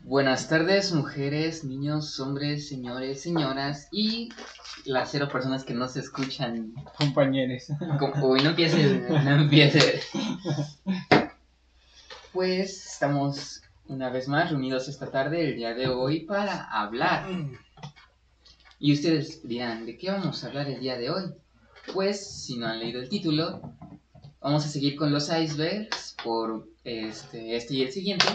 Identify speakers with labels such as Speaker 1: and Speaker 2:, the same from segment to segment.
Speaker 1: Buenas tardes, mujeres, niños, hombres, señores, señoras y las cero personas que no se escuchan.
Speaker 2: compañeros.
Speaker 1: Como- Uy, no empieces, no empieces. Pues estamos una vez más reunidos esta tarde, el día de hoy, para hablar. Y ustedes dirán, ¿de qué vamos a hablar el día de hoy? Pues, si no han leído el título, vamos a seguir con los icebergs por este, este y el siguiente.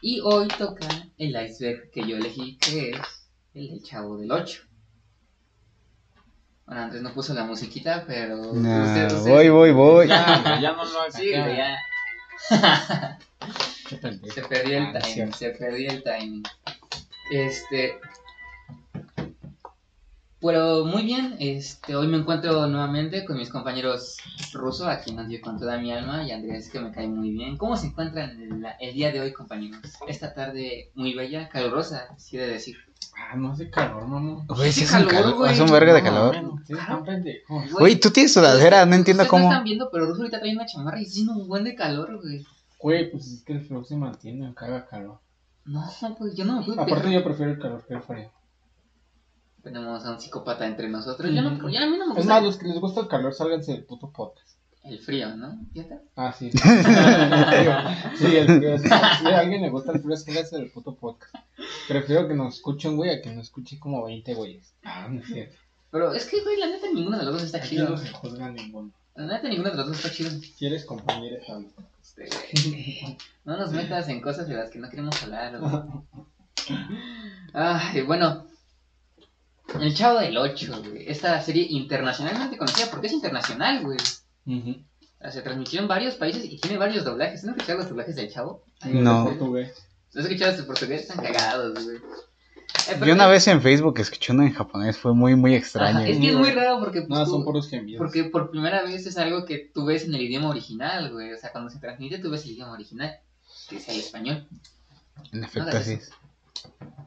Speaker 1: Y hoy toca el iceberg que yo elegí, que es el del Chavo del 8. Bueno, Andrés no puso la musiquita, pero...
Speaker 3: Nah,
Speaker 1: ustedes- ustedes-
Speaker 3: voy, voy, voy.
Speaker 2: Ya, ya no lo hagas.
Speaker 1: Sí, güey, ya.
Speaker 2: Qué pendejo.
Speaker 1: Se perdió el
Speaker 2: Ah,
Speaker 1: timing, se perdió el timing. Este. Pero muy bien, este, hoy me encuentro nuevamente con mis compañeros Ruso, a quien odio con toda mi alma, y Andrés, que me cae muy bien. ¿Cómo se encuentran el, el día de hoy, compañeros? Esta tarde muy bella, calurosa, sí de decir.
Speaker 2: Ah, no hace calor, mamá.
Speaker 3: Güey, sí
Speaker 1: Qué
Speaker 3: hace un
Speaker 1: calor,
Speaker 3: calor,
Speaker 1: güey.
Speaker 3: hace un verga de
Speaker 1: No,
Speaker 3: calor.
Speaker 2: Bueno, sí, están pendejos.
Speaker 3: Güey, tú tienes sudadera, no entiendo
Speaker 1: ustedes No
Speaker 3: cómo.
Speaker 1: están viendo, pero Ruso ahorita trae una chamarra y está haciendo un buen de calor, güey.
Speaker 2: Güey, pues es que el frío se mantiene, aunque haga calor.
Speaker 1: No, pues yo no me puedo
Speaker 2: Aparte, yo prefiero el calor que el frío.
Speaker 1: Tenemos a un psicópata entre nosotros. Yo no,
Speaker 2: Ujú.
Speaker 1: yo a mí no me
Speaker 2: Es
Speaker 1: gusta
Speaker 2: más, los que les gusta el calor, sálganse del puto podcast.
Speaker 1: el frío, ¿no? Fíjate.
Speaker 2: Ah, sí. El frío. Sí, el frío. Si a alguien le gusta el frío, sálganse del puto podcast. Prefiero que nos escuchen, güey, a que nos escuche como 20 güeyes. Ah, no es cierto.
Speaker 1: Pero es que, güey, la neta ninguno de los dos está
Speaker 2: Aquí
Speaker 1: chido.
Speaker 2: no se juzga ninguno.
Speaker 1: La neta ninguno de los dos está chido.
Speaker 2: Si eres compañero, tal.
Speaker 1: Este, güey, No nos metas en cosas de las que no queremos hablar. güey. Ay, bueno. El Chavo del 8, güey. Esta serie internacionalmente conocida porque es internacional, güey.
Speaker 2: Ujú.
Speaker 1: O sea, se transmitió en varios países y tiene varios doblajes. ¿No escuchado los doblajes del Chavo?
Speaker 3: No.
Speaker 2: Portugués.
Speaker 1: ¿No has escuchado los portugués? Están cagados, güey. Eh, pero-
Speaker 3: Yo una vez en Facebook escuché uno en japonés, fue muy, muy extraño.
Speaker 1: Ajá, es que es muy raro porque pues,
Speaker 2: No,
Speaker 1: tú-
Speaker 2: son puros gemidos.
Speaker 1: Porque por primera vez es algo que tú ves en el idioma original, güey. O sea, cuando se transmite, tú ves el idioma original, que es el español.
Speaker 3: En efecto,
Speaker 1: Nada,
Speaker 3: así
Speaker 1: eso.
Speaker 3: es.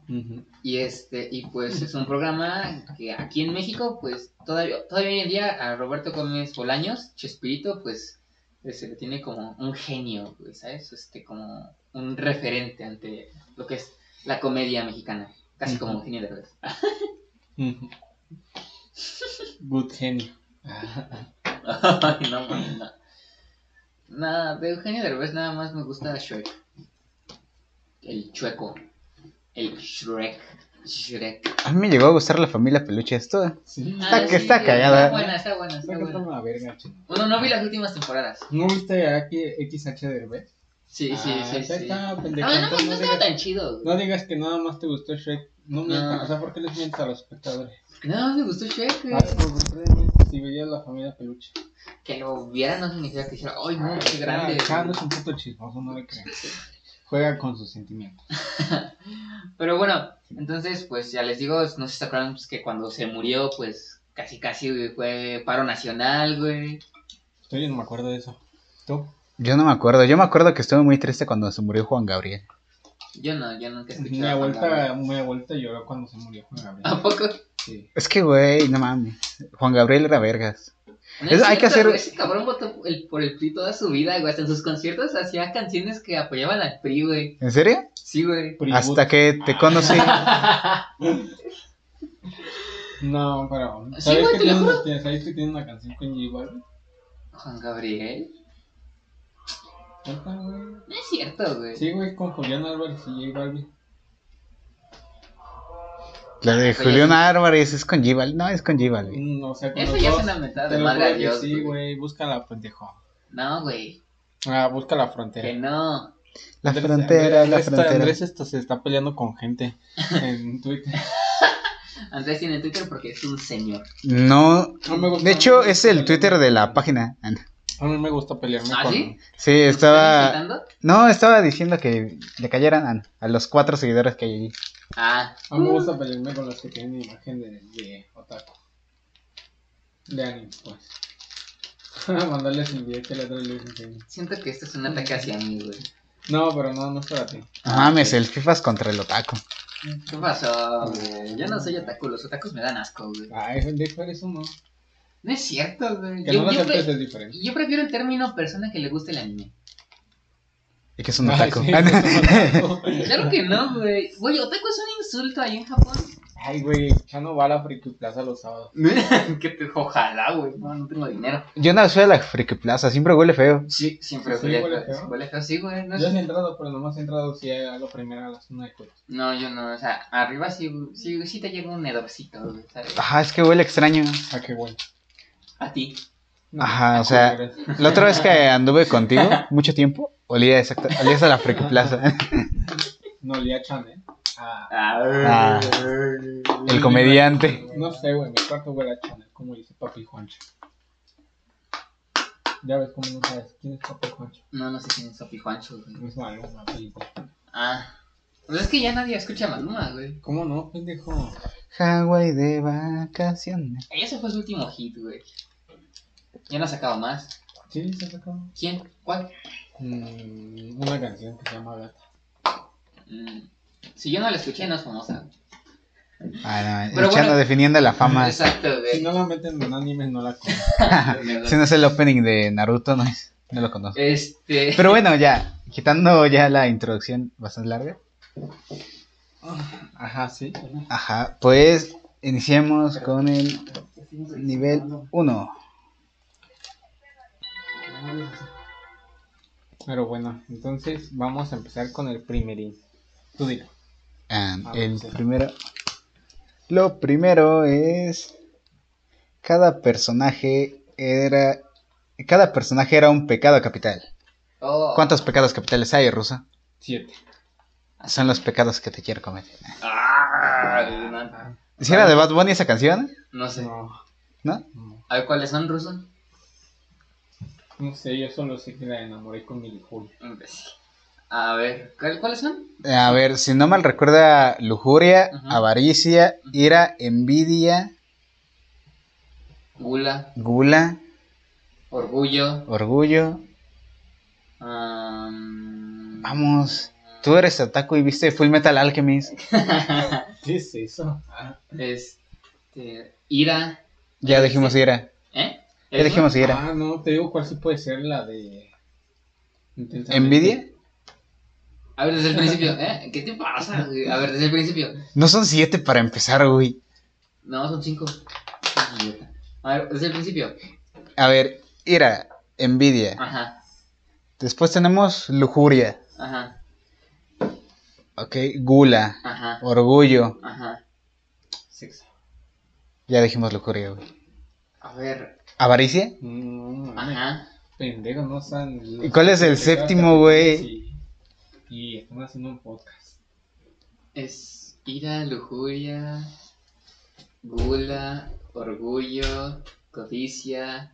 Speaker 2: Ujú.
Speaker 1: Y este, y pues es un programa que aquí en México, pues todavía, todavía hoy en día a Roberto Gómez Bolaños, Chespirito, pues se le tiene como un genio, güey, ¿sabes? Este, como un referente ante lo que es la comedia mexicana. Casi como un genio de verdad.
Speaker 2: Ujú. Good genio.
Speaker 1: Ay, no, mames, no. Nada, de Eugenio Derbez nada más me gusta Shrek. El chueco. El Shrek. Shrek.
Speaker 3: A mí me llegó a gustar la familia peluche, esto. eh.
Speaker 2: Sí.
Speaker 3: Está
Speaker 1: Ah,
Speaker 3: que está cagada.
Speaker 1: Está buena, está buena, está
Speaker 2: Está que está
Speaker 1: buena.
Speaker 2: una verga, chino.
Speaker 1: Bueno, no vi las últimas temporadas.
Speaker 2: ¿No viste a X- XH Derbez?
Speaker 1: Sí, sí,
Speaker 2: Ah,
Speaker 1: sí,
Speaker 2: está-
Speaker 1: sí. Ah,
Speaker 2: está
Speaker 1: no,
Speaker 2: pendejón,
Speaker 1: no, no,
Speaker 2: entonces no
Speaker 1: estaba
Speaker 2: digas-
Speaker 1: tan chido. güey.
Speaker 2: No digas que nada más te gustó Shrek. No mientas. O sea, ¿por qué les mientas a los espectadores?
Speaker 1: Nada más me gustó Shrek. güey.
Speaker 2: Ah, pues, realmente, si veías la familia peluche.
Speaker 1: Que lo viera no significa que dijera, ay, no, qué grande.
Speaker 2: Ah, Carlos es un puto chismoso, no le crean. Juega con sus sentimientos.
Speaker 1: Pero bueno, entonces, pues ya les digo, no sé si se acuerdan pues, que cuando se murió, pues casi, casi güey, fue paro nacional, güey.
Speaker 2: Yo ya no me acuerdo de eso. ¿Tú?
Speaker 3: Yo no me acuerdo, yo me acuerdo que estuve muy triste cuando se murió Juan Gabriel.
Speaker 1: Yo no, yo nunca escuché.
Speaker 2: Mi abuelita, mi abuelita lloró cuando se murió Juan Gabriel.
Speaker 1: ¿A poco?
Speaker 2: Sí.
Speaker 3: Es que, güey, no mames. Juan Gabriel era vergas.
Speaker 1: No
Speaker 3: Es- hay
Speaker 1: cierto,
Speaker 3: que hacer-
Speaker 1: güey, Ese cabrón votó por el- por el PRI toda su vida, güey. Hasta en sus conciertos hacía canciones que apoyaban al PRI, güey.
Speaker 3: ¿En serio?
Speaker 1: Sí, güey.
Speaker 3: Hasta que te conocí.
Speaker 2: Ah. No, pero.
Speaker 1: Sí,
Speaker 2: ¿Sabes
Speaker 1: güey,
Speaker 2: que
Speaker 1: te lo
Speaker 2: tiene
Speaker 1: juro.
Speaker 2: una- ¿Sabes que tiene una canción con J Balvin?
Speaker 1: Juan Gabriel.
Speaker 2: Neta, güey.
Speaker 1: No es cierto, güey.
Speaker 2: Sí, güey, con Julián Álvarez y J Balvin.
Speaker 3: La de
Speaker 1: Oye,
Speaker 3: Julián
Speaker 1: sí.
Speaker 3: Álvarez es con Gival. No, es con Gival.
Speaker 2: Mm, O sea, con
Speaker 1: Eso
Speaker 2: los
Speaker 1: ya es
Speaker 2: dos.
Speaker 1: una mentada
Speaker 2: Te
Speaker 1: de
Speaker 2: lo
Speaker 1: madre
Speaker 2: juro
Speaker 1: a
Speaker 2: que
Speaker 1: Dios.
Speaker 2: Sí,
Speaker 1: güey.
Speaker 2: güey, búscala, pendejo.
Speaker 1: No, güey.
Speaker 2: Ah, busca la
Speaker 1: Que
Speaker 2: frontera.
Speaker 1: no.
Speaker 3: La
Speaker 2: Andrés-
Speaker 3: frontera,
Speaker 2: Andrés-
Speaker 3: la
Speaker 2: está-
Speaker 3: frontera.
Speaker 2: Andrés esto se está peleando con gente en Twitter.
Speaker 1: Andrés tiene Twitter porque es un señor.
Speaker 3: No.
Speaker 2: No me gusta.
Speaker 3: De hecho, es el Twitter de la página.
Speaker 2: A mí me gusta pelearme
Speaker 1: ¿Ah,
Speaker 2: con.
Speaker 1: sí?
Speaker 3: Sí,
Speaker 1: ¿Nos están
Speaker 3: estaba.
Speaker 1: insultando?
Speaker 3: No, estaba diciendo que le cayeran a- a los cuatro seguidores que hay allí.
Speaker 1: Ah.
Speaker 2: A mí me gusta pelearme con los que tienen imagen de, de otaku. De anime, pues. Mandarles el video que la otra vez les enseñé.
Speaker 1: Siento que esto es un ataque hacia mí, güey.
Speaker 2: No, pero no, no es para ti.
Speaker 3: No mames, el FIFA es contra el otaku.
Speaker 1: ¿Qué pasó, güey? Yo no soy otaku. Los otakus me dan asco, güey.
Speaker 2: Ay, pendejo, eso no.
Speaker 1: No es cierto, güey.
Speaker 2: Que
Speaker 1: Yo-
Speaker 2: no lo
Speaker 1: yo pre-
Speaker 2: aceptes es diferente.
Speaker 1: Yo prefiero el término persona que le guste el anime.
Speaker 3: ¿Y qué es un
Speaker 2: Ay,
Speaker 3: otaku?
Speaker 2: sí, que es un otaku.
Speaker 1: Claro que no, güey. Güey, otaku es un insulto ahí en Japón.
Speaker 2: Ay, güey, ya no va a la Friki Plaza los sábados.
Speaker 1: que te, ojalá, güey. No, no tengo dinero.
Speaker 3: Yo una vez fui a la Friki Plaza, siempre huele feo.
Speaker 1: Sí, siempre
Speaker 2: Sí,
Speaker 1: huele,
Speaker 2: huele
Speaker 1: feo.
Speaker 2: feo.
Speaker 1: Huele feo, sí, güey. No,
Speaker 2: Yo
Speaker 1: sé.
Speaker 2: he entrado, pero nomás he entrado si hay algo primero a la zona de coches.
Speaker 1: No, yo no. O sea, arriba sí, güey, sí, sí te llega un hedorcito, güey, ¿sabes?
Speaker 3: Ajá, es que huele extraño.
Speaker 2: Ah, qué bueno.
Speaker 1: A ti.
Speaker 3: Ajá, o sea, La otra vez que anduve contigo, mucho tiempo, olía exacto, olías a la Friki Plaza.
Speaker 2: No olía a Chan, ¿eh? Ah,
Speaker 1: Ah.
Speaker 3: El comediante.
Speaker 2: no sé, güey, mi cuarto huele a Chan, como dice Papi Juancho. Ya ves cómo no sabes quién es Papi Juancho.
Speaker 1: No, no sé quién es Sofi Juancho, güey.
Speaker 2: Es Maluma, pendejo.
Speaker 1: Ah. Pues es que ya nadie escucha a Maluma, güey.
Speaker 2: ¿Cómo no, pendejo?
Speaker 3: Hawái de vacaciones.
Speaker 1: Ese fue su último hit, güey. Ya no ha sacado más.
Speaker 2: Sí, se sacó
Speaker 1: ¿Quién? ¿Cuál?
Speaker 2: mm, una canción que se llama Gata.
Speaker 1: Mm, Si yo no la escuché, no es famosa. güey.
Speaker 3: Ah, no,
Speaker 1: Pero
Speaker 3: el Chano
Speaker 1: bueno.
Speaker 3: definiendo la fama.
Speaker 1: Exacto,
Speaker 2: Si
Speaker 1: güey.
Speaker 2: no la meten en un anime, no la comen.
Speaker 3: si no es el opening de Naruto, no es, no lo conozco.
Speaker 1: Este.
Speaker 3: Pero bueno, ya, quitando ya la introducción bastante larga.
Speaker 2: Ajá, sí.
Speaker 3: Ajá, pues iniciemos con el
Speaker 1: Ah,
Speaker 3: nivel 1.
Speaker 2: Pero bueno, entonces vamos a empezar con el primerín. Tú dilo.
Speaker 1: Ah,
Speaker 3: el primero. Lo primero es. Cada personaje era. Cada personaje era un pecado capital.
Speaker 1: Oh.
Speaker 3: ¿Cuántos pecados capitales hay, Rusa?
Speaker 2: Siete.
Speaker 3: Son los pecados que te quiero cometer.
Speaker 1: Ah, no,
Speaker 3: ¿Si era de Bad Bunny esa canción?
Speaker 1: no sé.
Speaker 2: No,
Speaker 3: ¿No?
Speaker 2: no.
Speaker 1: A ver, ¿cuáles son, Ruso?
Speaker 2: No sé, yo solo sé que la enamoré con mi Julio.
Speaker 1: Imbécil. A ver, ¿cuál- ¿cuáles son?
Speaker 3: A ver, si no mal recuerda, lujuria,
Speaker 1: Ujú.
Speaker 3: avaricia, ira, envidia,
Speaker 1: Gula,
Speaker 3: gula,
Speaker 1: orgullo.
Speaker 3: orgullo.
Speaker 1: am,
Speaker 3: Vamos, tú eres otaku y viste Full Metal Alchemist.
Speaker 2: ¿Qué es eso? Ah,
Speaker 1: Este. Ira.
Speaker 3: Ya dijimos ira.
Speaker 1: ¿Eh?
Speaker 3: Ya dijimos ira.
Speaker 2: ah, no, te digo cuál sí puede ser la de. Intensamente.
Speaker 3: ¿Envidia?
Speaker 1: A ver, desde el principio, ¿eh? ¿Qué te pasa? güey? A ver, desde el principio.
Speaker 3: No son siete para empezar, güey.
Speaker 1: No, son cinco. Idiota. A ver, desde el principio.
Speaker 3: A ver, ira, envidia.
Speaker 1: Ajá,
Speaker 3: Después tenemos lujuria,
Speaker 1: ajá,
Speaker 3: ok, gula,
Speaker 1: ajá,
Speaker 3: orgullo.
Speaker 1: ajá.
Speaker 2: Sexo.
Speaker 3: Ya dijimos lujuria, güey.
Speaker 1: A ver,
Speaker 3: ¿Avaricia?
Speaker 2: Mm,
Speaker 1: ajá.
Speaker 2: pendejo, no están.
Speaker 3: Ah, ¿Y cuál es el séptimo, güey?
Speaker 2: Y, y están haciendo un podcast.
Speaker 1: Es ira, lujuria, gula, orgullo, codicia.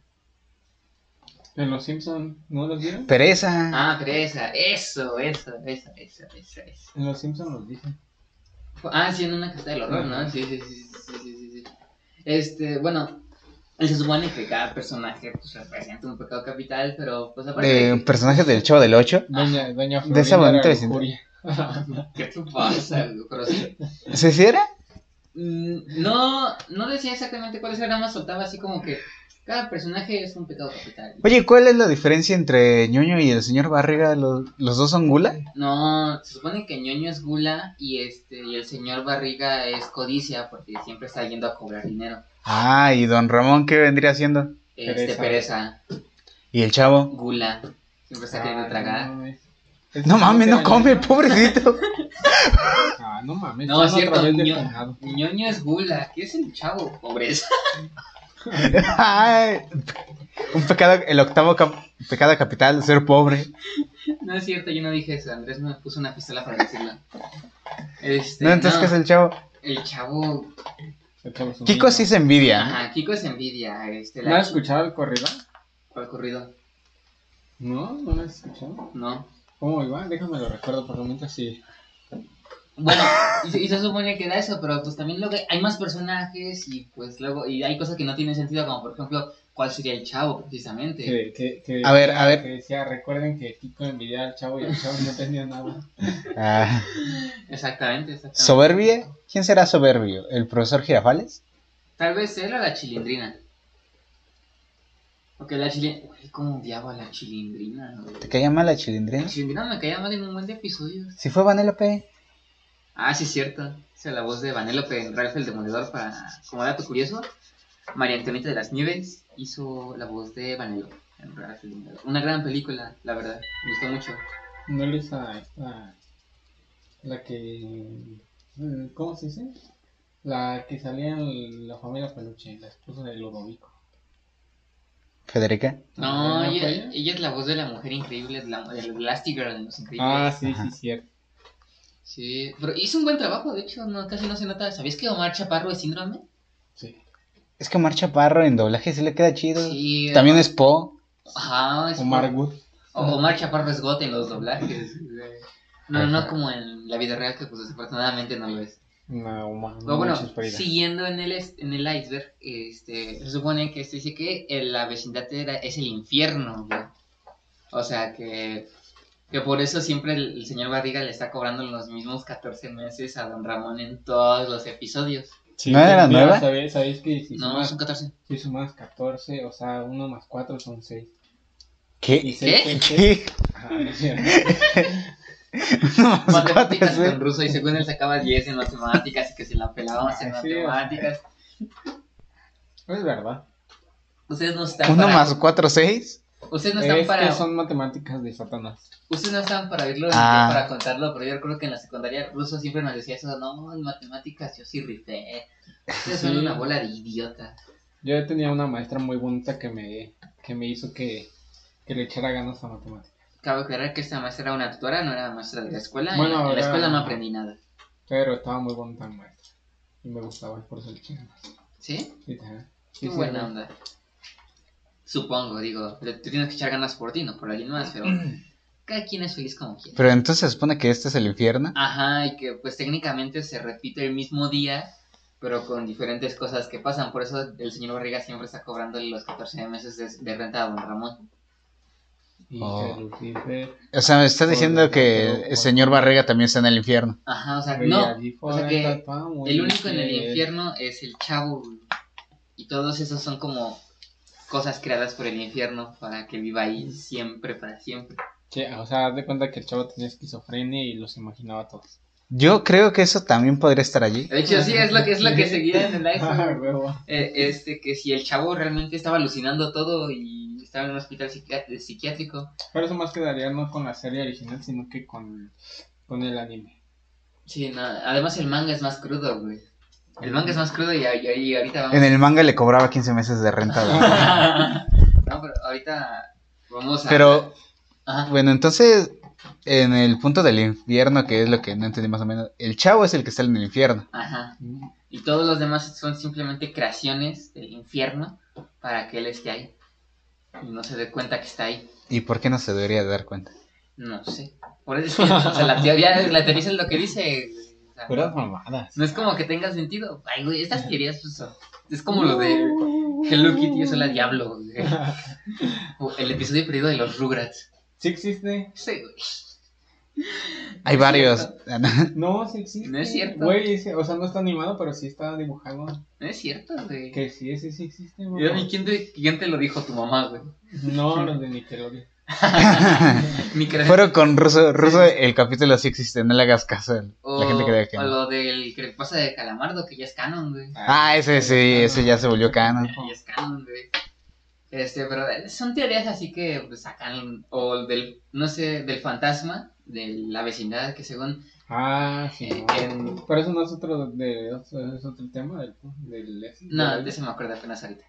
Speaker 2: En los Simpsons, ¿no los vieron?
Speaker 3: Pereza.
Speaker 1: Ah, presa, eso, eso, eso, eso, eso, eso.
Speaker 2: En los Simpsons los dicen.
Speaker 1: Ah, sí, en una casa del horror, ¿no? Sí, sí, sí, sí, sí, sí, sí. Este, bueno, se supone que cada personaje pues, representa un pecado capital, pero pues aparte...
Speaker 3: De
Speaker 1: de
Speaker 3: eh, un personaje del Chavo del 8.
Speaker 2: Doña, Doña
Speaker 3: De
Speaker 2: Florinda
Speaker 3: esa bonita
Speaker 2: era
Speaker 3: vecindad.
Speaker 2: lujuria.
Speaker 1: ¿Qué te pasa? güey? Pero sí.
Speaker 3: ¿Se cierra?
Speaker 1: Mm, No, no decía exactamente cuáles eran, nada más soltaba así como que cada personaje es un pecado capital.
Speaker 3: Oye, ¿cuál es la diferencia entre ñoño y el señor Barriga? ¿Los, los dos son gula?
Speaker 1: No, se supone que ñoño es gula y este y el señor barriga es codicia porque siempre está yendo a cobrar dinero.
Speaker 3: Ah, ¿y don Ramón qué vendría haciendo?
Speaker 1: Este
Speaker 2: Pereza.
Speaker 1: pereza,
Speaker 3: ¿Y el chavo?
Speaker 1: gula, siempre está
Speaker 2: Ah,
Speaker 3: Ah,
Speaker 1: queriendo tragar.
Speaker 3: No mames, no come, pobrecito.
Speaker 2: Ah, no mames.
Speaker 1: No, es
Speaker 2: son otra
Speaker 1: cierto,
Speaker 2: vez de
Speaker 1: niño.
Speaker 2: penado.
Speaker 1: ñoño es gula, ¿qué es el chavo? Pobreza.
Speaker 3: Ay, un pecado, el octavo cap- pecado capital de ser pobre.
Speaker 1: No es cierto, yo no dije eso, Andrés me puso una pistola para decirlo. Este,
Speaker 3: No, entonces, ¿qué es el chavo?
Speaker 1: el chavo?
Speaker 2: Se acabó su
Speaker 3: Kiko
Speaker 2: niño.
Speaker 3: sí se envidia.
Speaker 1: Ajá, Kiko es envidia, este,
Speaker 2: ¿No
Speaker 1: la
Speaker 2: has escuchado el corrido?
Speaker 1: ¿Cuál corrido?
Speaker 2: No, no lo has escuchado.
Speaker 1: No.
Speaker 2: ¿Cómo iba? Déjame lo recuerdo por lo mientras sí.
Speaker 1: Bueno, y, se- y se supone que era eso, pero pues también luego hay más personajes y pues luego y hay cosas que no tienen sentido, como por ejemplo, ¿cuál sería el chavo precisamente?
Speaker 2: Que, que, que
Speaker 3: A ver, a ver.
Speaker 2: Que decía, recuerden que Kiko envidia al chavo y el chavo no tenía nada.
Speaker 3: Ah,
Speaker 1: Exactamente, exactamente.
Speaker 3: ¿Soberbia? ¿Quién será soberbio? ¿El profesor Girafales?
Speaker 1: Tal vez él o la chilindrina. Ok, la chilindrina. Güey, cómo odiaba a la chilindrina. güey.
Speaker 3: ¿Te caía mal la
Speaker 1: La
Speaker 3: chilindrina?
Speaker 1: chilindrina me caía mal en un buen de episodios.
Speaker 3: Si fue Vanellope.
Speaker 1: Ah, sí, es cierto. Hizo la voz de Vanellope en Ralph el Demoledor para. Como dato curioso, María Antonieta de las Nieves hizo la voz de Vanellope en Ralph el Demoledor. Una gran película, la verdad. Me gustó mucho.
Speaker 2: No le esa esta. La que. eh, ¿Cómo se dice? La que salía en la familia Peluche, la esposa de Ludovico.
Speaker 3: Federica.
Speaker 1: No,
Speaker 2: ¿No
Speaker 1: ella,
Speaker 2: fue ella?
Speaker 1: ella es la voz de la mujer increíble, de la, de la Elastigirl en Los Increíbles.
Speaker 2: Ah, sí,
Speaker 3: Ajá.
Speaker 2: sí, cierto.
Speaker 1: Sí, pero hizo un buen trabajo, de hecho, no, casi no se nota. ¿Sabías que Omar Chaparro es síndrome?
Speaker 2: Sí.
Speaker 3: Es que Omar Chaparro en doblaje sí le queda chido.
Speaker 1: Sí. eh,
Speaker 3: También es Po.
Speaker 1: Ajá, es
Speaker 2: Omar Wood.
Speaker 1: O- Omar Chaparro es gote en los doblajes. güey. No, no
Speaker 3: Ajá.
Speaker 1: como en la vida real, que pues desafortunadamente no lo es.
Speaker 2: No, Omar.
Speaker 1: Pero
Speaker 2: no
Speaker 1: bueno,
Speaker 2: manches, Frida.
Speaker 1: siguiendo en el, es- en el iceberg, este, se supone que esto dice que eh, la vecindad era, es el infierno, güey. O sea que, que por eso siempre el, el señor Barriga le está cobrando los mismos 14 meses a don Ramón en todos los episodios.
Speaker 2: Sí,
Speaker 3: ¿No era
Speaker 2: mira,
Speaker 3: nueva?
Speaker 2: ¿Sabéis, sabéis que si,
Speaker 1: No,
Speaker 2: sumas,
Speaker 1: son 14.
Speaker 2: si sumas 14, o sea, 1 más 4 son 6?
Speaker 3: ¿Qué?
Speaker 1: ¿Qué?
Speaker 3: ¿Qué? No, más cuatro,
Speaker 1: Matemáticas
Speaker 3: güey.
Speaker 1: en ruso y según él sacaba 10 en matemáticas y que se la pelábamos en
Speaker 2: Ah, sí, o sea.
Speaker 1: matemáticas.
Speaker 2: Es verdad.
Speaker 1: Ustedes no están
Speaker 3: ¿Uno
Speaker 1: para...
Speaker 3: más cuatro, seis?
Speaker 1: Ustedes no están
Speaker 2: Es
Speaker 1: para...
Speaker 2: que son matemáticas de Satanás.
Speaker 1: Ustedes no están para irlo
Speaker 3: Ah.
Speaker 1: para contarlo, pero yo recuerdo que en la secundaria ruso siempre nos decía eso, no, en matemáticas yo sí rifé. Ustedes son
Speaker 2: Sí.
Speaker 1: una bola de idiotas.
Speaker 2: Yo tenía una maestra muy bonita que me, que me hizo que, que le echara ganas a matemáticas.
Speaker 1: Cabe aclarar que esta maestra era una tutora, no era maestra de la escuela. en
Speaker 2: Bueno,
Speaker 1: la- en la
Speaker 2: ahora-
Speaker 1: escuela no aprendí nada.
Speaker 2: Pero estaba muy bonita la maestra. Y me gustaba, por eso le eché ganas.
Speaker 1: ¿Sí?
Speaker 2: Sí, ajá. Sí,
Speaker 1: Qué
Speaker 2: sí,
Speaker 1: buena
Speaker 2: era-
Speaker 1: onda. Supongo, digo, le- tú tienes que echar ganas por ti, no por alguien más, pero cada quien es feliz como quiere.
Speaker 3: Pero entonces se supone que este es el infierno.
Speaker 1: Ajá, y que pues técnicamente se repite el mismo día, pero con diferentes cosas que pasan. Por eso el señor Barriga siempre está cobrando los 14 meses de, de renta a don Ramón.
Speaker 2: Y
Speaker 3: Oh.
Speaker 2: que Lucifer,
Speaker 3: O sea, me estás
Speaker 2: Por
Speaker 3: diciendo
Speaker 2: lo
Speaker 3: que
Speaker 2: tanto,
Speaker 3: el señor Barriga también está en el infierno.
Speaker 1: Ajá, o sea,
Speaker 2: y
Speaker 1: no.
Speaker 2: allí
Speaker 1: o sea
Speaker 2: fuera
Speaker 1: que
Speaker 2: tapamos,
Speaker 1: El único en el
Speaker 2: y-
Speaker 1: infierno es el chavo. güey. Y todos esos son como cosas creadas por el infierno para que viva ahí siempre, para siempre.
Speaker 2: Che, o sea, haz de cuenta que el chavo tenía esquizofrenia y los imaginaba a todos.
Speaker 3: Yo creo que eso también podría estar allí.
Speaker 1: De hecho, sí, es lo que, es lo que seguía en el
Speaker 2: Ah,
Speaker 1: iceberg.
Speaker 2: huevo.
Speaker 1: Eh, este, que si el chavo realmente estaba alucinando todo y estaba en un hospital psiquiá- psiquiátrico.
Speaker 2: Pero eso más quedaría no con la serie original, sino que con, con el anime.
Speaker 1: Sí, no, además el manga es más crudo, güey. El manga es más crudo y, y- y ahorita vamos.
Speaker 3: En el manga le cobraba 15 meses de renta. güey.
Speaker 1: no, pero ahorita vamos a.
Speaker 3: Pero
Speaker 1: Ajá.
Speaker 3: bueno, entonces en el punto del infierno, que es lo que no entendí más o menos, el chavo es el que está en el infierno.
Speaker 1: Ajá. Y todos los demás son simplemente creaciones del infierno para que él esté ahí. Y no se dé cuenta que está ahí.
Speaker 3: ¿Y por qué no se debería dar cuenta?
Speaker 1: No sé. Por eso es que o sea, la teoría, la teoría es lo que dice. güey. O sea,
Speaker 2: Puras mamadas.
Speaker 1: no es como que tenga sentido. Ay, güey, estas teorías pues, son- es como lo de Hello Kitty es la diablo. güey. O El episodio perdido de los Rugrats.
Speaker 2: ¿Sí existe?
Speaker 1: Sí, güey.
Speaker 3: Hay
Speaker 1: No es
Speaker 3: varios.
Speaker 1: cierto,
Speaker 2: No, sí existe.
Speaker 1: No es cierto.
Speaker 2: Güey, ese- o sea, no está animado, pero sí está dibujado.
Speaker 1: No es cierto, güey.
Speaker 2: Que sí, ese sí existe, güey.
Speaker 1: Yo, ¿y ¿Quién te, quién te lo dijo? Tu mamá, güey.
Speaker 2: No, los de Nickelodeon.
Speaker 1: Ni que-
Speaker 3: Fueron con Ruso. Ruso, el capítulo sí existe, no le hagas caso a
Speaker 1: o,
Speaker 3: la gente que diga que
Speaker 1: o
Speaker 3: no.
Speaker 1: lo del creepypasta de Calamardo, que ya es canon, güey.
Speaker 3: Ah, ese sí, ese ya se volvió canon.
Speaker 1: Ya es canon, güey. Este, pero son teorías así que pues, sacan, o el del, no sé, del fantasma, de la vecindad, que según
Speaker 2: Ah, sí.
Speaker 1: eh,
Speaker 2: no.
Speaker 1: en-
Speaker 2: Pero eso no es otro, de, otro- es otro tema del... del ese-
Speaker 1: No,
Speaker 2: del-
Speaker 1: de ese me acuerdo apenas ahorita.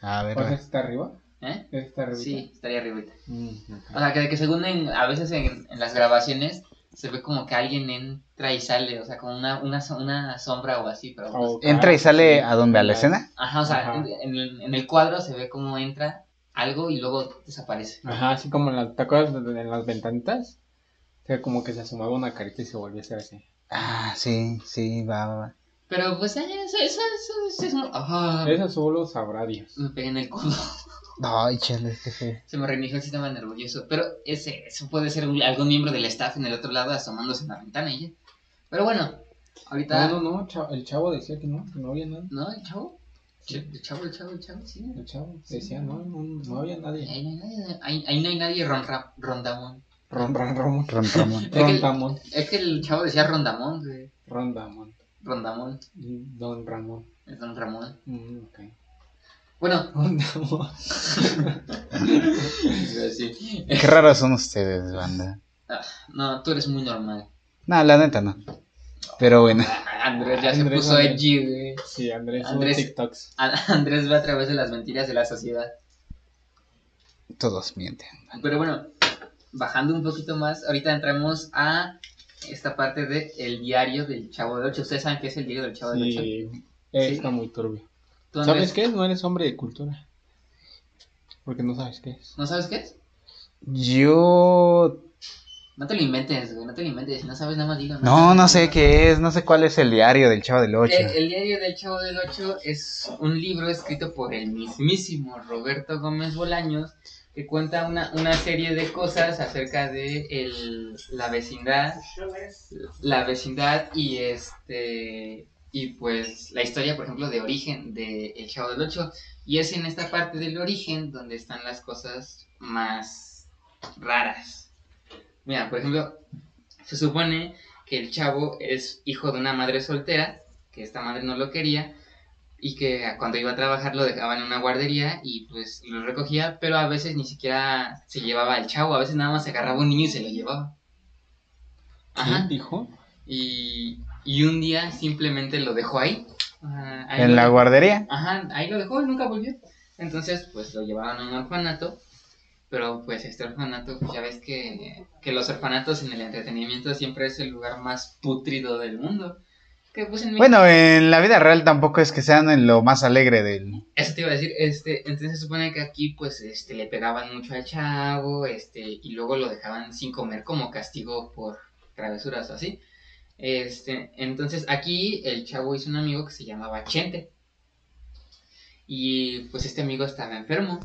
Speaker 3: A ver,
Speaker 2: O sea, está este arriba. ¿Este
Speaker 1: ¿Eh?
Speaker 2: Está arriba.
Speaker 1: Sí, Ah, estaría arriba.
Speaker 2: Mm,
Speaker 1: O
Speaker 2: ajá.
Speaker 1: sea, que, que según en- a veces en, en las grabaciones se ve como que alguien entra y sale, o sea, como una, una, so- una sombra o así, pero... pues-
Speaker 2: O-
Speaker 3: entra y sale
Speaker 2: ah, sí,
Speaker 3: a dónde, a la
Speaker 2: sí.
Speaker 3: escena.
Speaker 1: ajá, o sea,
Speaker 2: Ajá.
Speaker 1: En, en el- en el cuadro se ve como entra algo y luego desaparece.
Speaker 2: Ajá, así como en las, ¿te acuerdas de, de las ventanitas? O sea, como que se asomaba una carita y se volvía a hacer así.
Speaker 3: Ah, sí, sí, va, va, va.
Speaker 1: Pero pues eh, eso, eso, eso, eso es... un- ¡Ah!
Speaker 2: Eso solo sabrá Dios.
Speaker 1: Me pegué en el codo,
Speaker 3: Ay, chale, qué feo.
Speaker 1: se me reinició el sistema nervioso. Pero ese, eso puede ser un- algún miembro del staff en el otro lado asomándose en la ventana y ya. Pero bueno, ahorita...
Speaker 2: No, no, no, cha- el chavo decía que no, que no había nada.
Speaker 1: ¿No, chavo? Ch- Chavo, chavo, chavo, sí.
Speaker 2: El chavo decía, no, no, no había nadie.
Speaker 1: Ahí no hay nadie, ahí- ahí no hay nadie ron, ra- rondamón.
Speaker 2: Ron, ron, Ramón.
Speaker 3: Ron Ramón.
Speaker 1: que-
Speaker 2: Rondamón.
Speaker 1: Es que el chavo decía rondamón, güey.
Speaker 2: Rondamón.
Speaker 1: Rondamón,
Speaker 2: Don Ramón.
Speaker 1: es don Ramón.
Speaker 2: Mm, ok.
Speaker 1: Bueno,
Speaker 2: Rondamón.
Speaker 1: sí.
Speaker 3: Qué raros son ustedes, banda.
Speaker 1: No, tú eres muy normal.
Speaker 3: No, la neta no. Pero bueno.
Speaker 1: Andrés ya
Speaker 2: Andrés,
Speaker 1: se puso
Speaker 2: Andrés.
Speaker 1: edgy, güey.
Speaker 2: Sí,
Speaker 1: Andrés.
Speaker 2: Andrés, Andrés. TikToks.
Speaker 1: A- Andrés va a través de las mentiras de la sociedad.
Speaker 3: Todos mienten.
Speaker 1: Pero bueno, bajando un poquito más, ahorita entramos a esta parte de el diario del Chavo del Ocho. ¿Ustedes saben qué es el diario del Chavo del Ocho?
Speaker 2: Sí, eh, está muy turbio.
Speaker 1: ¿Tú, Andrés,
Speaker 2: ¿Sabes qué es? No eres hombre de cultura. Porque no sabes qué es.
Speaker 1: ¿No sabes qué es?
Speaker 3: Yo.
Speaker 1: No te lo inventes, güey, no te lo inventes. Si no sabes, nada más dilo.
Speaker 3: No, no sé qué es. No sé cuál es el diario del Chavo del Ocho.
Speaker 1: El, el diario del Chavo del Ocho es un libro escrito por el mismísimo Roberto Gómez Bolaños que cuenta una, una serie de cosas acerca de el- la vecindad, la vecindad y este y pues la historia, por ejemplo, de origen de El Chavo del Ocho y es en esta parte del origen donde están las cosas más raras. Mira, por ejemplo, se supone que el chavo es hijo de una madre soltera, que esta madre no lo quería, y que cuando iba a trabajar lo dejaba en una guardería y pues lo recogía, pero a veces ni siquiera se llevaba al chavo, a veces nada más agarraba un niño y se lo llevaba. Ajá.
Speaker 2: ¿Quién dijo?
Speaker 1: Y, y un día simplemente lo dejó ahí. Ajá, ahí
Speaker 3: En
Speaker 1: lo
Speaker 3: la
Speaker 1: dejó.
Speaker 3: guardería.
Speaker 1: Ajá, ahí lo dejó y nunca volvió. Entonces, pues lo llevaban a un orfanato. Pero pues este orfanato, pues, ya ves que, que los orfanatos en el entretenimiento siempre es el lugar más putrido del mundo. Que pues en México-
Speaker 3: Bueno, en la vida real tampoco es que sean en lo más alegre del.
Speaker 1: Eso te iba a decir, este, entonces se supone que aquí pues este le pegaban mucho al chavo, este, y luego lo dejaban sin comer como castigo por travesuras o así. Este, entonces aquí el chavo hizo un amigo que se llamaba Chente. Y pues este amigo estaba enfermo.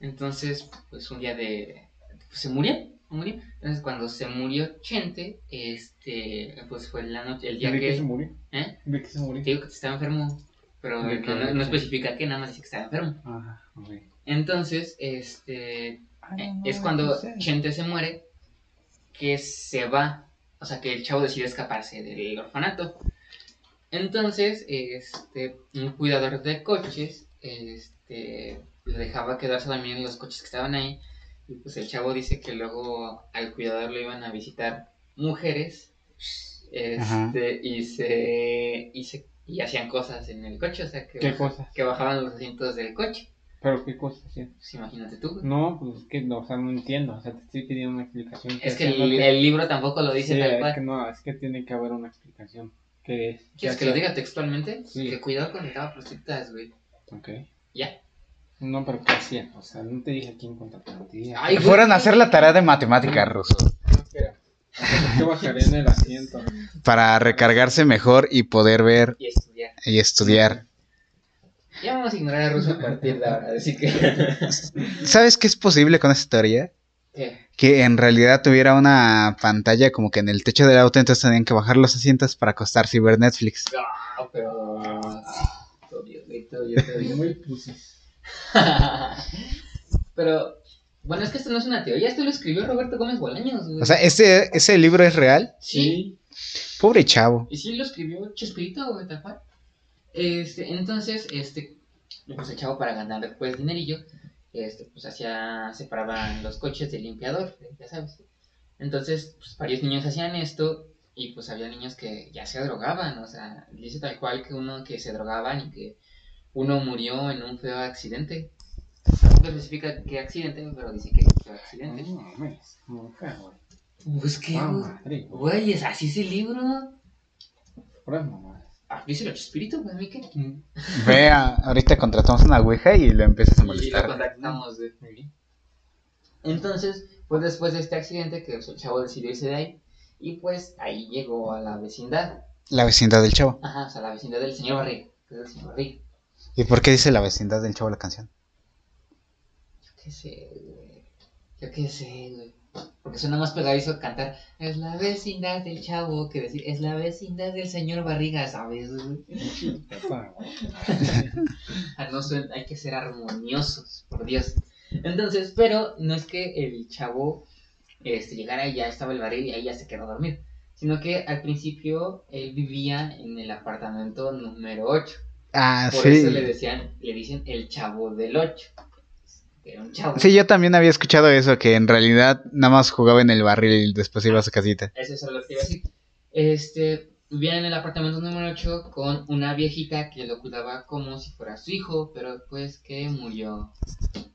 Speaker 1: Entonces, pues un día de pues, se murió, se murió. Entonces cuando se murió Chente, este, pues fue la noche, el día
Speaker 2: ¿De qué se
Speaker 1: que
Speaker 2: murió?
Speaker 1: ¿Eh?
Speaker 2: ¿De qué se
Speaker 1: te
Speaker 2: murió?
Speaker 1: digo que estaba enfermo, pero
Speaker 2: De
Speaker 1: no,
Speaker 2: que-
Speaker 1: no- no especifica que nada más dice que estaba enfermo.
Speaker 2: Ah, ok.
Speaker 1: Entonces, este, eh, es cuando Chente se muere, que se va, o sea, que el chavo decide escaparse del orfanato. Entonces, este, un cuidador de coches, este, le dejaba quedarse también en los coches que estaban ahí, y pues el chavo dice que luego al cuidador lo iban a visitar mujeres,
Speaker 3: Ajá.
Speaker 1: este, y se, y se, y hacían cosas en el coche, o sea, que,
Speaker 2: ¿Qué
Speaker 1: baja-
Speaker 2: cosas?
Speaker 1: que bajaban los asientos del coche,
Speaker 2: ¿Pero qué cosas hacían?
Speaker 1: pues imagínate tú, güey.
Speaker 2: No, pues es que no, o sea, no entiendo. O sea, te estoy pidiendo una explicación.
Speaker 1: Es que
Speaker 2: O sea, no
Speaker 1: el,
Speaker 2: te-
Speaker 1: el libro tampoco lo dice
Speaker 2: Sí,
Speaker 1: tal
Speaker 2: es que
Speaker 1: cual.
Speaker 2: no, es que tiene que haber una explicación. ¿Qué es?
Speaker 1: ¿Quieres
Speaker 2: ¿Qué
Speaker 1: que lo
Speaker 2: hacía?
Speaker 1: diga textualmente?
Speaker 2: Sí.
Speaker 1: Que cuidado con estaba prostitutas, güey.
Speaker 2: Ok.
Speaker 1: Ya.
Speaker 2: No, pero ¿qué hacía? O sea, no te dije quién contrató. Te dije,
Speaker 1: Ay,
Speaker 3: Fueron a hacer la tarea de matemática ruso.
Speaker 2: espera. O sea, yo te bajaré en el asiento.
Speaker 3: Para recargarse mejor y poder ver
Speaker 1: Y estudiar.
Speaker 3: y estudiar.
Speaker 1: Ya vamos a ignorar a Ruso a partir de ahora, así que.
Speaker 3: ¿Sabes qué es posible con esta teoría?
Speaker 1: ¿Qué?
Speaker 3: que en realidad tuviera una pantalla como que en el techo del auto, entonces tenían que bajar los asientos para acostarse y ver Netflix.
Speaker 1: No, pero. ah, Todo bien, güey, todo bien, todo bien.
Speaker 2: Muy pusis.
Speaker 1: Pero. Bueno, es que esto no es una teoría, esto lo escribió Roberto Gómez Bolaños, güey.
Speaker 3: O sea, ¿ese, ese libro es real?
Speaker 1: sí.
Speaker 3: Pobre chavo.
Speaker 1: Y sí lo escribió Chespirito, güey, tal cual. Este, entonces, este, pues el chavo para ganar después dinerillo, este, pues hacía, separaban los coches del limpiador, ya sabes. Entonces, pues varios niños hacían esto y pues había niños que ya se drogaban, o sea, dice tal cual que uno que se drogaban y que uno murió en un feo accidente. No especifica qué accidente, pero dice que fue
Speaker 2: No,
Speaker 1: accidente.
Speaker 2: mames. Nunca, güey.
Speaker 1: Pues qué,
Speaker 2: Ah,
Speaker 1: güey,
Speaker 2: madre, güey.
Speaker 1: Güey, es así ese libro.
Speaker 2: Puras mamadas.
Speaker 1: Ah, díselo a Chespirito, güey, a mí qué.
Speaker 3: Vea, ahorita contratamos una ouija y lo empiezas a
Speaker 1: Y lo
Speaker 3: molestar.
Speaker 1: contactamos, güey. Entonces, pues después de este accidente que pues, el chavo decidió irse de ahí y pues ahí llegó a la vecindad.
Speaker 3: La vecindad del chavo.
Speaker 1: Ajá, o sea, la vecindad del señor Barriga, que es el señor Barriga.
Speaker 3: ¿Y por qué dice la vecindad del chavo la canción?
Speaker 1: Yo qué sé, güey. Yo qué sé, güey. Porque suena más pegadizo cantar, es la vecindad del chavo, que decir, es la vecindad del señor Barriga, ¿sabes? Ah, no, suen- hay que ser armoniosos, por Dios. Entonces, pero no es que el chavo este, llegara y ya estaba el barril y ahí ya se quedó a dormir, sino que al principio él vivía en el apartamento número 8.
Speaker 3: Ah,
Speaker 1: Por
Speaker 3: sí.
Speaker 1: eso le decían, le dicen el chavo del 8. Era un chavo.
Speaker 3: Sí, yo también había escuchado eso, que en realidad nada más jugaba en el barril y después iba a su casita.
Speaker 1: Eso es lo que iba a decir. Este, vivía en el apartamento número 8 con una viejita que lo cuidaba como si fuera su hijo, pero pues que murió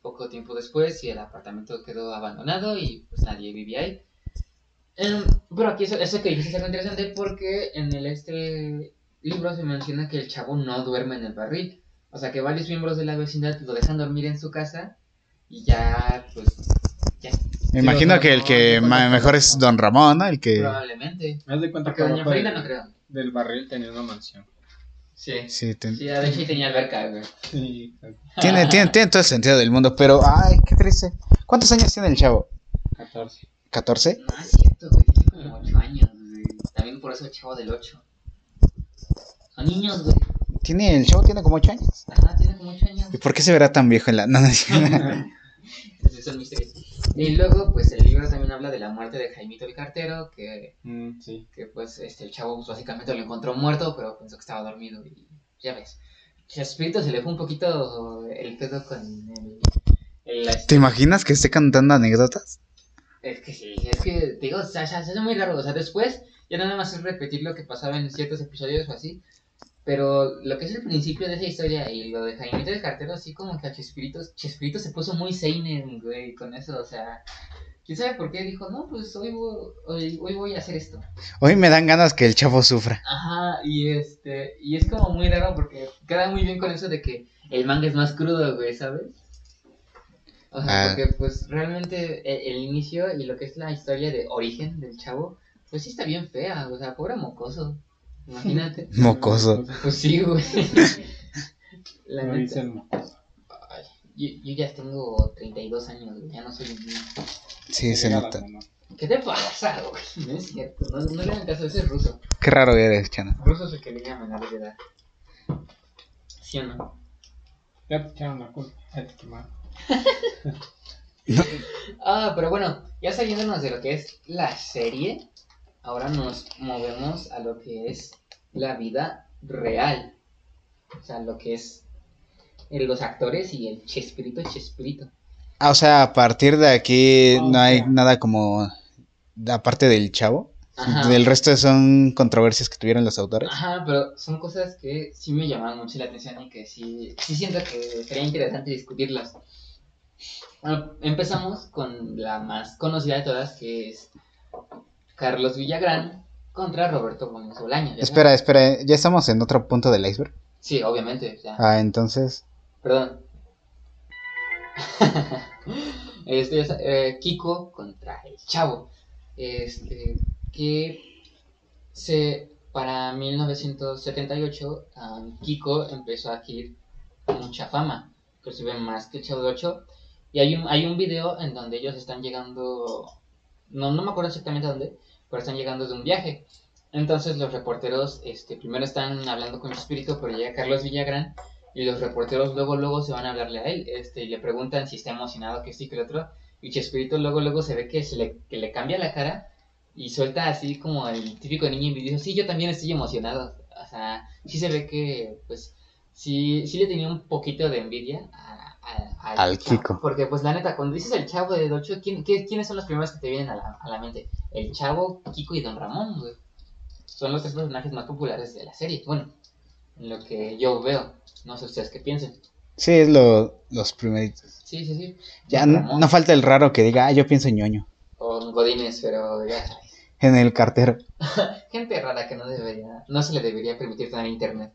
Speaker 1: poco tiempo después y el apartamento quedó abandonado y pues nadie vivía ahí. Em, pero aquí eso, eso que dices es algo interesante porque en el este libro se menciona que el chavo no duerme en el barril. O sea que varios miembros de la vecindad lo dejan dormir en su casa y ya pues
Speaker 3: Me
Speaker 2: Sí,
Speaker 3: imagino
Speaker 2: o sea,
Speaker 3: que el
Speaker 2: no,
Speaker 3: que
Speaker 2: no,
Speaker 3: ma-
Speaker 2: no,
Speaker 3: mejor
Speaker 2: no.
Speaker 3: es Don Ramón, ¿no? El que...
Speaker 1: probablemente.
Speaker 2: Me das de cuenta
Speaker 1: Porque
Speaker 2: que
Speaker 1: doña
Speaker 2: abajo
Speaker 1: Frida
Speaker 2: del-
Speaker 1: no creo.
Speaker 2: del barril tenía una mansión.
Speaker 1: Sí.
Speaker 3: Sí, ten-
Speaker 1: Sí, de hecho ahí tenía alberca, güey.
Speaker 2: Sí,
Speaker 3: tiene, tiene, tiene todo el sentido del mundo, pero... Ay, qué triste. ¿Cuántos años tiene el chavo?
Speaker 2: 14.
Speaker 3: ¿14?
Speaker 1: No es cierto, güey, tiene como 8 años, güey. También por eso el chavo del 8. Son niños, güey.
Speaker 3: ¿Tiene, el chavo tiene como 8 años.
Speaker 1: Ajá, tiene como 8 años.
Speaker 3: ¿Y por qué se verá tan viejo en la... No, no, es-
Speaker 1: Entonces son misterios. Y luego, pues el libro también habla de la muerte de Jaimito el cartero, que,
Speaker 2: Mm, sí.
Speaker 1: que pues este, el chavo pues, básicamente lo encontró muerto, pero pensó que estaba dormido. Y ya ves. Chespirito se le fue un poquito el pedo con el. el- la-
Speaker 3: ¿Te imaginas que esté cantando anécdotas?
Speaker 1: Es que sí, es que, te digo, o sea, se hace muy raro. O sea, después ya nada más es repetir lo que pasaba en ciertos episodios o así. Pero lo que es el principio de esa historia y lo de Jaimito del Cartero, así como que a Chespirito, Chespirito se puso muy seinen, güey, con eso. O sea, quién sabe por qué dijo, no, pues hoy voy, hoy, hoy voy a hacer esto.
Speaker 3: Hoy me dan ganas que el chavo sufra.
Speaker 1: Ajá, y este, y es como muy raro porque queda muy bien con eso de que el manga es más crudo, güey, ¿sabes? O sea,
Speaker 3: Ah.
Speaker 1: porque pues realmente e- el, inicio y lo que es la historia de origen del chavo, pues sí está bien fea, o sea, pobre mocoso, imagínate.
Speaker 3: Mocoso.
Speaker 1: pues sí, güey. La
Speaker 2: Lo
Speaker 1: neta,
Speaker 2: dice el mocoso.
Speaker 1: ay, yo, yo ya tengo 32 años, güey, ya no soy un niño.
Speaker 3: Sí, se
Speaker 2: Llega la
Speaker 3: nota.
Speaker 2: mamá.
Speaker 1: ¿Qué te pasa, güey? No es cierto, no, no le hagan caso, ese es ruso.
Speaker 3: Qué raro eres, Chana.
Speaker 1: Ruso es el que le llaman a la edad. ¿Sí o no?
Speaker 2: Ya te echaron la culpa. Ya te quemaron.
Speaker 1: Ah, pero bueno, ya saliéndonos de lo que es la serie, ahora nos movemos a lo que es la vida real. O sea, lo que es eh, los actores y el chespirito, chespirito.
Speaker 3: Ah, o sea, a partir de aquí
Speaker 2: Ah,
Speaker 3: no hay
Speaker 2: ok.
Speaker 3: nada como... Aparte del chavo.
Speaker 1: Ajá. Ah,
Speaker 3: Del resto son controversias que tuvieron los autores.
Speaker 1: Ajá, pero son cosas que sí me llaman mucho la atención y que sí, sí siento que sería interesante discutirlas. Bueno, empezamos con la más conocida de todas, que es Carlos Villagrán contra Roberto Gómez Bolaño. ¿ya
Speaker 3: Espera, espera, ya estamos en otro punto del iceberg.
Speaker 1: sabes? Sí, obviamente. ya.
Speaker 3: Ah, entonces.
Speaker 1: Perdón. este es, eh, Kiko contra el Chavo. Este, que se para 1978 ah, Kiko empezó a adquirir mucha fama, inclusive más que el Chavo de 8. Y hay un, hay un video en donde ellos están llegando, no, no me acuerdo exactamente a dónde, pero están llegando de un viaje. Entonces los reporteros este, primero están hablando con Espíritu, pero llega Carlos Villagrán y los reporteros luego, luego se van a hablarle a él, este, y le preguntan si está emocionado, que sí, que el otro. Y Chespirito luego, luego se ve que, se le, que le cambia la cara y suelta así como el típico niño envidioso, sí, yo también estoy emocionado. O sea, sí se ve que, pues, sí, sí le tenía un poquito de envidia a- a-
Speaker 3: Al
Speaker 1: chavo.
Speaker 3: Kiko.
Speaker 1: Porque, pues, la neta, cuando dices el chavo de Docho, ¿quién, qué- ¿quiénes son los primeros que te vienen a la, a la mente? El chavo, Kiko y Don Ramón, güey. Son los tres personajes más populares de la serie. Bueno, en lo que yo veo. No sé ustedes qué piensen.
Speaker 3: Sí, es lo, los primeritos.
Speaker 1: Sí, sí, sí.
Speaker 3: Ya no, no falta el raro que diga, ah, yo pienso en ñoño.
Speaker 1: O en Godines, pero ya sabes.
Speaker 3: En el cartero.
Speaker 1: Gente rara que no debería, no se le debería permitir tener internet.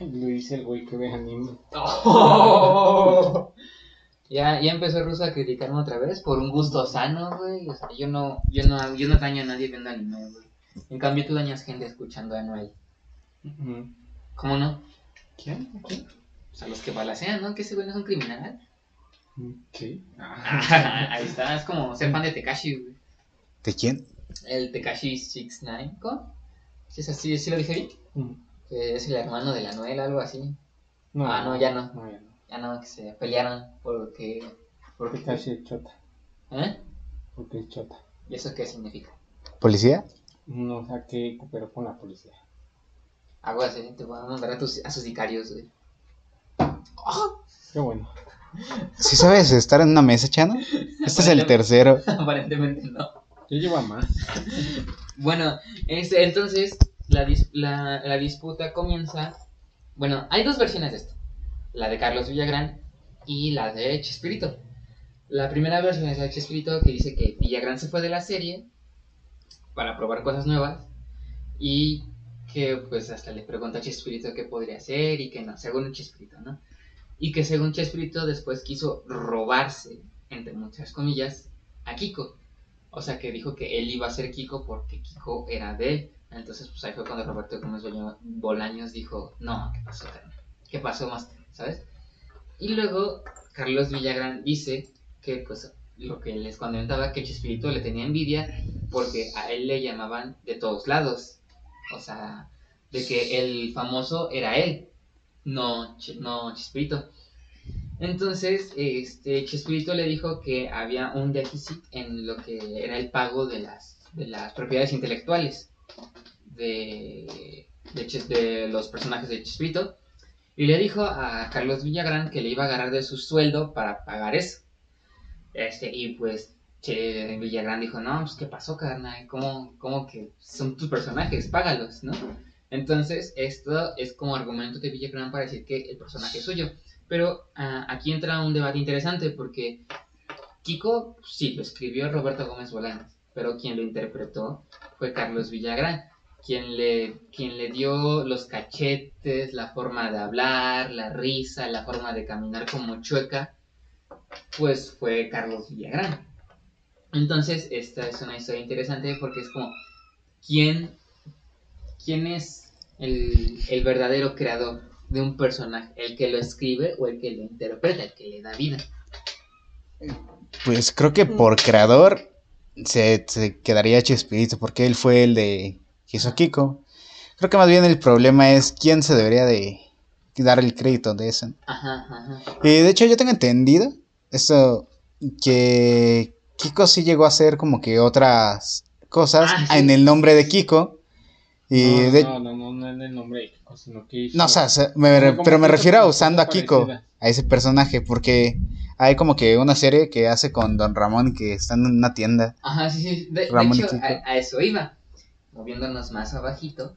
Speaker 2: Lo dice el güey que ve anime.
Speaker 1: Ya, ya empezó Ruso a criticarme otra vez por un gusto sano, güey. O sea, yo no, yo no, yo no daño a nadie viendo anime, güey. En cambio tú dañas gente escuchando a Noel.
Speaker 2: Ujú.
Speaker 1: ¿Cómo no?
Speaker 2: ¿Quién? ¿Quién?
Speaker 1: O sea, los que balacean, ¿no? Que ese güey no es un criminal.
Speaker 2: Mm, Sí.
Speaker 1: Ahí está, es como ser fan de Tekashi, güey.
Speaker 3: ¿De quién?
Speaker 1: El Tekashi 69, ¿cómo? ¿Sí es así? ¿Sí lo dije bien? Que es el hermano de la Noel, algo así. Ah, no, ya no.
Speaker 2: Mm. No, ya no.
Speaker 1: Ya no, que se pelearon porque...
Speaker 2: Porque casi es chota.
Speaker 1: ¿Eh?
Speaker 2: Porque es chota.
Speaker 1: ¿Y eso qué significa?
Speaker 3: ¿Policía?
Speaker 2: No, o sea, que cooperó con la policía.
Speaker 1: Algo así, eh, te van a mandar a, tus, a sus sicarios, güey.
Speaker 2: Qué bueno.
Speaker 3: ¿Sí sabes estar en una mesa, Chano? Este es el tercero.
Speaker 1: Aparentemente no.
Speaker 2: Yo lleva más.
Speaker 1: Bueno, este, entonces la, dis- la, la disputa comienza. Bueno, hay dos versiones de esto: la de Carlos Villagrán y la de Chespirito. La primera versión es la de Chespirito que dice que Villagrán se fue de la serie para probar cosas nuevas y que pues hasta le pregunta a Chespirito qué podría hacer y que no, según Chespirito, ¿no? Y que según Chespirito después quiso robarse, entre muchas comillas, a Kiko. O sea, que dijo que él iba a ser Kiko porque Kiko era de él. Entonces, pues ahí fue cuando Roberto Gómez Bolaño- Bolaños dijo, no, ¿qué pasó, carnal? ¿Qué pasó, más? ¿Sabes? Y luego Carlos Villagrán dice que, pues, lo que les comentaba, que Chespirito le tenía envidia porque a él le llamaban de todos lados. O sea, de que el famoso era él, no, Ch- no Chespirito. Entonces, este, Chespirito le dijo que había un déficit en lo que era el pago de las, de las propiedades intelectuales de, de Ches- de los personajes de Chespirito. Y le dijo a Carlos Villagrán que le iba a agarrar de su sueldo para pagar eso. Este, y pues Che- Villagrán dijo, no, pues qué pasó, carnal, ¿Cómo, cómo que son tus personajes, págalos, ¿no? Entonces, esto es como argumento de Villagrán para decir que el personaje es suyo. Pero ah, aquí entra un debate interesante porque Kiko sí lo escribió Roberto Gómez Bolaños, pero quien lo interpretó fue Carlos Villagrán, quien le, quien le dio los cachetes, la forma de hablar, la risa, la forma de caminar como chueca, pues fue Carlos Villagrán. Entonces, esta es una historia interesante porque es como, ¿quién, quién es el, el verdadero creador? de un personaje, el que lo escribe o el que lo interpreta, el que le da vida.
Speaker 3: Pues creo que por
Speaker 1: Mm.
Speaker 3: creador se, se quedaría Chespirito, porque él fue el de quiso a Kiko. Creo que más bien el problema es quién se debería de dar el crédito de eso.
Speaker 1: Ajá, ajá.
Speaker 3: Y de hecho yo tengo entendido eso que Kiko sí llegó a hacer como que otras cosas
Speaker 1: Ah, sí.
Speaker 3: en el nombre de Kiko. Y
Speaker 2: no,
Speaker 3: de,
Speaker 2: no, no, no, no en el nombre de Kiko, sino que. hizo-
Speaker 3: no, o sea, se- me re-
Speaker 2: como
Speaker 3: pero
Speaker 2: que
Speaker 3: me
Speaker 2: hizo
Speaker 3: refiero a
Speaker 2: como
Speaker 3: usando a
Speaker 2: cosa
Speaker 3: Kiko,
Speaker 2: parecida.
Speaker 3: a ese personaje, porque hay como que una serie que hace con Don Ramón que están en una tienda.
Speaker 1: Ajá, sí, sí. De, de
Speaker 3: Ramón y
Speaker 1: hecho,
Speaker 3: Kiko.
Speaker 1: a, a eso iba. Moviéndonos más abajito,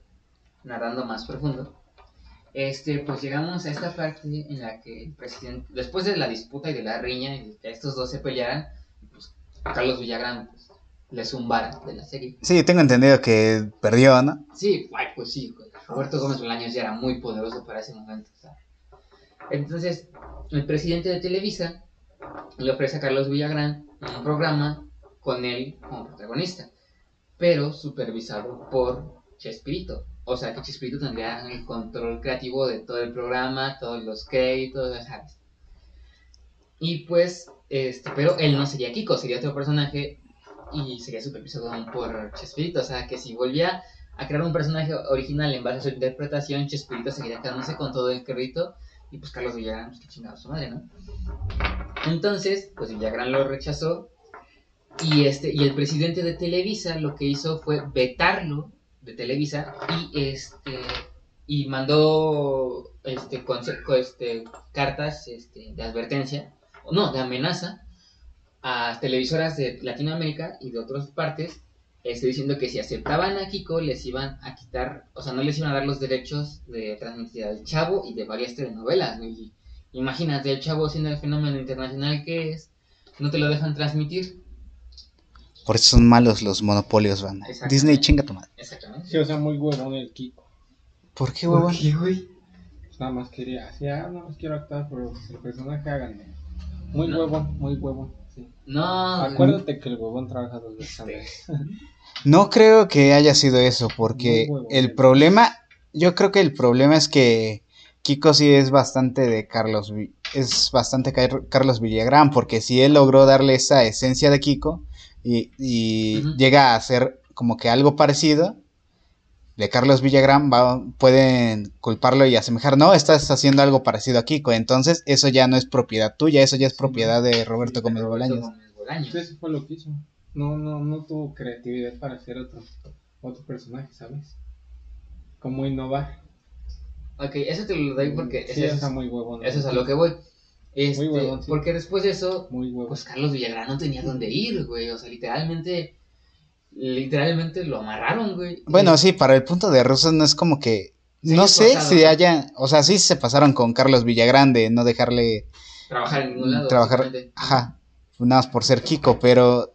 Speaker 1: nadando más profundo. Este, pues llegamos a esta parte en la que el presidente, después de la disputa y de la riña, y de que estos dos se pelearan, pues Carlos Villagrán pues, le zumbara de la serie.
Speaker 3: Sí, tengo entendido que perdió, ¿no?
Speaker 1: Sí, ay, pues sí, güey. Roberto Gómez Bolaños ya era muy poderoso para ese momento. o sea. Entonces, el presidente de Televisa le ofrece a Carlos Villagrán un programa con él como protagonista, pero supervisado por Chespirito. O sea que Chespirito tendría el control creativo de todo el programa, todos los créditos, ya sabes. Y pues, este, pero él no sería Kiko, sería otro personaje y sería supervisado aún por Chespirito. O sea que si volvía a crear un personaje original en base a su interpretación, Chespirito seguirá quedándose con todo el crédito y pues Carlos Villagrán, pues qué chingado su madre, ¿no? Entonces, pues Villagrán lo rechazó y este y el presidente de Televisa lo que hizo fue vetarlo de Televisa y este y mandó este, conse- co- este cartas este, de advertencia, o no, de amenaza a televisoras de Latinoamérica y de otras partes este, diciendo que si aceptaban a Kiko les iban a quitar, o sea, no les iban a dar los derechos de transmitir al Chavo y de varias telenovelas, güey. Y Imagínate, el Chavo siendo el fenómeno internacional que es, no te lo dejan transmitir.
Speaker 3: Por eso son malos los monopolios, van.
Speaker 1: Exactamente.
Speaker 3: Disney chinga tu madre.
Speaker 1: Exactamente.
Speaker 2: Sí, o sea, muy huevón el Kiko.
Speaker 3: ¿Por qué, huevón?
Speaker 2: Pues nada más quería, así, ah, nada más quiero actuar, pero pues el personaje háganme. Muy
Speaker 1: No.
Speaker 2: huevón, muy huevón. Sí.
Speaker 1: No, güey.
Speaker 2: Acuérdate que el huevón trabaja dos veces al
Speaker 1: Este.
Speaker 2: mes.
Speaker 3: No creo que haya sido eso, porque
Speaker 2: Muy huevón.
Speaker 3: el problema, yo creo que el problema es que Kiko sí es bastante de Carlos, Vi- es bastante Car- Carlos Villagrán, porque si él logró darle esa esencia de Kiko y, y
Speaker 1: Ujú.
Speaker 3: llega a ser como que algo parecido de Carlos Villagrán, va- pueden culparlo y asemejar, no, estás haciendo algo parecido a Kiko, entonces eso ya no es propiedad tuya, eso ya es propiedad de Roberto Gómez Bolaños.
Speaker 1: Gómez Bolaños.
Speaker 2: Sí, eso fue lo que hizo. No, no, no tuvo creatividad para hacer otro, otro personaje, ¿sabes? Como innovar.
Speaker 1: Ok, eso te lo doy porque
Speaker 2: Sí,
Speaker 1: eso,
Speaker 2: está
Speaker 1: es,
Speaker 2: muy huevón.
Speaker 1: eso es a lo que voy. Este,
Speaker 2: huevón, sí.
Speaker 1: Porque después de eso,
Speaker 2: Muy huevón.
Speaker 1: pues Carlos Villagrán no tenía dónde ir, güey. O sea, literalmente, literalmente lo amarraron, güey.
Speaker 3: Bueno,
Speaker 1: Y-
Speaker 3: sí, para el punto de Rusos no es como que...
Speaker 1: Sí,
Speaker 3: No
Speaker 1: es
Speaker 3: sé
Speaker 1: forzado,
Speaker 3: si
Speaker 1: ¿no?
Speaker 3: haya, o sea, sí se pasaron con Carlos Villagrán de no dejarle
Speaker 1: Trabajar en ningún lado.
Speaker 3: trabajar,
Speaker 1: básicamente.
Speaker 3: ajá, nada más por ser Kiko, pero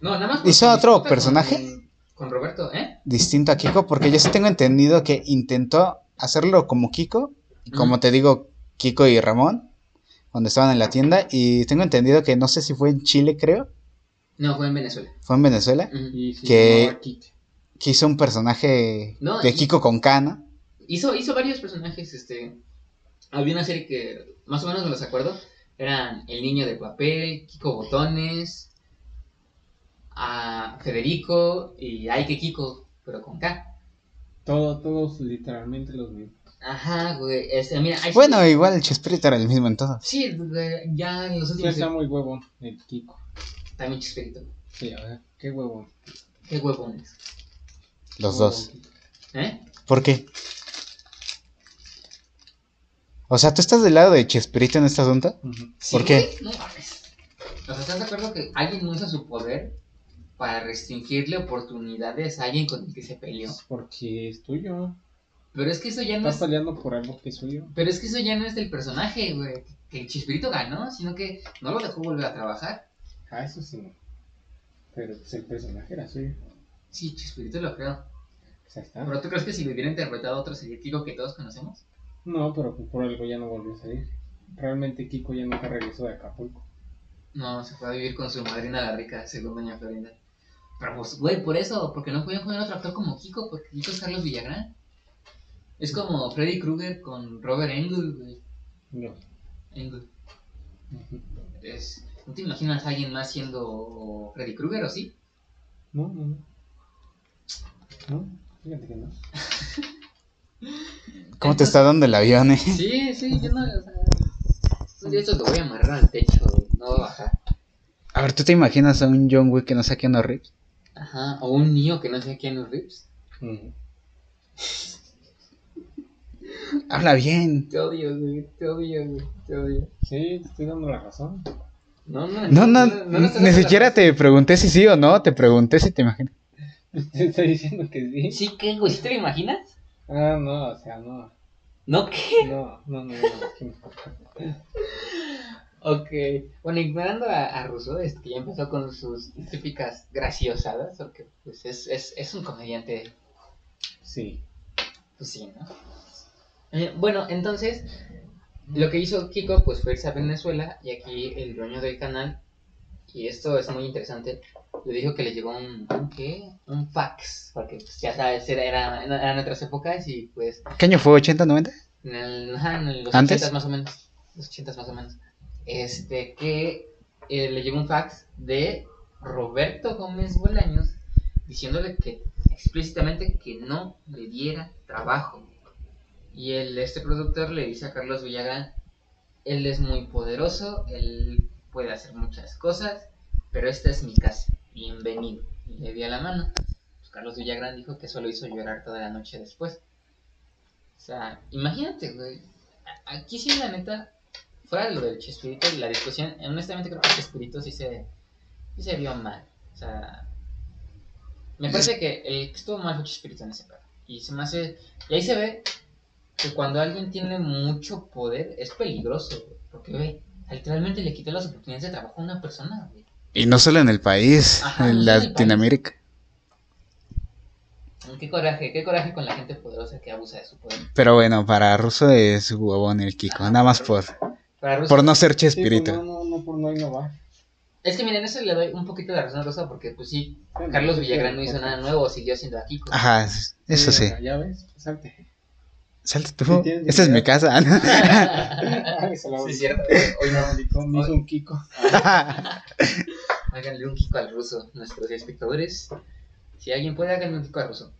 Speaker 1: No, nada más.
Speaker 3: ¿Hizo
Speaker 1: porque
Speaker 3: otro
Speaker 1: disputa
Speaker 3: personaje?
Speaker 1: Con, con Roberto, ¿eh?
Speaker 3: distinto a Kiko, porque yo sí tengo entendido que intentó hacerlo como Kiko, y como
Speaker 1: Ujú.
Speaker 3: te digo, Kiko y Ramón, cuando estaban en la tienda, y tengo entendido que no sé si fue en Chile, creo,
Speaker 1: No, fue en Venezuela.
Speaker 3: fue en Venezuela,
Speaker 1: Ujú.
Speaker 2: Y se
Speaker 3: Que-
Speaker 2: llamaba Kike.
Speaker 3: que hizo un personaje
Speaker 1: No,
Speaker 3: de
Speaker 1: y-
Speaker 3: Kiko con cana.
Speaker 1: Hizo, hizo varios personajes, este... Había una serie que, más o menos me los acuerdo, eran El Niño de Papel, Kiko Botones, a Federico y Ay que Kiko, pero con K.
Speaker 2: Todo, todos literalmente los mismos.
Speaker 1: Ajá, güey, este, mira... ahí sí-
Speaker 3: Bueno, igual el Chespirito era el mismo en todo.
Speaker 1: Sí, güey, ya en los
Speaker 2: Sí,
Speaker 1: últimos...
Speaker 2: está muy huevón el Kiko.
Speaker 1: También Chespirito,
Speaker 2: Sí, a ver, qué huevón.
Speaker 1: qué huevones,
Speaker 3: Los
Speaker 1: Oh.
Speaker 2: Huevón
Speaker 3: dos.
Speaker 2: Kiko.
Speaker 1: ¿eh?
Speaker 3: ¿Por qué? O sea, ¿tú estás del lado de Chespirito en este asunto?
Speaker 2: Ujú.
Speaker 1: Sí,
Speaker 3: ¿Por qué?
Speaker 1: güey, No mames. O sea, ¿estás de acuerdo que alguien usa su poder para restringirle oportunidades a alguien con el que se peleó?
Speaker 2: Porque es tuyo.
Speaker 1: Pero es que eso ya no
Speaker 2: Estás
Speaker 1: es...
Speaker 2: peleando por algo que es suyo.
Speaker 1: Pero es que eso ya no es del personaje, güey. Que el Chispirito ganó, sino que no lo dejó volver a trabajar.
Speaker 2: Ah, eso sí no. Pero pues el personaje era suyo.
Speaker 1: Sí, Chispirito lo creo.
Speaker 2: Pues ahí está.
Speaker 1: Pero tú crees que si lo hubiera interpretado otro sería Kiko que todos conocemos?
Speaker 2: No, pero pues por algo ya no volvió a salir. Realmente Kiko ya nunca regresó de Acapulco.
Speaker 1: No, se fue a vivir con su madrina la rica, según Doña Florinda. Pero pues, güey, por eso, porque no podían poner otro actor como Kiko, porque Kiko es Carlos Villagrán. Es como Freddy Krueger con Robert Englund, güey.
Speaker 2: No.
Speaker 1: Englund.
Speaker 2: Ujú.
Speaker 1: Es... ¿No te imaginas a alguien más siendo Freddy Krueger o sí?
Speaker 2: No, no, no. No, fíjate que no.
Speaker 3: ¿Cómo te está dando el avión, eh?
Speaker 1: Sí, sí, yo no, o sea, un día esto lo voy a amarrar al techo, no va a bajar.
Speaker 3: A ver, ¿tú te imaginas a un John Wick que no saque unos rips?
Speaker 1: Ajá, o un niño que no sea Keanu Reeves.
Speaker 2: Ujú.
Speaker 3: Habla bien.
Speaker 1: Te odio, güey, te odio, güey, te odio.
Speaker 2: Sí, te estoy dando la razón.
Speaker 1: No, no,
Speaker 3: No,
Speaker 1: no
Speaker 3: no,
Speaker 1: estás
Speaker 3: ni
Speaker 1: dando
Speaker 3: siquiera
Speaker 1: la-
Speaker 3: te pregunté si sí o no, te pregunté si te imaginas.
Speaker 2: Te estoy diciendo que sí.
Speaker 1: Sí, ¿qué, güey? ¿Sí te lo imaginas?
Speaker 2: Ah, no, o sea, no.
Speaker 1: ¿No qué?
Speaker 2: No, no, no, no.
Speaker 1: Ok. Bueno, ignorando a, a Russo, este, que ya empezó con sus típicas graciosadas, porque pues es, es, es un comediante,
Speaker 2: Sí.
Speaker 1: pues sí, ¿no? Eh, bueno, entonces, Lo que hizo Kiko pues fue irse a Venezuela y aquí el dueño del canal, y esto es muy interesante, le dijo que le llegó un, un ¿qué? Un fax, porque pues, ya sabes, era, era, eran otras épocas y pues
Speaker 3: ¿Qué año fue? ¿80, 90?
Speaker 1: en, el- ajá, en los
Speaker 3: ¿Antes?
Speaker 1: 80 más o menos, los 80 más o menos, este que eh, le llegó un fax de Roberto Gómez Bolaños diciéndole que explícitamente que no le diera trabajo. Y el, este productor le dice a Carlos Villagrán, él es muy poderoso, él puede hacer muchas cosas, pero esta es mi casa, bienvenido. Y le dio la mano. Pues Carlos Villagrán dijo que eso lo hizo llorar toda la noche después. O sea, imagínate, güey. A- Aquí sí, la neta, fuera de lo del Chespirito, la discusión, honestamente creo que el Chespirito sí se, sí se vio mal. O sea, me parece que el que estuvo mal fue Chespirito en ese pedo. Y se me hace. Y ahí se ve que cuando alguien tiene mucho poder es peligroso, güey, Porque, güey, literalmente le quitó las oportunidades de trabajo a una persona, güey.
Speaker 3: Y no solo en el país,
Speaker 1: Ajá,
Speaker 3: en
Speaker 1: no solo en el
Speaker 3: Latinoamérica.
Speaker 1: Qué coraje, qué coraje con la gente poderosa que abusa de su poder.
Speaker 3: Pero bueno, para Russo es huevón el Kiko, nada más por,
Speaker 1: Para Russo-
Speaker 3: por no ser
Speaker 2: Sí, pues, no,
Speaker 3: Chespirito.
Speaker 2: no, no, por no innovar.
Speaker 1: Es que miren, eso le doy un poquito de razón a Rosa porque, pues sí, Carlos
Speaker 2: Sí,
Speaker 1: Villagrán no
Speaker 2: sí,
Speaker 1: hizo
Speaker 2: sí.
Speaker 1: nada nuevo, siguió siendo a Kiko.
Speaker 3: Ajá, eso sí.
Speaker 2: Ya ves, salte.
Speaker 3: Salte
Speaker 2: Sí,
Speaker 3: tú.
Speaker 2: tienes
Speaker 3: Esa es mi casa.
Speaker 2: Ay, se la
Speaker 4: Sí, es cierto.
Speaker 2: Hoy no, Nico, me hizo un Kiko.
Speaker 1: Háganle un kiko al ruso, nuestros espectadores. Si alguien puede, háganle un kiko al ruso.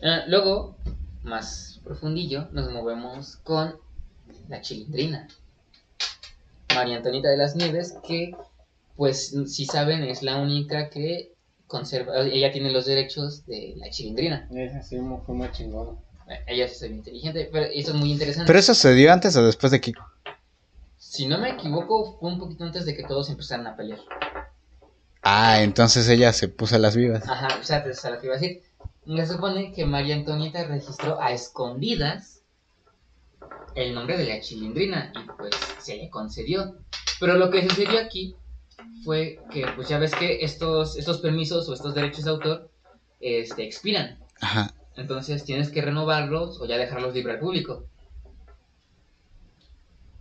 Speaker 1: Eh, luego, más profundillo, nos movemos con la chilindrina. María Antonita de las Nieves, que, pues, si saben, es la única que conserva. Ella tiene los derechos de la chilindrina.
Speaker 2: Es así, mo- fue más chingón.
Speaker 1: Eh, Ella sí es muy inteligente, pero eso es muy interesante.
Speaker 3: Pero eso se dio antes o después de Kiko.
Speaker 1: Si no me equivoco, fue un poquito antes de que todos empezaran a pelear.
Speaker 3: Ah, entonces ella se puso a las vivas.
Speaker 1: Ajá, o sea, te- o sea, lo que iba a decir. Se supone que María Antonieta registró a escondidas el nombre de la chilindrina y pues se le concedió. Pero lo que sucedió aquí fue que pues ya ves que estos, estos permisos o estos derechos de autor este, expiran.
Speaker 3: Ajá.
Speaker 1: Entonces tienes que renovarlos o ya dejarlos libre al público.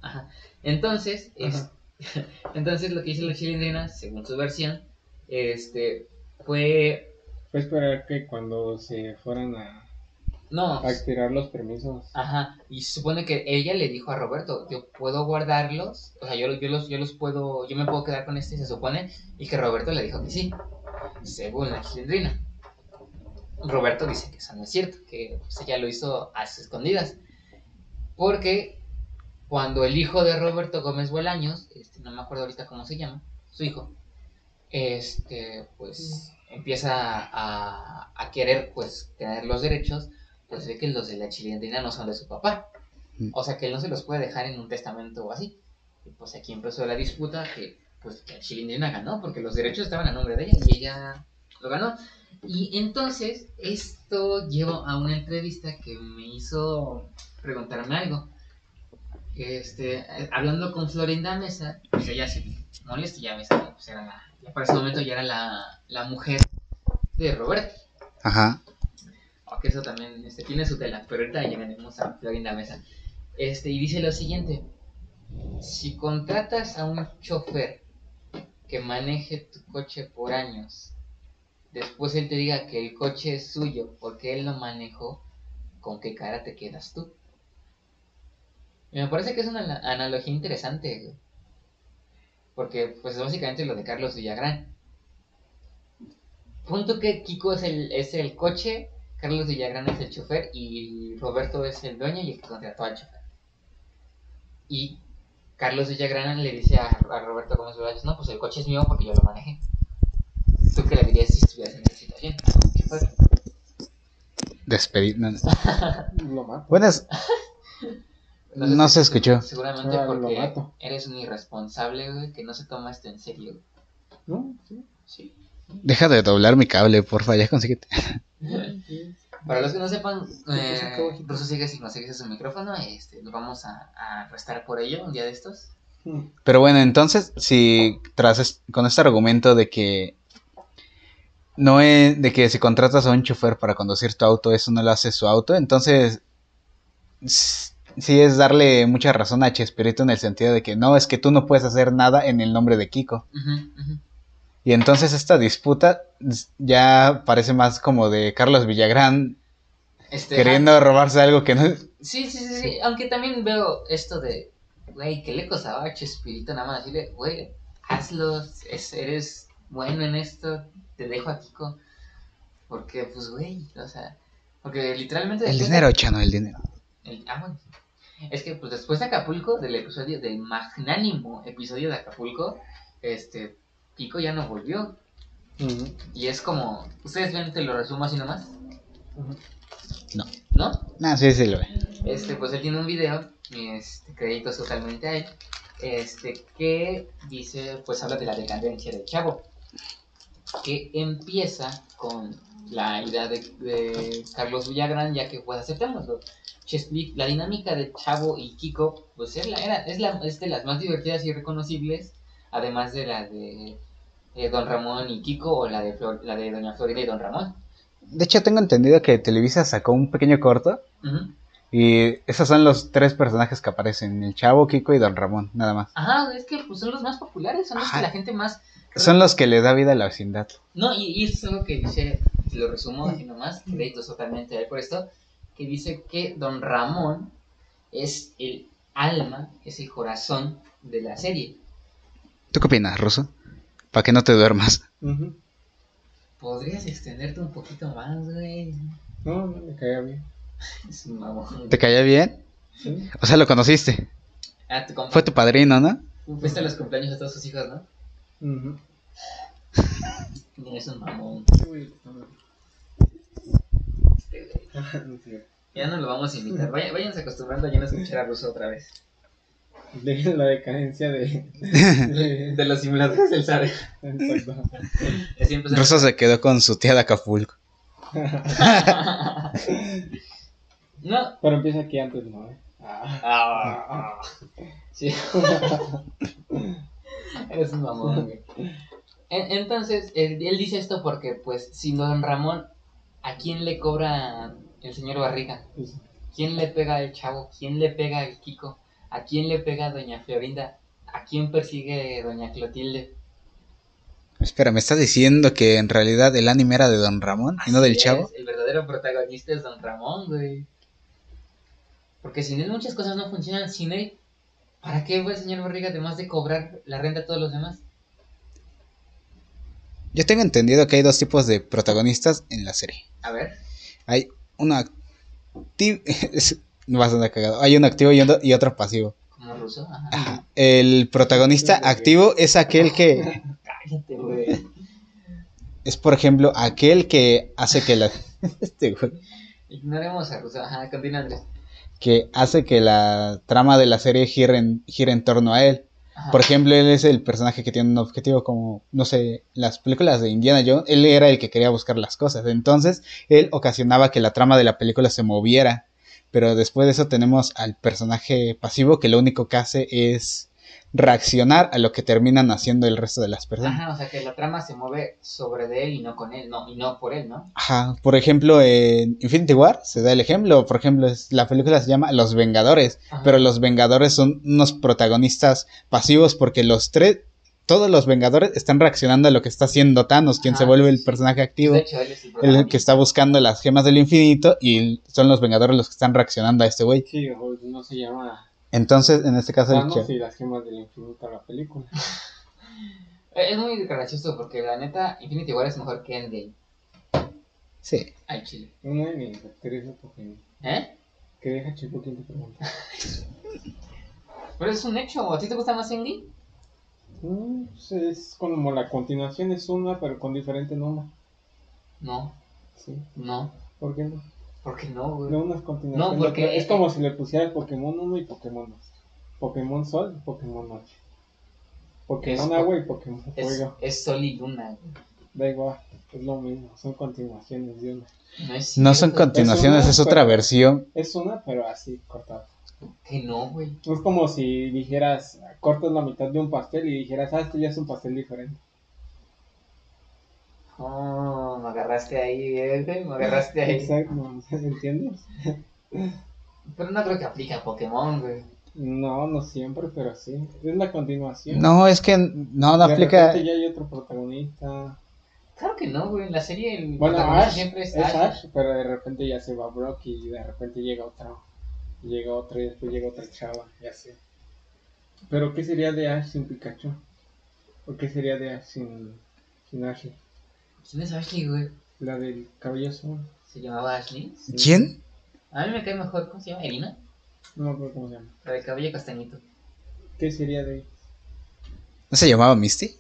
Speaker 1: Ajá. Entonces, es- entonces lo que hizo la chilindrina, según su versión, este fue
Speaker 2: Fue esperar que cuando se fueran a,
Speaker 1: no,
Speaker 2: a expirar los permisos.
Speaker 1: ajá, y se supone que ella le dijo a Roberto, yo puedo guardarlos, o sea, yo, los- yo los yo los puedo, yo me puedo quedar con este, se supone, y que Roberto le dijo que sí, según la chilindrina. Roberto dice que eso no es cierto, que pues, ella lo hizo a sus escondidas. Porque cuando el hijo de Roberto Gómez Bolaños, este, no me acuerdo ahorita cómo se llama, su hijo, este, pues empieza a, a querer pues tener los derechos, pues ve que los de la chilindrina no son de su papá.
Speaker 3: Mm.
Speaker 1: O sea que él no se los puede dejar en un testamento o así. Y pues aquí empezó la disputa que pues que la chilindrina ganó porque los derechos estaban a nombre de ella y ella lo ganó. Y entonces esto llevó a una entrevista que me hizo preguntarme algo. Este, eh, hablando con Florinda Mesa, pues ella se molesta, ya ves que pues, era la, ya para ese momento ya era la, la mujer de Roberto.
Speaker 3: Ajá.
Speaker 1: Aunque eso también este, tiene su tela, pero ahorita llegaremos a Florinda Mesa. Este, y dice lo siguiente: si contratas a un chofer que maneje tu coche por años, después él te diga que el coche es suyo porque él lo manejó, ¿con qué cara te quedas tú? Y me parece que es una ana- analogía interesante, güey. porque pues es básicamente lo de Carlos Villagrán. Punto que Kiko es el, es el coche Carlos Villagrán es el chofer y Roberto es el dueño y el que contrató al chofer. Y Carlos Villagrán le dice a, a Roberto Gómez Bolaños, no, pues el coche es mío porque yo lo manejé. ¿Tú qué le dirías si estuvieras en esa situación? Chofer.
Speaker 3: Despedir. no, no.
Speaker 1: Ah.
Speaker 2: Lo mato.
Speaker 3: Buenas. No se escuchó.
Speaker 1: Seguramente
Speaker 2: Ah, lo
Speaker 1: porque
Speaker 2: mato.
Speaker 1: eres un irresponsable, güey, que no se toma esto en serio.
Speaker 2: ¿No? Sí.
Speaker 1: Sí.
Speaker 3: Deja de doblar mi cable, porfa, ya consíguete.
Speaker 2: sí.
Speaker 1: Para los que no sepan, eh,
Speaker 2: Pues acabo de-
Speaker 1: Russo sigue sin conseguirse su micrófono, este, lo vamos a, a arrestar por ello un día de estos.
Speaker 2: Mm.
Speaker 3: Pero bueno, entonces, si tras es- con este argumento de que no es de que si contratas a un chofer para conducir tu auto, eso no lo hace su auto, entonces s- sí es darle mucha razón a Chespirito en el sentido de que no, es que tú no puedes hacer nada en el nombre de Kiko.
Speaker 1: Ujú, ujú.
Speaker 3: Y entonces esta disputa s- ya parece más como de Carlos Villagrán
Speaker 1: Este,
Speaker 3: queriendo robarse algo que no es.
Speaker 1: Sí, sí, sí, sí, aunque también veo esto de, güey, ¿qué le costaba a Chespirito nada más decirle, güey, hazlo, es- eres bueno en esto, te dejo a Kiko? Porque, pues, güey, o sea, porque literalmente...
Speaker 3: El
Speaker 1: después-
Speaker 3: dinero, Chano, el dinero.
Speaker 1: el- ah, bueno. Es que, pues, después de Acapulco, del episodio, del magnánimo episodio de Acapulco, este, Kiko ya no volvió.
Speaker 2: Ujú.
Speaker 1: Y es como, ¿ustedes ven, te lo resumo así nomás?
Speaker 2: Ujú.
Speaker 3: No.
Speaker 1: ¿No?
Speaker 3: No, sí, sí lo ve.
Speaker 1: Este, pues él tiene un video, este, créditos totalmente a él, este, que dice, pues habla de la decadencia del chavo, que empieza con la idea de, de Carlos Villagrán, ya que pues aceptémoslo. Chespirito- la dinámica de Chavo y Kiko, pues es, la, era, es, la, es de las más divertidas y reconocibles, además de la de eh, Don Ramón y Kiko o la de, Flor- la de Doña Florida y Don Ramón.
Speaker 3: De hecho, tengo entendido que Televisa sacó un pequeño corto
Speaker 1: Ujú.
Speaker 3: Y esos son los tres personajes que aparecen, el Chavo, Kiko y Don Ramón, nada más.
Speaker 1: Ajá, es que pues, son los más populares, son los
Speaker 3: Ajá.
Speaker 1: que la gente más
Speaker 3: Son los que le da vida a la vecindad.
Speaker 1: No, y, y eso es algo que dice, si lo resumo así nomás, créditos totalmente a él por esto, que dice que Don Ramón es el alma, es el corazón de la serie.
Speaker 3: ¿Tú qué opinas, Ruso? Para que no te duermas.
Speaker 2: Ujú.
Speaker 1: ¿Podrías extenderte un poquito más, güey?
Speaker 2: No, no me caía bien.
Speaker 1: Es un mamón.
Speaker 3: ¿Te caía bien?
Speaker 2: Sí.
Speaker 3: O sea, lo conociste.
Speaker 1: Ah, tu compa-
Speaker 3: Fue tu padrino, ¿no?
Speaker 1: Fuiste a los cumpleaños de todos sus hijos, ¿no?
Speaker 2: Ujú.
Speaker 1: No, Es un mamón.
Speaker 2: Sí, güey, está mal.
Speaker 1: Este, güey.
Speaker 2: No sé.
Speaker 1: Ya no lo vamos a invitar. Vaya- váyanse acostumbrando a ya no escuchar a Russo otra vez.
Speaker 2: Dejen la decadencia de. de-
Speaker 1: De los simuladores, él sabe.
Speaker 2: Exacto.
Speaker 1: Así empezó.
Speaker 3: Pues, Ruso se quedó con su tía de Acapulco.
Speaker 1: No.
Speaker 2: Pero empieza aquí antes, ¿no? Ah.
Speaker 1: Ah, sí. Eres un mamón, güey. En- Entonces, él, él dice esto porque, pues, sin Don Ramón, ¿a quién le cobra el señor Barriga?
Speaker 2: Pues,
Speaker 1: ¿Quién le pega al chavo? ¿Quién le pega al Kiko? ¿A quién le pega Doña Florinda? ¿A quién persigue Doña Clotilde?
Speaker 3: Espera, ¿me estás diciendo que en realidad el anime era de Don Ramón y no del
Speaker 1: Así
Speaker 3: chavo?
Speaker 1: es, el verdadero protagonista es Don Ramón, güey. Porque sin él muchas cosas no funcionan. Sin él, ¿para qué va el señor Barriga además de cobrar la renta a todos los demás?
Speaker 3: Yo tengo entendido que hay dos tipos de protagonistas en la serie.
Speaker 1: A ver.
Speaker 3: Hay uno activo. Bastante cagado. Hay uno activo y, uno- y otro pasivo.
Speaker 1: Como ruso, ajá.
Speaker 3: Ajá. El protagonista activo es aquel que.
Speaker 1: Cállate, güey.
Speaker 3: Es, por ejemplo, aquel que hace que la. Este güey,
Speaker 1: Ignoremos a ruso, ajá, continúa Andrés.
Speaker 3: Que hace que la trama de la serie gire en, gire en torno a él.
Speaker 1: Ajá.
Speaker 3: Por ejemplo, él es el personaje que tiene un objetivo como, no sé, las películas de Indiana Jones, él era el que quería buscar las cosas. Entonces, él ocasionaba que la trama de la película se moviera. Pero después de eso tenemos al personaje pasivo que lo único que hace es reaccionar a lo que terminan haciendo el resto de las personas.
Speaker 1: Ajá, o sea que la trama se mueve sobre de él y no con él, no, y no por él, ¿no?
Speaker 3: Ajá, por ejemplo, en Infinity War se da el ejemplo, por ejemplo, es- la película se llama Los Vengadores,
Speaker 1: Ajá.
Speaker 3: pero los Vengadores son unos protagonistas pasivos porque los tres, todos los Vengadores están reaccionando a lo que está haciendo Thanos, quien se
Speaker 1: Ajá,
Speaker 3: vuelve
Speaker 1: sí,
Speaker 3: el
Speaker 1: sí.
Speaker 3: personaje activo,
Speaker 1: De hecho, él es el
Speaker 3: el
Speaker 1: protagonista.
Speaker 3: que está buscando las gemas del infinito y son los Vengadores los que están reaccionando a este güey.
Speaker 2: Sí, o no se llama.
Speaker 3: Entonces, en este caso, el
Speaker 2: Thanos
Speaker 3: que-
Speaker 2: y las gemas del infinito la película.
Speaker 1: Eh, Es muy gracioso porque la neta, Infinity War es mejor que Endgame.
Speaker 3: sí,
Speaker 1: Al chile.
Speaker 2: Una de mis actrices porque-
Speaker 1: ¿Eh?
Speaker 2: que deja chico quien te pregunta.
Speaker 1: Pero es un hecho. ¿A ti te gusta más Endgame?
Speaker 2: Mm, pues es como la continuación es una, pero con diferente nombre.
Speaker 1: No,
Speaker 2: Sí.
Speaker 1: no.
Speaker 2: ¿Por qué no?
Speaker 1: ¿Por qué no, güey?
Speaker 2: No, una es
Speaker 1: No,
Speaker 2: continuación.
Speaker 1: porque- eh,
Speaker 2: de otra. Es como si le pusieras Pokémon 1 y Pokémon 2. Pokémon Sol y Pokémon Noche. Pokémon
Speaker 1: Es-
Speaker 2: Agua y Pokémon
Speaker 1: Es,
Speaker 2: Fuego.
Speaker 1: es Sol y Luna, güey.
Speaker 2: Da igual, es lo mismo. Son continuaciones de una.
Speaker 1: No, es
Speaker 3: no son
Speaker 1: cierto.
Speaker 3: continuaciones,
Speaker 2: una-
Speaker 3: es otra versión.
Speaker 2: Es una, pero así, cortada.
Speaker 1: Que no, güey.
Speaker 2: Pues Es como si dijeras, cortas la mitad de un pastel y dijeras, ah, este ya es un pastel diferente.
Speaker 1: Oh, me agarraste ahí, bien, güey. Me agarraste ahí.
Speaker 2: Exacto, ¿entiendes?
Speaker 1: Pero no creo que aplica a Pokémon, güey.
Speaker 2: No, no siempre, pero sí. Es la continuación.
Speaker 3: No, es que no, no
Speaker 2: De
Speaker 3: aplica.
Speaker 2: repente ya hay otro protagonista.
Speaker 1: Claro que no, güey. En la serie el
Speaker 2: Bueno,
Speaker 1: protagonista
Speaker 2: Ash,
Speaker 1: siempre
Speaker 2: es
Speaker 1: es Ash.
Speaker 2: Ash, pero de repente ya se va Brock y de repente llega otra, llega otra y después llega otra chava, ya sé. Pero ¿qué sería de Ash sin Pikachu? ¿O qué sería de Ash sin, sin Ashley?
Speaker 1: ¿Quién Pues es Ashley, güey?
Speaker 2: La del cabello azul.
Speaker 1: Se llamaba Ashley.
Speaker 2: sí.
Speaker 3: ¿Quién?
Speaker 1: A mí me cae mejor, ¿cómo se llama? Erina.
Speaker 2: No me acuerdo cómo se llama.
Speaker 1: La del cabello castañito.
Speaker 2: ¿Qué sería de
Speaker 3: ¿No se llamaba Misty?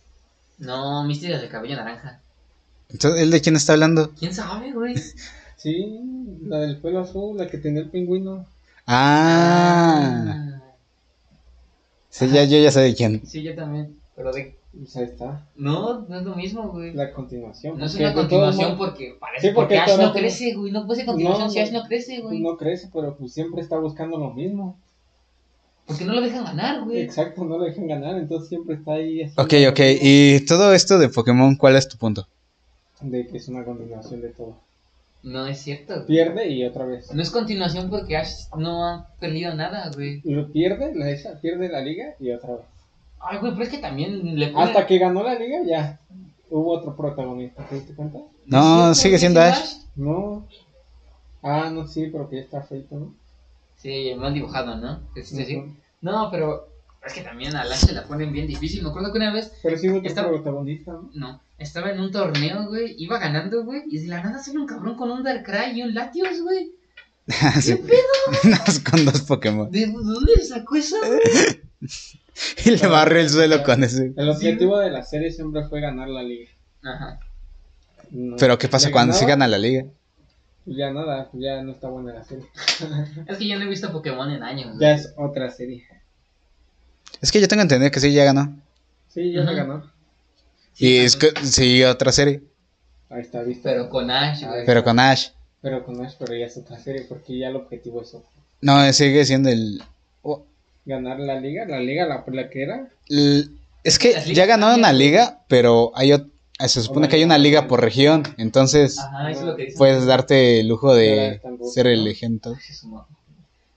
Speaker 1: No, Misty es la del cabello naranja.
Speaker 3: Entonces, ¿él de quién está hablando?
Speaker 1: ¿Quién sabe, güey?
Speaker 2: Sí, la del pelo azul, la que tenía el pingüino.
Speaker 3: Ah, sí, ya, yo ya sé de quién.
Speaker 1: Sí, yo también. Pero de...
Speaker 2: Pues ahí está,
Speaker 1: No, no es lo mismo, güey.
Speaker 2: la continuación.
Speaker 1: No es
Speaker 2: porque
Speaker 1: una
Speaker 2: de todo
Speaker 1: continuación
Speaker 2: modo,
Speaker 1: porque parece
Speaker 2: Sí, porque
Speaker 1: porque, Ash
Speaker 2: todo
Speaker 1: no
Speaker 2: lo que-
Speaker 1: crece, güey. No puede ser continuación
Speaker 2: No,
Speaker 1: si Ash
Speaker 2: güey.
Speaker 1: no crece,
Speaker 2: pues
Speaker 1: güey.
Speaker 2: no crece, pero pues siempre está buscando lo mismo.
Speaker 1: Porque no lo dejan ganar, güey.
Speaker 2: Exacto, no lo dejan ganar, entonces siempre está ahí. haciendo
Speaker 3: Ok,
Speaker 2: lo
Speaker 3: ok.
Speaker 2: mismo.
Speaker 3: Y todo esto de Pokémon, ¿cuál es tu punto?
Speaker 2: de que es una continuación de todo.
Speaker 1: No es cierto. güey.
Speaker 2: Pierde y otra vez.
Speaker 1: No es continuación porque Ash no ha perdido nada, güey.
Speaker 2: Lo pierde, la esa, pierde la liga y otra vez.
Speaker 1: Ay, güey, pero es que también le ponen...
Speaker 2: Hasta que ganó la liga ya hubo otro protagonista, ¿te diste cuenta?
Speaker 3: No,
Speaker 1: es cierto,
Speaker 3: sigue
Speaker 1: güey,
Speaker 3: siendo
Speaker 1: ¿sí
Speaker 3: Ash.
Speaker 2: No, Ah, no, sí, pero que ya está feito, ¿no?
Speaker 1: Sí, mal dibujado, ¿no? Es decir,
Speaker 2: Ujú.
Speaker 1: No, pero es que también a Lash se la ponen bien difícil. Me acuerdo que una vez,
Speaker 2: Pero sí es otro
Speaker 1: Está-
Speaker 2: protagonista, ¿no?
Speaker 1: no, estaba en un torneo, güey, iba ganando, güey, y de la nada sale un cabrón con un Darkrai y un Latios, güey.
Speaker 3: Sí.
Speaker 1: ¿Qué pedo?
Speaker 3: Nada más con dos Pokémon.
Speaker 1: ¿De dónde sacó eso, güey?
Speaker 3: Y le barrió el suelo con ese.
Speaker 2: El objetivo de la serie siempre fue ganar la liga.
Speaker 1: Ajá.
Speaker 2: No.
Speaker 3: Pero ¿qué pasa
Speaker 2: ¿Le
Speaker 3: cuando sí
Speaker 2: ganaba?
Speaker 3: gana la liga?
Speaker 2: Pues ya nada, pues ya no está buena la serie.
Speaker 1: Es que yo no he visto Pokémon en años,
Speaker 2: Ya
Speaker 1: güey.
Speaker 2: es otra serie.
Speaker 3: Es que yo tengo entendido que sí ya ganó.
Speaker 2: Sí, ya la
Speaker 1: Ujú.
Speaker 2: ganó.
Speaker 3: Y es que sí, otra serie.
Speaker 2: Ahí está, ¿viste?
Speaker 1: Pero con Ash, güey.
Speaker 3: Pero con Ash.
Speaker 2: Pero con Ash, pero ya es otra serie, porque ya el objetivo es otro.
Speaker 3: No, sigue siendo el. o-
Speaker 2: Ganar la liga, la liga, la, la que era.
Speaker 3: l- Es que
Speaker 1: Las ligas
Speaker 3: ya ganó
Speaker 1: cambian,
Speaker 3: una
Speaker 1: güey.
Speaker 3: liga, pero hay ot- ah, se supone que hay una liga por región. Entonces
Speaker 2: Ah,
Speaker 1: Ajá, eso es lo que dice.
Speaker 3: puedes darte el lujo
Speaker 2: Ahora
Speaker 3: de
Speaker 2: está en ruso,
Speaker 3: ser
Speaker 2: ¿no?
Speaker 3: el ejemplo.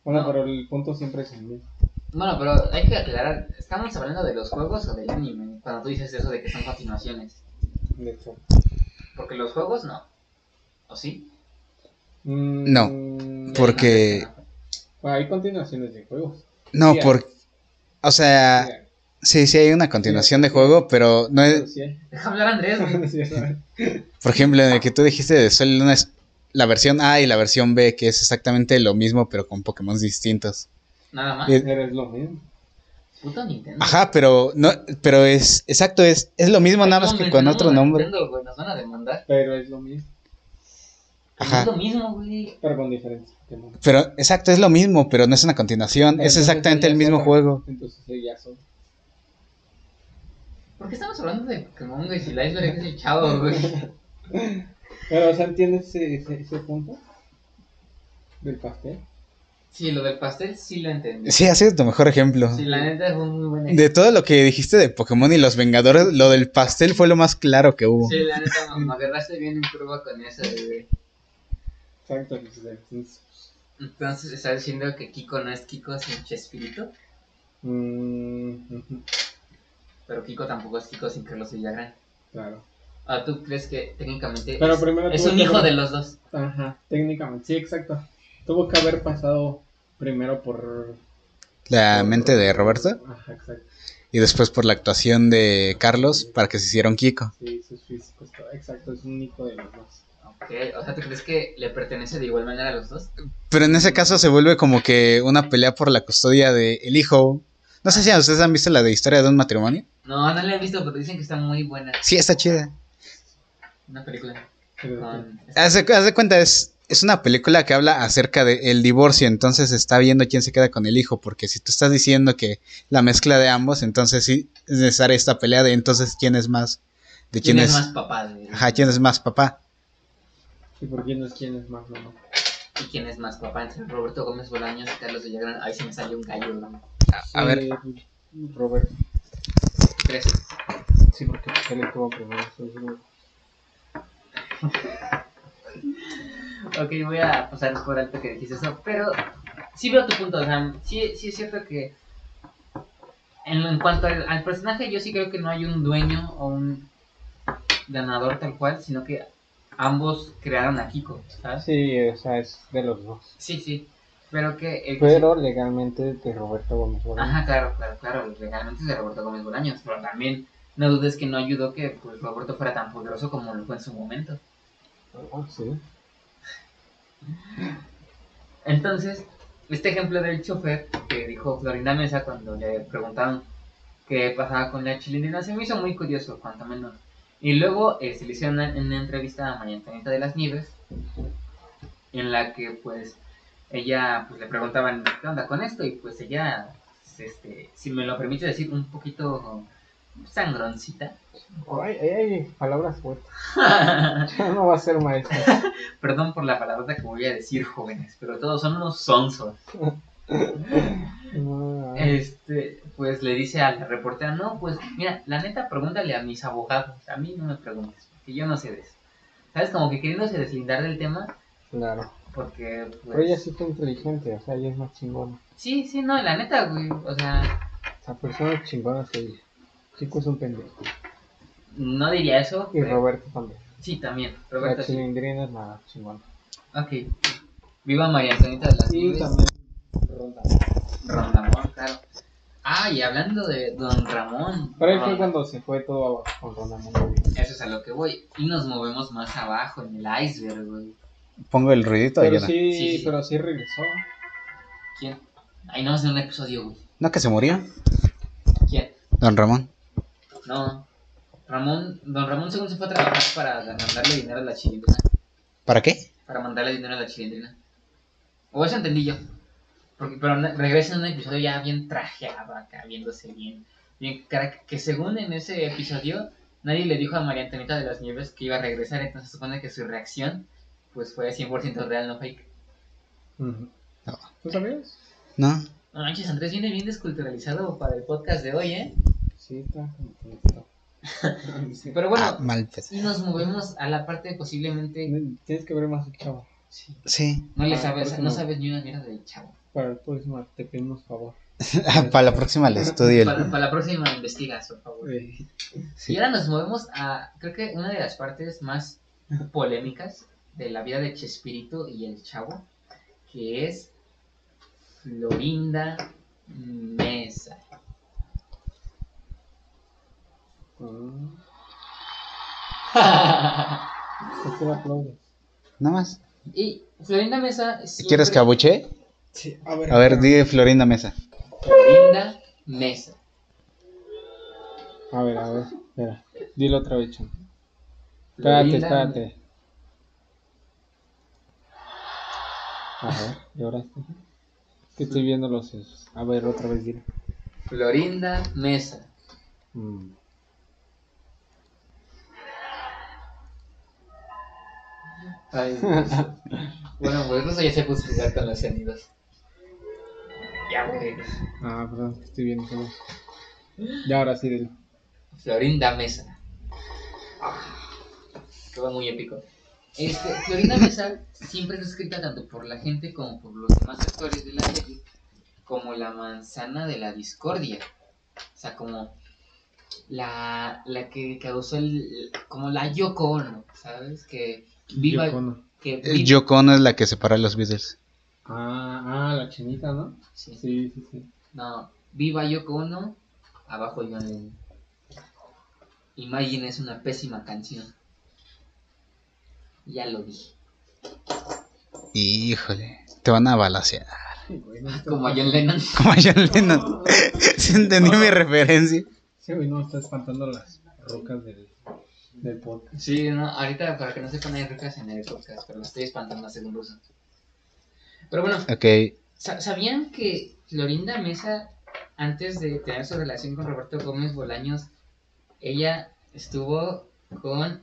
Speaker 2: Bueno,
Speaker 1: No.
Speaker 2: pero el punto siempre es el mismo.
Speaker 1: Bueno, pero hay que aclarar, ¿estamos hablando de los juegos o del anime? Cuando tú dices eso de que son continuaciones.
Speaker 2: de hecho.
Speaker 1: Porque los juegos no. ¿O sí?
Speaker 2: Mm,
Speaker 3: No, Porque-
Speaker 1: No, no, no.
Speaker 2: Bueno, hay continuaciones de juegos.
Speaker 3: No,
Speaker 2: Sí hay.
Speaker 3: porque. O sea,
Speaker 2: Mira,
Speaker 3: sí, sí hay una continuación de juego, pero no
Speaker 2: pero
Speaker 3: es.
Speaker 2: sí hay.
Speaker 1: Deja hablar a Andrés, güey.
Speaker 2: Sí, es verdad.
Speaker 3: Por ejemplo, en el que tú dijiste de Sol y Luna es la versión A y la versión B, que es exactamente lo mismo, pero con Pokémon distintos.
Speaker 1: Nada más.
Speaker 3: Y-
Speaker 2: pero es lo mismo.
Speaker 1: Puto Nintendo.
Speaker 3: Eh, Ajá, pero no, pero es exacto, es, es lo mismo, nada más que con otro nombre.
Speaker 1: Nintendo, güey, nos van a demandar.
Speaker 2: Pero es lo mismo.
Speaker 3: Ajá.
Speaker 1: Es lo mismo, güey.
Speaker 2: Pero con diferentes Pokémon.
Speaker 3: Pero exacto, es lo mismo, pero no es una continuación,
Speaker 2: Pero
Speaker 3: es
Speaker 2: entonces
Speaker 3: exactamente
Speaker 2: ya
Speaker 3: el
Speaker 2: es
Speaker 3: mismo
Speaker 2: otra.
Speaker 3: juego.
Speaker 2: Entonces sí, ya son.
Speaker 1: ¿Por qué estamos hablando de Pokémon, güey? Si el iceberg es el chavo, güey.
Speaker 2: Pero, o sea, ¿entiendes ese, ese, ese punto? Del pastel.
Speaker 1: Sí, lo del pastel sí lo entendí.
Speaker 3: Sí, ha sido tu mejor ejemplo.
Speaker 1: Sí, la neta fue un muy buen ejemplo.
Speaker 3: De todo lo que dijiste de Pokémon y los Vengadores, lo del pastel fue lo más claro que hubo.
Speaker 1: Sí, la neta, me- me agarraste bien en curva con eso, güey.
Speaker 2: Exacto. pues, que se-
Speaker 1: Entonces, ¿estás diciendo que Kiko no es Kiko, sin Chespirito?
Speaker 2: Mm, ujú,
Speaker 1: Pero Kiko tampoco es Kiko sin Carlos Villagrán.
Speaker 2: claro.
Speaker 1: Ah, ¿tú crees que técnicamente
Speaker 2: Pero
Speaker 1: es,
Speaker 2: primero
Speaker 1: es
Speaker 2: tuvo
Speaker 1: un
Speaker 2: que
Speaker 1: hijo
Speaker 2: haber-
Speaker 1: de los dos?
Speaker 2: Ajá, técnicamente. Sí, exacto. Tuvo que haber pasado primero por.
Speaker 3: La
Speaker 2: por-
Speaker 3: mente de Roberto
Speaker 2: Ajá, exacto.
Speaker 3: y después por la actuación de Carlos para que se hicieron Kiko.
Speaker 2: Sí, sus físicos. todo, Exacto, es un hijo de los dos.
Speaker 1: Ok, o sea, ¿tú crees que le pertenece de igual manera a los dos?
Speaker 3: Pero en ese caso se vuelve como que una pelea por la custodia de el hijo. No sé si a ustedes han visto la de historia de un matrimonio.
Speaker 1: No, no la he visto, pero dicen que está muy buena.
Speaker 3: Sí, está chida.
Speaker 1: Una película
Speaker 2: Pero-
Speaker 1: con...
Speaker 3: Haz de, haz de cuenta, es, es una película que habla acerca del divorcio, entonces está viendo quién se queda con el hijo, porque si tú estás diciendo que la mezcla de ambos, entonces sí es necesaria esta pelea de entonces quién es más, de
Speaker 1: este, ¿Quién,
Speaker 3: quién,
Speaker 1: es,
Speaker 3: es,
Speaker 1: más papá? güey?
Speaker 3: ajá, quién es más papá.
Speaker 2: ¿Y por qué no es quién es más mamá?
Speaker 1: ¿Y quién es más papá? Entre Roberto Gómez Bolaños y Carlos Villagrán. Ahí se me salió un gallo. güey.
Speaker 3: A ver.
Speaker 2: Roberto.
Speaker 1: ¿Tú crees?
Speaker 2: Sí, porque él estuvo primero. seguro.
Speaker 1: Ok, voy a pasar por alto que dijiste eso, pero sí veo tu punto, o sea, sí, sí es cierto que en, en cuanto al, al personaje, yo sí creo que no hay un dueño o un ganador tal cual, sino que ambos crearon a Kiko, ¿sabes?
Speaker 2: Sí, o sea, es de los dos.
Speaker 1: Sí, sí, pero que... El que
Speaker 2: Pero legalmente de Roberto Gómez Bolaños.
Speaker 1: Ajá, claro, claro, claro, legalmente es de Roberto Gómez Bolaños, pero también no dudes que no ayudó que pues, Roberto fuera tan poderoso como lo fue en su momento.
Speaker 2: Oh, sí.
Speaker 1: Entonces, este ejemplo del chofer que dijo Florinda Mesa cuando le preguntaron qué pasaba con la chilindrina se me hizo muy curioso, cuanto menos. Y luego eh, se le hicieron una, una entrevista a María Antonieta de las Nieves, en la que pues ella pues, le preguntaban qué onda con esto y pues ella, pues, este, si me lo permite decir, un poquito sangroncita.
Speaker 2: Ay, ay, ay, palabras fuertes. Ya no va a ser maestro.
Speaker 1: Perdón por la palabrota que voy a decir, jóvenes, pero todos son unos sonsos.
Speaker 2: No, ay.
Speaker 1: Este, pues le dice a la reportera, no, pues mira, la neta, pregúntale a mis abogados, a mí no me preguntes, que yo no sé de eso. ¿Sabes? Como que queriéndose deslindar del tema, pues.
Speaker 2: Claro.
Speaker 1: porque,
Speaker 2: Pero ella
Speaker 1: pues...
Speaker 2: sí fue inteligente, o sea, ella es más chingona.
Speaker 1: Sí, sí, no, la neta, güey, o sea,
Speaker 2: O sea, persona chingona es ella. Chico es un pendejo.
Speaker 1: no diría eso.
Speaker 2: Y
Speaker 1: pero-
Speaker 2: Roberto también.
Speaker 1: Sí, también,
Speaker 2: La
Speaker 1: Roberto, sí.
Speaker 2: chilindrina es más chingona.
Speaker 1: Ok, Viva María Antonieta de las
Speaker 2: Sí,
Speaker 1: Nieves.
Speaker 2: también. Ronda.
Speaker 1: Rondamón, claro. Ah, y hablando de Don Ramón.
Speaker 2: Pero ahí fue
Speaker 1: Ron-
Speaker 2: cuando se fue todo abajo con Rondamón.
Speaker 1: Eso es a lo que voy. Y nos movemos más abajo en el iceberg, güey.
Speaker 3: Pongo el ruidito
Speaker 2: Pero
Speaker 3: ayuda.
Speaker 2: sí,
Speaker 1: Sí, sí.
Speaker 2: pero sí regresó.
Speaker 1: ¿Quién? Ahí no en un episodio, güey.
Speaker 3: No que se murió,
Speaker 1: ¿Quién?
Speaker 3: don Ramón.
Speaker 1: No. Ramón, don Ramón según se fue a trabajar para mandarle dinero a la chilindrina.
Speaker 3: ¿Para qué?
Speaker 1: Para mandarle dinero a la chilindrina. O eso entendí yo. Porque, pero no- regresa en un episodio ya bien trajeado acá, viéndose bien. bien crack, que según en ese episodio, nadie le dijo a María Antonieta de las Nieves que iba a regresar, entonces supone que su reacción pues fue 100% real, no fake.
Speaker 3: No.
Speaker 2: ¿Tú sabías?
Speaker 3: No.
Speaker 1: No manches, Andrés viene bien desculturalizado para el podcast de hoy, ¿eh?
Speaker 2: Sí, está. está. Sí.
Speaker 1: Pero bueno,
Speaker 3: Ah, mal pez.
Speaker 1: y nos movemos a la parte posiblemente...
Speaker 2: Tienes que ver más el chavo.
Speaker 1: Sí.
Speaker 3: Sí.
Speaker 1: No le
Speaker 2: Ah,
Speaker 1: sabes,
Speaker 2: porque
Speaker 1: no
Speaker 2: no.
Speaker 1: sabes ni una mierda del chavo.
Speaker 2: Para el próximo te pedimos favor.
Speaker 3: Ah, Para la próxima le estudio el-
Speaker 1: Para, para la próxima investigas, por favor.
Speaker 2: Eh,
Speaker 3: Sí.
Speaker 1: Y ahora nos movemos a, creo que una de las partes más polémicas de la vida de Chespirito y el Chavo, que es Florinda Mesa.
Speaker 2: mm, ¿Por qué me aplaudes?
Speaker 3: Nada más.
Speaker 1: y Florinda Mesa siempre-
Speaker 3: ¿Quieres que abuche?
Speaker 2: Sí, a ver.
Speaker 3: A ver, di Florinda Mesa.
Speaker 1: Florinda Mesa.
Speaker 2: A ver, a ver. Espera. Dilo otra vez, chavo. Espérate,
Speaker 1: Florinda-
Speaker 2: espérate. A ver, ¿y ahora? sí? Es que estoy viendo los sesos. A ver, otra vez, dilo.
Speaker 1: Florinda Mesa.
Speaker 2: Mm.
Speaker 1: Ay, Dios. bueno, pues eso ya se puso a jugar con los sonidos. Ya, güey.
Speaker 2: Ah, perdón, es que estoy viendo solo. Ya ahora sí, dilo.
Speaker 1: Florinda Mesa. Quedó muy épico. Este, Florinda Mesa siempre es escrita tanto por la gente como por los demás actores de la serie como la manzana de la discordia. O sea, como la, la que causó el... como la Yoko Ono, ¿sabes? Que viva...
Speaker 2: Yoko Ono.
Speaker 1: Que
Speaker 3: Eh,
Speaker 1: vi-
Speaker 3: Yoko Ono es la que separa a los Beatles.
Speaker 2: Ah, ah, la chinita, ¿no?
Speaker 1: sí.
Speaker 2: Sí, sí, sí.
Speaker 1: No, viva Yoko Ono, abajo John Lennon. Imagine es una pésima canción. Ya lo dije.
Speaker 3: Híjole, te van a balasear.
Speaker 2: Ay, güey, no está-
Speaker 1: Como a John Lennon.
Speaker 3: Como a John Lennon. Si entendí mi referencia.
Speaker 2: Sí, güey, no, está espantando las rocas del, del podcast.
Speaker 1: Sí, no, ahorita para que no se ponen ricas en el podcast, pero me estoy espantando según ruso. Pero bueno,
Speaker 3: Ok,
Speaker 1: sa- ¿sabían que Florinda Mesa, antes de tener su relación con Roberto Gómez Bolaños, ella estuvo con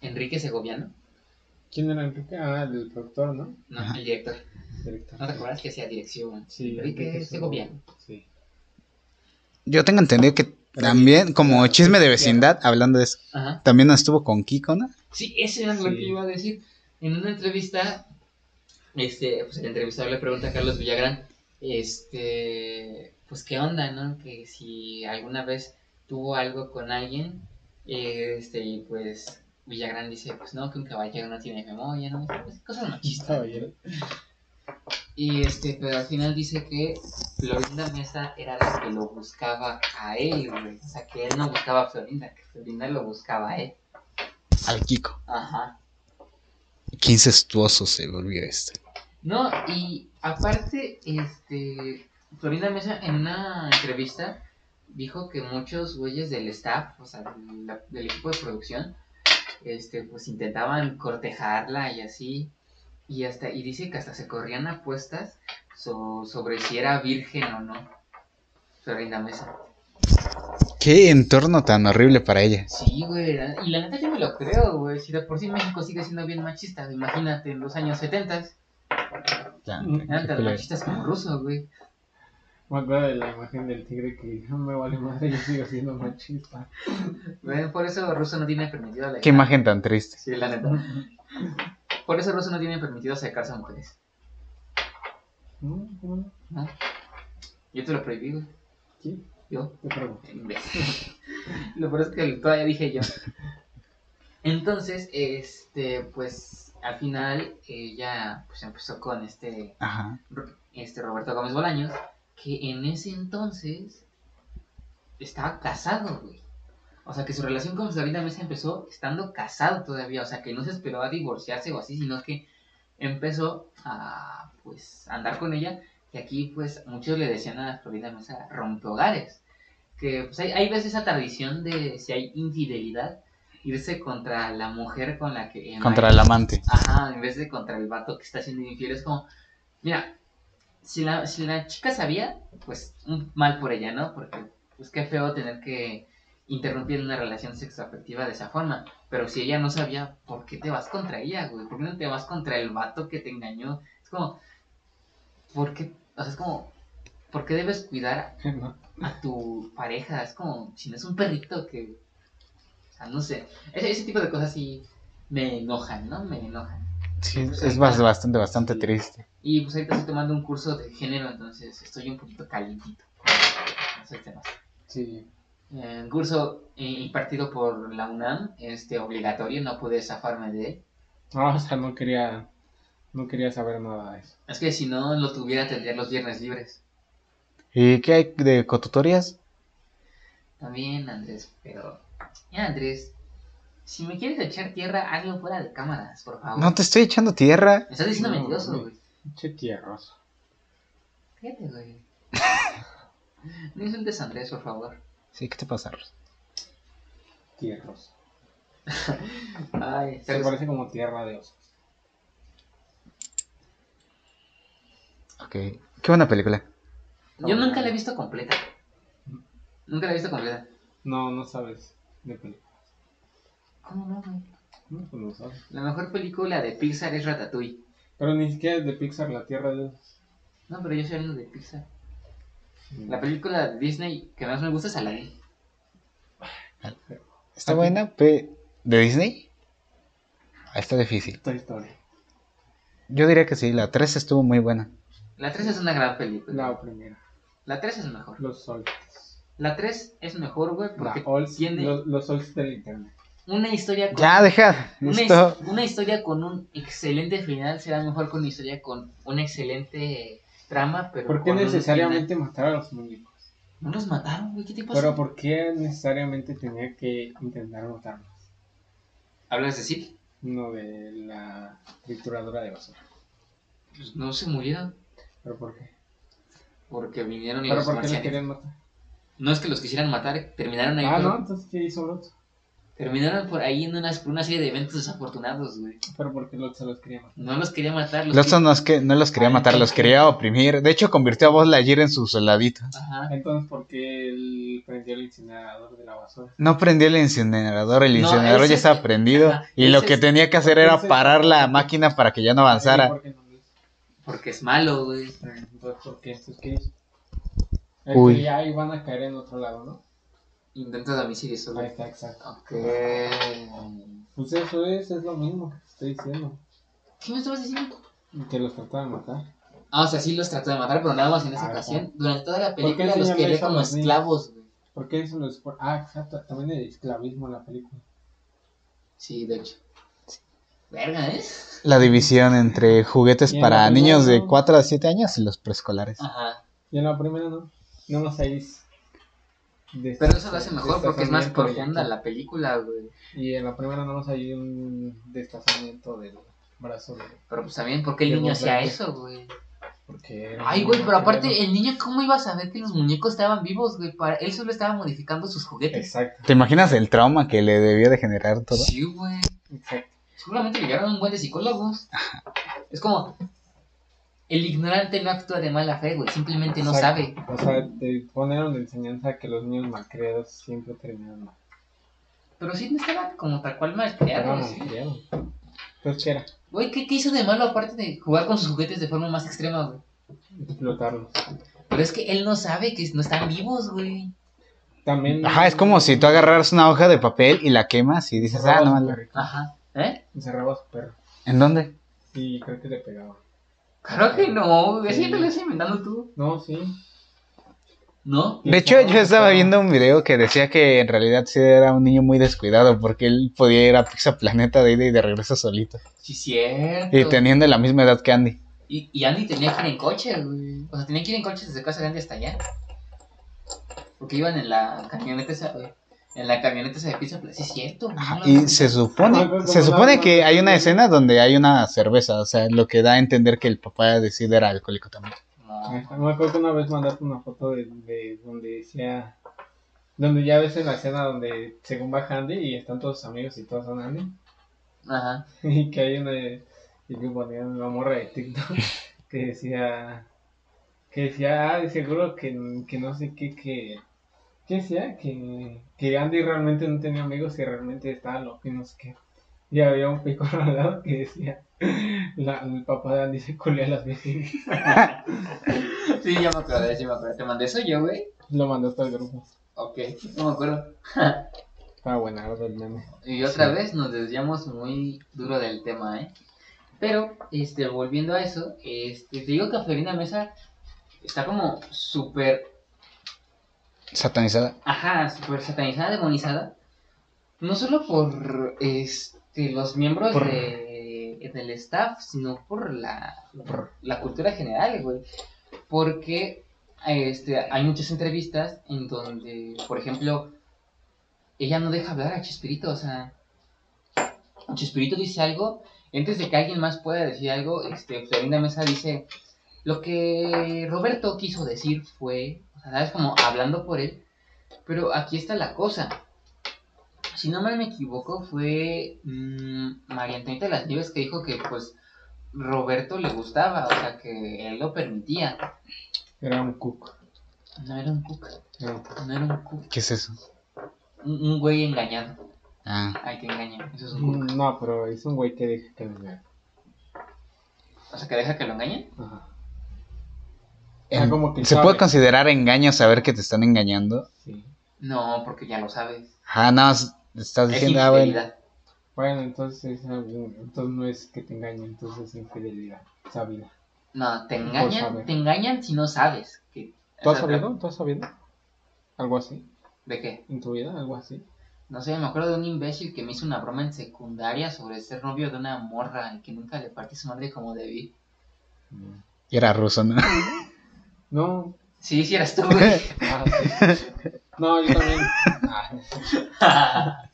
Speaker 1: Enrique Segoviano?
Speaker 2: ¿Quién era Enrique? Ah, el del productor, ¿no?
Speaker 1: No,
Speaker 3: Ajá.
Speaker 1: el director.
Speaker 2: Director.
Speaker 1: ¿No te acuerdas que hacía dirección?
Speaker 2: Sí,
Speaker 1: Ah, Enrique Segoviano.
Speaker 2: Sí.
Speaker 3: yo tengo entendido que también, como chisme de vecindad, hablando de eso,
Speaker 1: Ajá.
Speaker 3: también no estuvo con Kiko, ¿no?
Speaker 1: Sí, eso era lo
Speaker 2: Sí.
Speaker 1: que iba a decir. En una entrevista, este, pues el entrevistador le pregunta a Carlos Villagrán, este, pues qué onda, ¿no? Que si alguna vez tuvo algo con alguien, eh, este, y pues Villagrán dice, pues no, que un caballero no tiene memoria, ¿no? Pues, cosas
Speaker 2: Chis,
Speaker 1: machistas.
Speaker 2: caballero.
Speaker 1: Y este, pero al final dice que Florinda Mesa era la que lo buscaba a él, güey. O sea, que él no buscaba a Florinda, que Florinda lo buscaba a él.
Speaker 3: Al Kiko.
Speaker 1: Ajá.
Speaker 3: Qué incestuoso se volvió este. esto.
Speaker 1: No, y aparte, este, Florinda Mesa en una entrevista dijo que muchos güeyes del staff, o sea, del, la- del equipo de producción, este, pues intentaban cortejarla y así, y hasta, y dice que hasta se corrían apuestas so- sobre si era virgen o no. Florinda Mesa.
Speaker 3: Qué entorno tan horrible para ella.
Speaker 1: Sí, güey, la- y la neta yo me lo creo, güey, si de por sí México sigue siendo bien machista, imagínate en los años 70,
Speaker 3: Ah,
Speaker 1: eran tan machistas como rusos, güey.
Speaker 2: Mm, Me acuerdo de la imagen del tigre que no me vale madre, yo sigo siendo machista.
Speaker 1: Bueno, Por eso Russo no tiene permitido la
Speaker 3: Qué imagen tan triste.
Speaker 1: Sí, la neta. Por eso Russo no tiene permitido acercarse a mujeres.
Speaker 2: Mm, mm,
Speaker 1: ¿no? Yo te lo prohibí, güey.
Speaker 2: Sí,
Speaker 1: Yo.
Speaker 2: te pregunto.
Speaker 1: imbécil. lo peor es que todavía dije yo. Entonces, este, pues, al final ella pues empezó con este,
Speaker 3: Ajá.
Speaker 1: este Roberto Gómez Bolaños, que en ese entonces estaba casado, güey. O sea, que su relación con David Mesa empezó estando casado todavía, o sea, que no se esperaba divorciarse o así, sino que empezó a, pues, andar con ella, y aquí, pues, muchos le decían a Florinda Mesa rompehogares, que, pues, hay, hay veces esa tradición de, si hay infidelidad, irse contra la mujer con la que...
Speaker 3: Contra el amante.
Speaker 1: Ajá, en vez de contra el vato que está siendo infiel, es como, mira, si la, si la chica sabía, pues un mal por ella, ¿no? Porque pues qué feo tener que interrumpir una relación sexoafectiva de esa forma. Pero si ella no sabía, ¿por qué te vas contra ella, güey? ¿Por qué no te vas contra el vato que te engañó? Es como, ¿por qué? O sea, es como, ¿por qué debes cuidar
Speaker 2: No.
Speaker 1: a tu pareja? Es como, si no es un perrito que... O sea, no sé. Ese, ese tipo de cosas sí me enojan, ¿no? Me enojan.
Speaker 3: Sí, es bas- bastante, bastante triste.
Speaker 1: Y pues ahorita estoy tomando un curso de género, entonces estoy un poquito calientito con esos temas.
Speaker 2: Sí.
Speaker 1: Eh, Un curso eh, impartido por la UNAM, este obligatorio, no pude zafarme de él.
Speaker 2: No, Ah, o sea, no quería, no quería saber nada de eso.
Speaker 1: Es que si no lo tuviera tendría los viernes libres.
Speaker 3: ¿Y qué hay de cotutorías?
Speaker 1: También Andrés, pero... Ya Andrés, si me quieres echar tierra, hazlo fuera de cámaras, por favor.
Speaker 3: No te estoy echando tierra.
Speaker 1: Me estás diciendo
Speaker 2: No,
Speaker 1: mentiroso,
Speaker 2: güey.
Speaker 1: güey.
Speaker 2: Che tierroso.
Speaker 1: Cállate, güey. No insultes a Andrés, por favor.
Speaker 3: Sí, ¿qué te pasa? Ruth?
Speaker 2: Tierroso.
Speaker 1: Ay,
Speaker 2: Se parece como tierra de osos.
Speaker 3: Ok. Qué buena película.
Speaker 1: Yo nunca la he visto completa. Nunca la he visto completa.
Speaker 2: No, no sabes de película.
Speaker 1: ¿Cómo no, güey?
Speaker 2: No, pues no sabes.
Speaker 1: La mejor película de Pixar es Ratatouille.
Speaker 2: Pero ni siquiera es de Pixar la tierra de osos.
Speaker 1: No, pero yo soy hablando de Pixar. La película de Disney que más me gusta es Aladdin.
Speaker 3: Está buena, pe- ¿De Disney? Ah, Está difícil.
Speaker 2: Toy Story.
Speaker 3: Yo diría que sí, la 3 estuvo muy buena.
Speaker 1: La 3 es una gran película.
Speaker 2: La primera.
Speaker 1: La 3 es mejor.
Speaker 2: Los soltes.
Speaker 1: La 3 es mejor, güey,
Speaker 2: La
Speaker 1: porque
Speaker 2: Ols-
Speaker 1: tiene-
Speaker 2: los, los soltes del internet.
Speaker 1: una historia con...
Speaker 3: Ya, deja.
Speaker 1: Una,
Speaker 3: Esto.
Speaker 1: his- una historia con un excelente final será mejor que una historia con una excelente trama, pero...
Speaker 2: ¿Por qué
Speaker 1: con un
Speaker 2: necesariamente matar a los muñecos?
Speaker 1: final- No los mataron, güey, ¿qué te pasa?
Speaker 2: Pero ¿por qué necesariamente tenía que intentar matarlos?
Speaker 1: ¿Hablas de Sid?
Speaker 2: No de la trituradora de basura.
Speaker 1: Pues no se murieron
Speaker 2: ¿Pero por qué?
Speaker 1: porque vinieron y
Speaker 2: ¿Pero
Speaker 1: los
Speaker 2: por qué les
Speaker 1: marcianos.
Speaker 2: querían matar?
Speaker 1: No es que los quisieran matar, terminaron ahí
Speaker 2: Ah,
Speaker 1: por-
Speaker 2: no, entonces ¿qué hizo Lot?
Speaker 1: Terminaron por ahí en unas, por una serie de eventos desafortunados, güey.
Speaker 2: ¿Pero por qué Lot se los quería matar?
Speaker 1: No los quería matar. Los
Speaker 3: Lotso
Speaker 1: que-
Speaker 3: no, es que, no los quería matar, los quería oprimir. De hecho, convirtió a Buzz Lightyear en su soldadito.
Speaker 1: Ajá.
Speaker 2: Entonces, ¿por qué él prendió el incinerador de la basura?
Speaker 3: No prendió el incinerador, el
Speaker 1: No,
Speaker 3: incinerador
Speaker 1: ese-
Speaker 3: ya estaba prendido.
Speaker 1: ajá,
Speaker 3: y lo
Speaker 1: ese
Speaker 3: que
Speaker 1: es-
Speaker 3: tenía que hacer era
Speaker 2: ese-
Speaker 3: parar la máquina para que ya no
Speaker 2: ¿Y
Speaker 3: avanzara.
Speaker 2: ¿Por qué no lo hizo?
Speaker 1: Porque es malo, güey.
Speaker 2: Entonces, ¿por qué? Entonces, ¿qué hizo? Él
Speaker 3: Uy.
Speaker 2: creía, "Ay, van a caer en otro lado, ¿no?
Speaker 1: Intento de homicidio solo.
Speaker 2: Ahí está, exacto.
Speaker 1: Ok.
Speaker 2: Pues eso es, es lo mismo que te estoy diciendo.
Speaker 1: ¿Qué me estabas diciendo?
Speaker 2: Que los trataba de matar.
Speaker 1: Ah, o sea, sí los trató de matar, pero nada más en esa
Speaker 2: Ajá.
Speaker 1: ocasión. Durante toda la
Speaker 2: qué el
Speaker 1: película los
Speaker 2: señor
Speaker 1: quería
Speaker 2: hizo
Speaker 1: como
Speaker 2: los niños?
Speaker 1: esclavos, güey.
Speaker 2: ¿Por qué eso los... por- Ah, exacto, también el esclavismo en la película.
Speaker 1: Sí, de hecho. Verga, ¿eh?
Speaker 3: La división entre juguetes
Speaker 2: Y en
Speaker 3: para
Speaker 2: la
Speaker 3: niños de
Speaker 2: primera, ¿no?
Speaker 3: 4 a 7 años y los preescolares.
Speaker 1: Ajá.
Speaker 2: Y en la primera no, no más ahí. es- de-
Speaker 1: Pero eso lo hace mejor
Speaker 2: de
Speaker 1: porque es más
Speaker 2: estacionamiento
Speaker 1: profunda
Speaker 2: y-
Speaker 1: la película, güey.
Speaker 2: Y en la primera no más hay un destazamiento del brazo de...
Speaker 1: Pero pues también, ¿por qué el
Speaker 2: De
Speaker 1: niño hacía
Speaker 2: volante.
Speaker 1: eso, güey?
Speaker 2: Porque era
Speaker 1: Ay,
Speaker 2: un
Speaker 1: güey, pero aparte,
Speaker 2: material-
Speaker 1: el niño, ¿cómo iba a saber que los muñecos estaban vivos, güey? Para... Él solo estaba modificando sus juguetes.
Speaker 2: Exacto,
Speaker 3: ¿Te imaginas el trauma que le debió de generar todo?
Speaker 1: Sí, güey.
Speaker 2: exacto.
Speaker 1: Seguramente llegaron un buen de psicólogos. Es como. El ignorante no actúa de mala fe, güey. Simplemente no
Speaker 2: exacto.
Speaker 1: sabe.
Speaker 2: O sea, te ponieron de enseñanza que los niños malcriados siempre terminan mal.
Speaker 1: Pero sí no estaba como tal cual
Speaker 2: Era
Speaker 1: malcriado. sí.
Speaker 2: malcriado. Entonces, ¿qué era?
Speaker 1: Güey, ¿qué, ¿qué hizo de malo aparte de jugar con sus juguetes de forma más extrema, güey?
Speaker 2: Explotarlos.
Speaker 1: Pero es que él no sabe que no están vivos, güey.
Speaker 2: También...
Speaker 3: Ajá, es como si tú agarraras una hoja de papel y la quemas y dices, ah,
Speaker 2: Encerraba a
Speaker 3: no,
Speaker 2: su
Speaker 3: la-
Speaker 2: perrito,
Speaker 1: Ajá. ¿Eh?
Speaker 2: encerraba a su perro.
Speaker 3: ¿en dónde?
Speaker 2: Sí, creo que le pegaba.
Speaker 1: Claro que no, güey.
Speaker 2: Sí.
Speaker 1: Siempre lo estás inventando tú.
Speaker 2: No, sí.
Speaker 1: ¿No?
Speaker 3: De hecho, yo estaba viendo un video que decía que en realidad sí era un niño muy descuidado porque él podía ir a Pizza Planeta de ida y de regreso solito.
Speaker 1: Sí, cierto.
Speaker 3: Y teniendo la misma edad que Andy.
Speaker 1: Y, y Andy tenía que ir en coche, güey. O sea, tenía que ir en coche desde Casa Grande hasta allá. Porque iban en la camioneta esa, güey. En la camioneta esa de pizza, Planeta. sí, es cierto. güey,
Speaker 3: Ajá,
Speaker 1: no lo
Speaker 3: Y
Speaker 1: había
Speaker 3: se
Speaker 1: pensado.
Speaker 3: supone, se supone que hay una escena donde hay una cerveza, o sea, lo que da a entender que el papá de Sid era alcohólico también.
Speaker 1: No.
Speaker 2: Me acuerdo que una vez mandaste una foto de, de donde decía. Donde ya ves en la escena donde según va Andy y están todos sus amigos y todos son Andy.
Speaker 1: Ajá.
Speaker 2: Y que hay una. Y que ponían una morra de TikTok que decía. Que decía, ah, de seguro que, que no sé qué, que. ¿Qué decía? Que, que Andy realmente no tenía amigos y realmente estaba loco y no sé qué. Y había un pico al lado que decía: la- El papá de Andy se culea a las vecinas.
Speaker 1: Sí, ya me acordé, sí me acordé. Te mandé eso yo, güey.
Speaker 2: Lo mandaste al grupo.
Speaker 1: Ok, no me acuerdo.
Speaker 2: Está buena, ahora el meme.
Speaker 1: Y otra
Speaker 2: Sí.
Speaker 1: vez nos desviamos muy duro del tema, ¿eh? Pero, este, volviendo a eso, este, te digo que Florinda Mesa está como súper,
Speaker 3: Satanizada.
Speaker 1: ajá, súper satanizada, demonizada. No solo por, este, los miembros
Speaker 2: Por-
Speaker 1: de- del staff, sino por la, por la cultura general, güey. Porque, este, hay muchas entrevistas en donde, por ejemplo, ella no deja hablar a Chespirito, o sea... Chespirito dice algo, antes de que alguien más pueda decir algo, este, Florinda Mesa dice, lo que Roberto quiso decir fue, o sea, ¿sabes? Como hablando por él, pero aquí está la cosa. Si no mal me equivoco, fue mm, María Antonieta de las Nieves que dijo que, pues, Roberto le gustaba, o sea, que él lo permitía.
Speaker 2: Era un cook.
Speaker 1: No era un cuca,
Speaker 2: Era un cook.
Speaker 1: no era un cuca.
Speaker 3: ¿Qué es eso?
Speaker 1: Un, un güey engañado.
Speaker 3: Ah,
Speaker 1: Ay, que engañan, eso es un cuca.
Speaker 2: Mm, No, pero es un güey que deja que lo vea.
Speaker 1: O sea, que deja que lo engañen.
Speaker 2: Ajá.
Speaker 3: em,
Speaker 2: Ah, como que
Speaker 3: ¿Se
Speaker 2: sabe.
Speaker 3: puede considerar engaño saber que te están engañando?
Speaker 2: Sí.
Speaker 1: No, porque ya lo sabes.
Speaker 3: Ah, no, s- estás
Speaker 1: Es
Speaker 3: diciendo, ah, bueno.
Speaker 1: infidelidad.
Speaker 2: Bueno, entonces, ah, bueno, entonces no es que te engañe, entonces es infidelidad. Sabida.
Speaker 1: No, te
Speaker 2: Por
Speaker 1: engañan,
Speaker 2: saber.
Speaker 1: te engañan si no sabes. Que,
Speaker 2: ¿Tú has
Speaker 1: o sea,
Speaker 2: sabido? ¿Tú has sabido? ¿Algo así?
Speaker 1: ¿De qué?
Speaker 2: ¿En tu vida? ¿Algo así?
Speaker 1: No sé, me acuerdo de un imbécil que me hizo una broma en secundaria sobre ser novio de una morra y que nunca le partí su madre como debí.
Speaker 3: Y era ruso, ¿no?
Speaker 2: No.
Speaker 1: Si hicieras tú, güey.
Speaker 2: Ah, sí. No, yo también. Ah,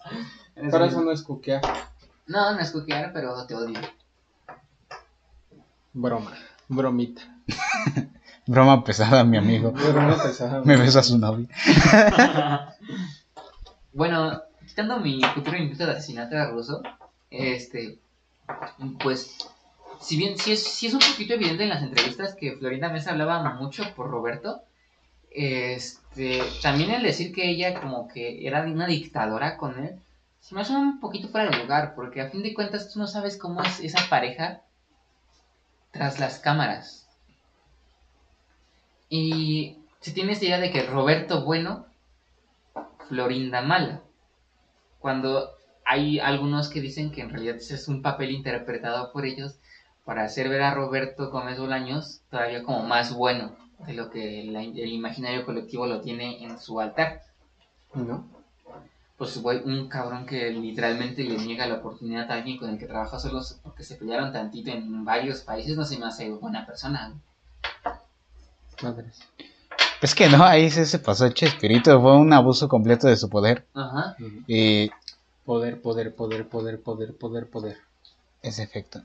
Speaker 1: Eres
Speaker 2: pero
Speaker 1: un-
Speaker 2: eso no es cuquear.
Speaker 1: No, no es cuquear, pero te odio.
Speaker 2: Broma. Bromita.
Speaker 3: Broma pesada, mi amigo.
Speaker 2: Broma pesada.
Speaker 3: Me beso a su novia.
Speaker 1: Bueno, quitando mi futuro intento de asesinato a ruso, este, pues, si bien sí es, sí es un poquito evidente en las entrevistas que Florinda Mesa hablaba mucho por Roberto, este, también el decir que ella como que era una dictadora con él, se me hace un poquito fuera de lugar, porque a fin de cuentas tú no sabes cómo es esa pareja tras las cámaras. Y si tienes idea de que Roberto Bueno Florinda Mala. Cuando hay algunos que dicen que en realidad ese es un papel interpretado por ellos para hacer ver a Roberto Gómez Bolaños todavía como más bueno de lo que la- el imaginario colectivo lo tiene en su altar.
Speaker 2: ¿No?
Speaker 1: Pues güey, un cabrón que literalmente le niega la oportunidad a alguien con el que trabaja solo porque se pelearon tantito en varios países, no se me hace buena persona. güey.
Speaker 2: Madres.
Speaker 3: Es que no, ahí sí se pasó Chespirito. Fue un abuso completo de su poder.
Speaker 1: Ajá.
Speaker 3: Y
Speaker 2: Poder, poder, poder, poder, poder, poder, poder.
Speaker 3: ese efecto.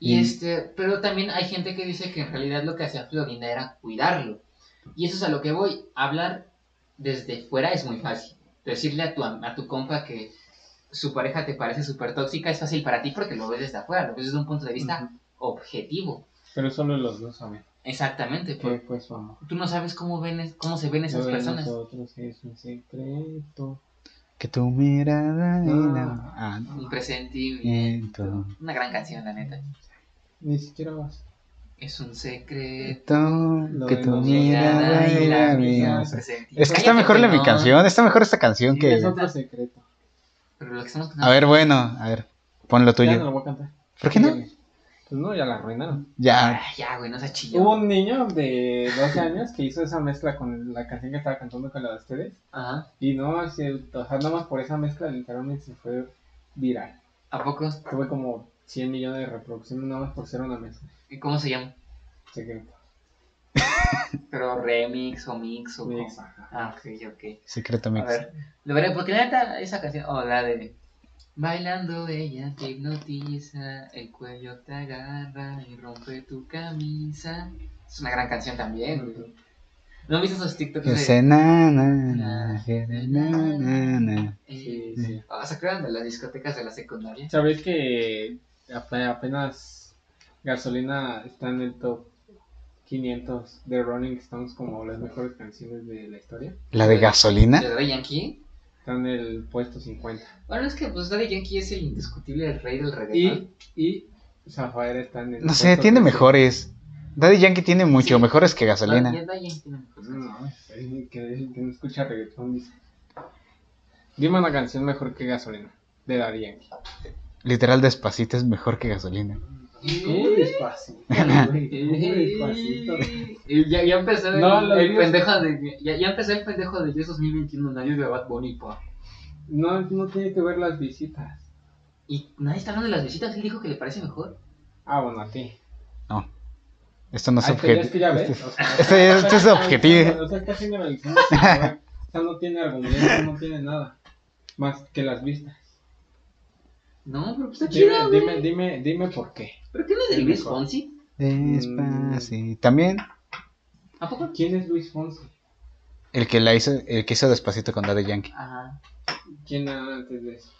Speaker 1: Y
Speaker 3: Y-
Speaker 1: este, pero también hay gente que dice que en realidad lo que hacía Florinda era cuidarlo. Y eso es a lo que voy. Hablar desde fuera es muy fácil. Decirle a tu, am- a tu compa que su pareja te parece súper tóxica es fácil para ti porque lo ves desde afuera, lo ves desde un punto de vista
Speaker 2: Ujú.
Speaker 1: objetivo.
Speaker 2: Pero solo los dos saben.
Speaker 1: Exactamente.
Speaker 2: ¿Qué
Speaker 1: porque
Speaker 2: fue su amor?
Speaker 1: Tú no sabes cómo, ven, es- cómo se ven esas
Speaker 2: Lo de
Speaker 1: personas.
Speaker 2: Nosotros es un secreto.
Speaker 3: Que tu mirada
Speaker 2: Ah.
Speaker 3: ah,
Speaker 1: Un presentimiento.
Speaker 3: Siento.
Speaker 1: Una gran canción, la neta.
Speaker 2: Ni siquiera vas.
Speaker 1: Es un secreto.
Speaker 3: Tú- que
Speaker 2: de
Speaker 3: tu
Speaker 2: los
Speaker 3: mirada
Speaker 2: ojos.
Speaker 3: y la mía.
Speaker 2: mirada.
Speaker 3: O sea, Es que está mejor la
Speaker 1: la
Speaker 3: mi canción, está mejor esta canción
Speaker 1: Sí,
Speaker 3: que...
Speaker 2: Es otro secreto.
Speaker 1: Pero lo que estamos
Speaker 3: A ver, bueno, a ver, pon lo
Speaker 2: Ya no
Speaker 3: tuyo.
Speaker 2: lo voy a cantar.
Speaker 3: ¿Por qué no?
Speaker 2: Pues no, ya la arruinaron.
Speaker 1: Ah,
Speaker 3: Ya.
Speaker 1: ya, güey, no se chilló.
Speaker 2: Hubo un niño de 12 años que hizo esa mezcla con la canción que estaba cantando con la de ustedes.
Speaker 1: Ajá.
Speaker 2: Y no, se, o sea, nada más por esa mezcla literalmente se fue viral.
Speaker 1: ¿A poco?
Speaker 2: Tuve como 100 millones de reproducciones nada más por ser una mezcla.
Speaker 1: ¿Y cómo se llama?
Speaker 2: Secreto.
Speaker 1: Pero remix o mix o.
Speaker 2: Mix,
Speaker 1: cómo?
Speaker 2: ajá.
Speaker 1: Ah, ok, ok.
Speaker 3: Secreto
Speaker 1: A
Speaker 3: mix.
Speaker 1: ver, lo veré, porque la neta, esa canción, o la de Bailando ella te hipnotiza, el cuello te agarra y rompe tu camisa. Es una gran canción también, güey. ¿No viste esos TikToks de...
Speaker 3: Ese na, na, na, na, na, na.
Speaker 1: eh,
Speaker 2: Sí, sí.
Speaker 1: ah, ¿Se acuerdan de las discotecas de la secundaria?
Speaker 2: ¿Sabes que ap- apenas gasolina está en el top 500 de Rolling Stones como las mejores canciones de la historia?
Speaker 3: ¿La de
Speaker 1: ¿De
Speaker 3: gasolina?
Speaker 1: Daddy Yankee?
Speaker 2: Está en el puesto 50.
Speaker 1: Bueno, es que pues Daddy Yankee es el indiscutible rey del reggaetón.
Speaker 2: Y, y Zafaera está en el
Speaker 3: No sé, tiene
Speaker 2: mejor
Speaker 3: mejores. Daddy Yankee tiene mucho
Speaker 1: Sí.
Speaker 3: mejores que
Speaker 1: Ah, y
Speaker 3: gasolina.
Speaker 1: es Daddy Yankee tiene mejores canciones.
Speaker 2: No, es que, que no escucha reggaetón dice. Dime una canción mejor que Gasolina, de Daddy Yankee.
Speaker 3: Literal, despacito es mejor que gasolina.
Speaker 2: Muy despacito, güey, muy despacito.
Speaker 1: Y ya, ya empezó el,
Speaker 2: No, lo
Speaker 1: el
Speaker 2: digo.
Speaker 1: pendejo de ya, ya empezó el pendejo de Dios 2021 nadie de Bad Bunny pa.
Speaker 2: No, no tiene que ver las visitas.
Speaker 1: y nadie está hablando de las visitas él dijo que le parece mejor
Speaker 2: Ah, bueno, a ti.
Speaker 3: Esto no es
Speaker 2: Ay, que ya-
Speaker 3: objetivo.
Speaker 2: es que ya ves, o sea,
Speaker 3: Este es- este es objetivo.
Speaker 2: O sea, casi generalizamos, ¿verdad? O sea, no tiene argumento, no tiene nada. Más que las vistas.
Speaker 1: no pero pues está
Speaker 2: Dime,
Speaker 1: chido güey
Speaker 2: dime, dime, dime por qué.
Speaker 1: pero qué no es de
Speaker 2: Dime
Speaker 1: Luis
Speaker 2: cuál.
Speaker 1: Fonsi
Speaker 3: Despacito. También
Speaker 1: a poco
Speaker 2: ¿Quién es Luis Fonsi?
Speaker 3: el que la hizo, el que hizo despacito con Daddy Yankee.
Speaker 1: ajá
Speaker 2: ¿Quién era antes de eso?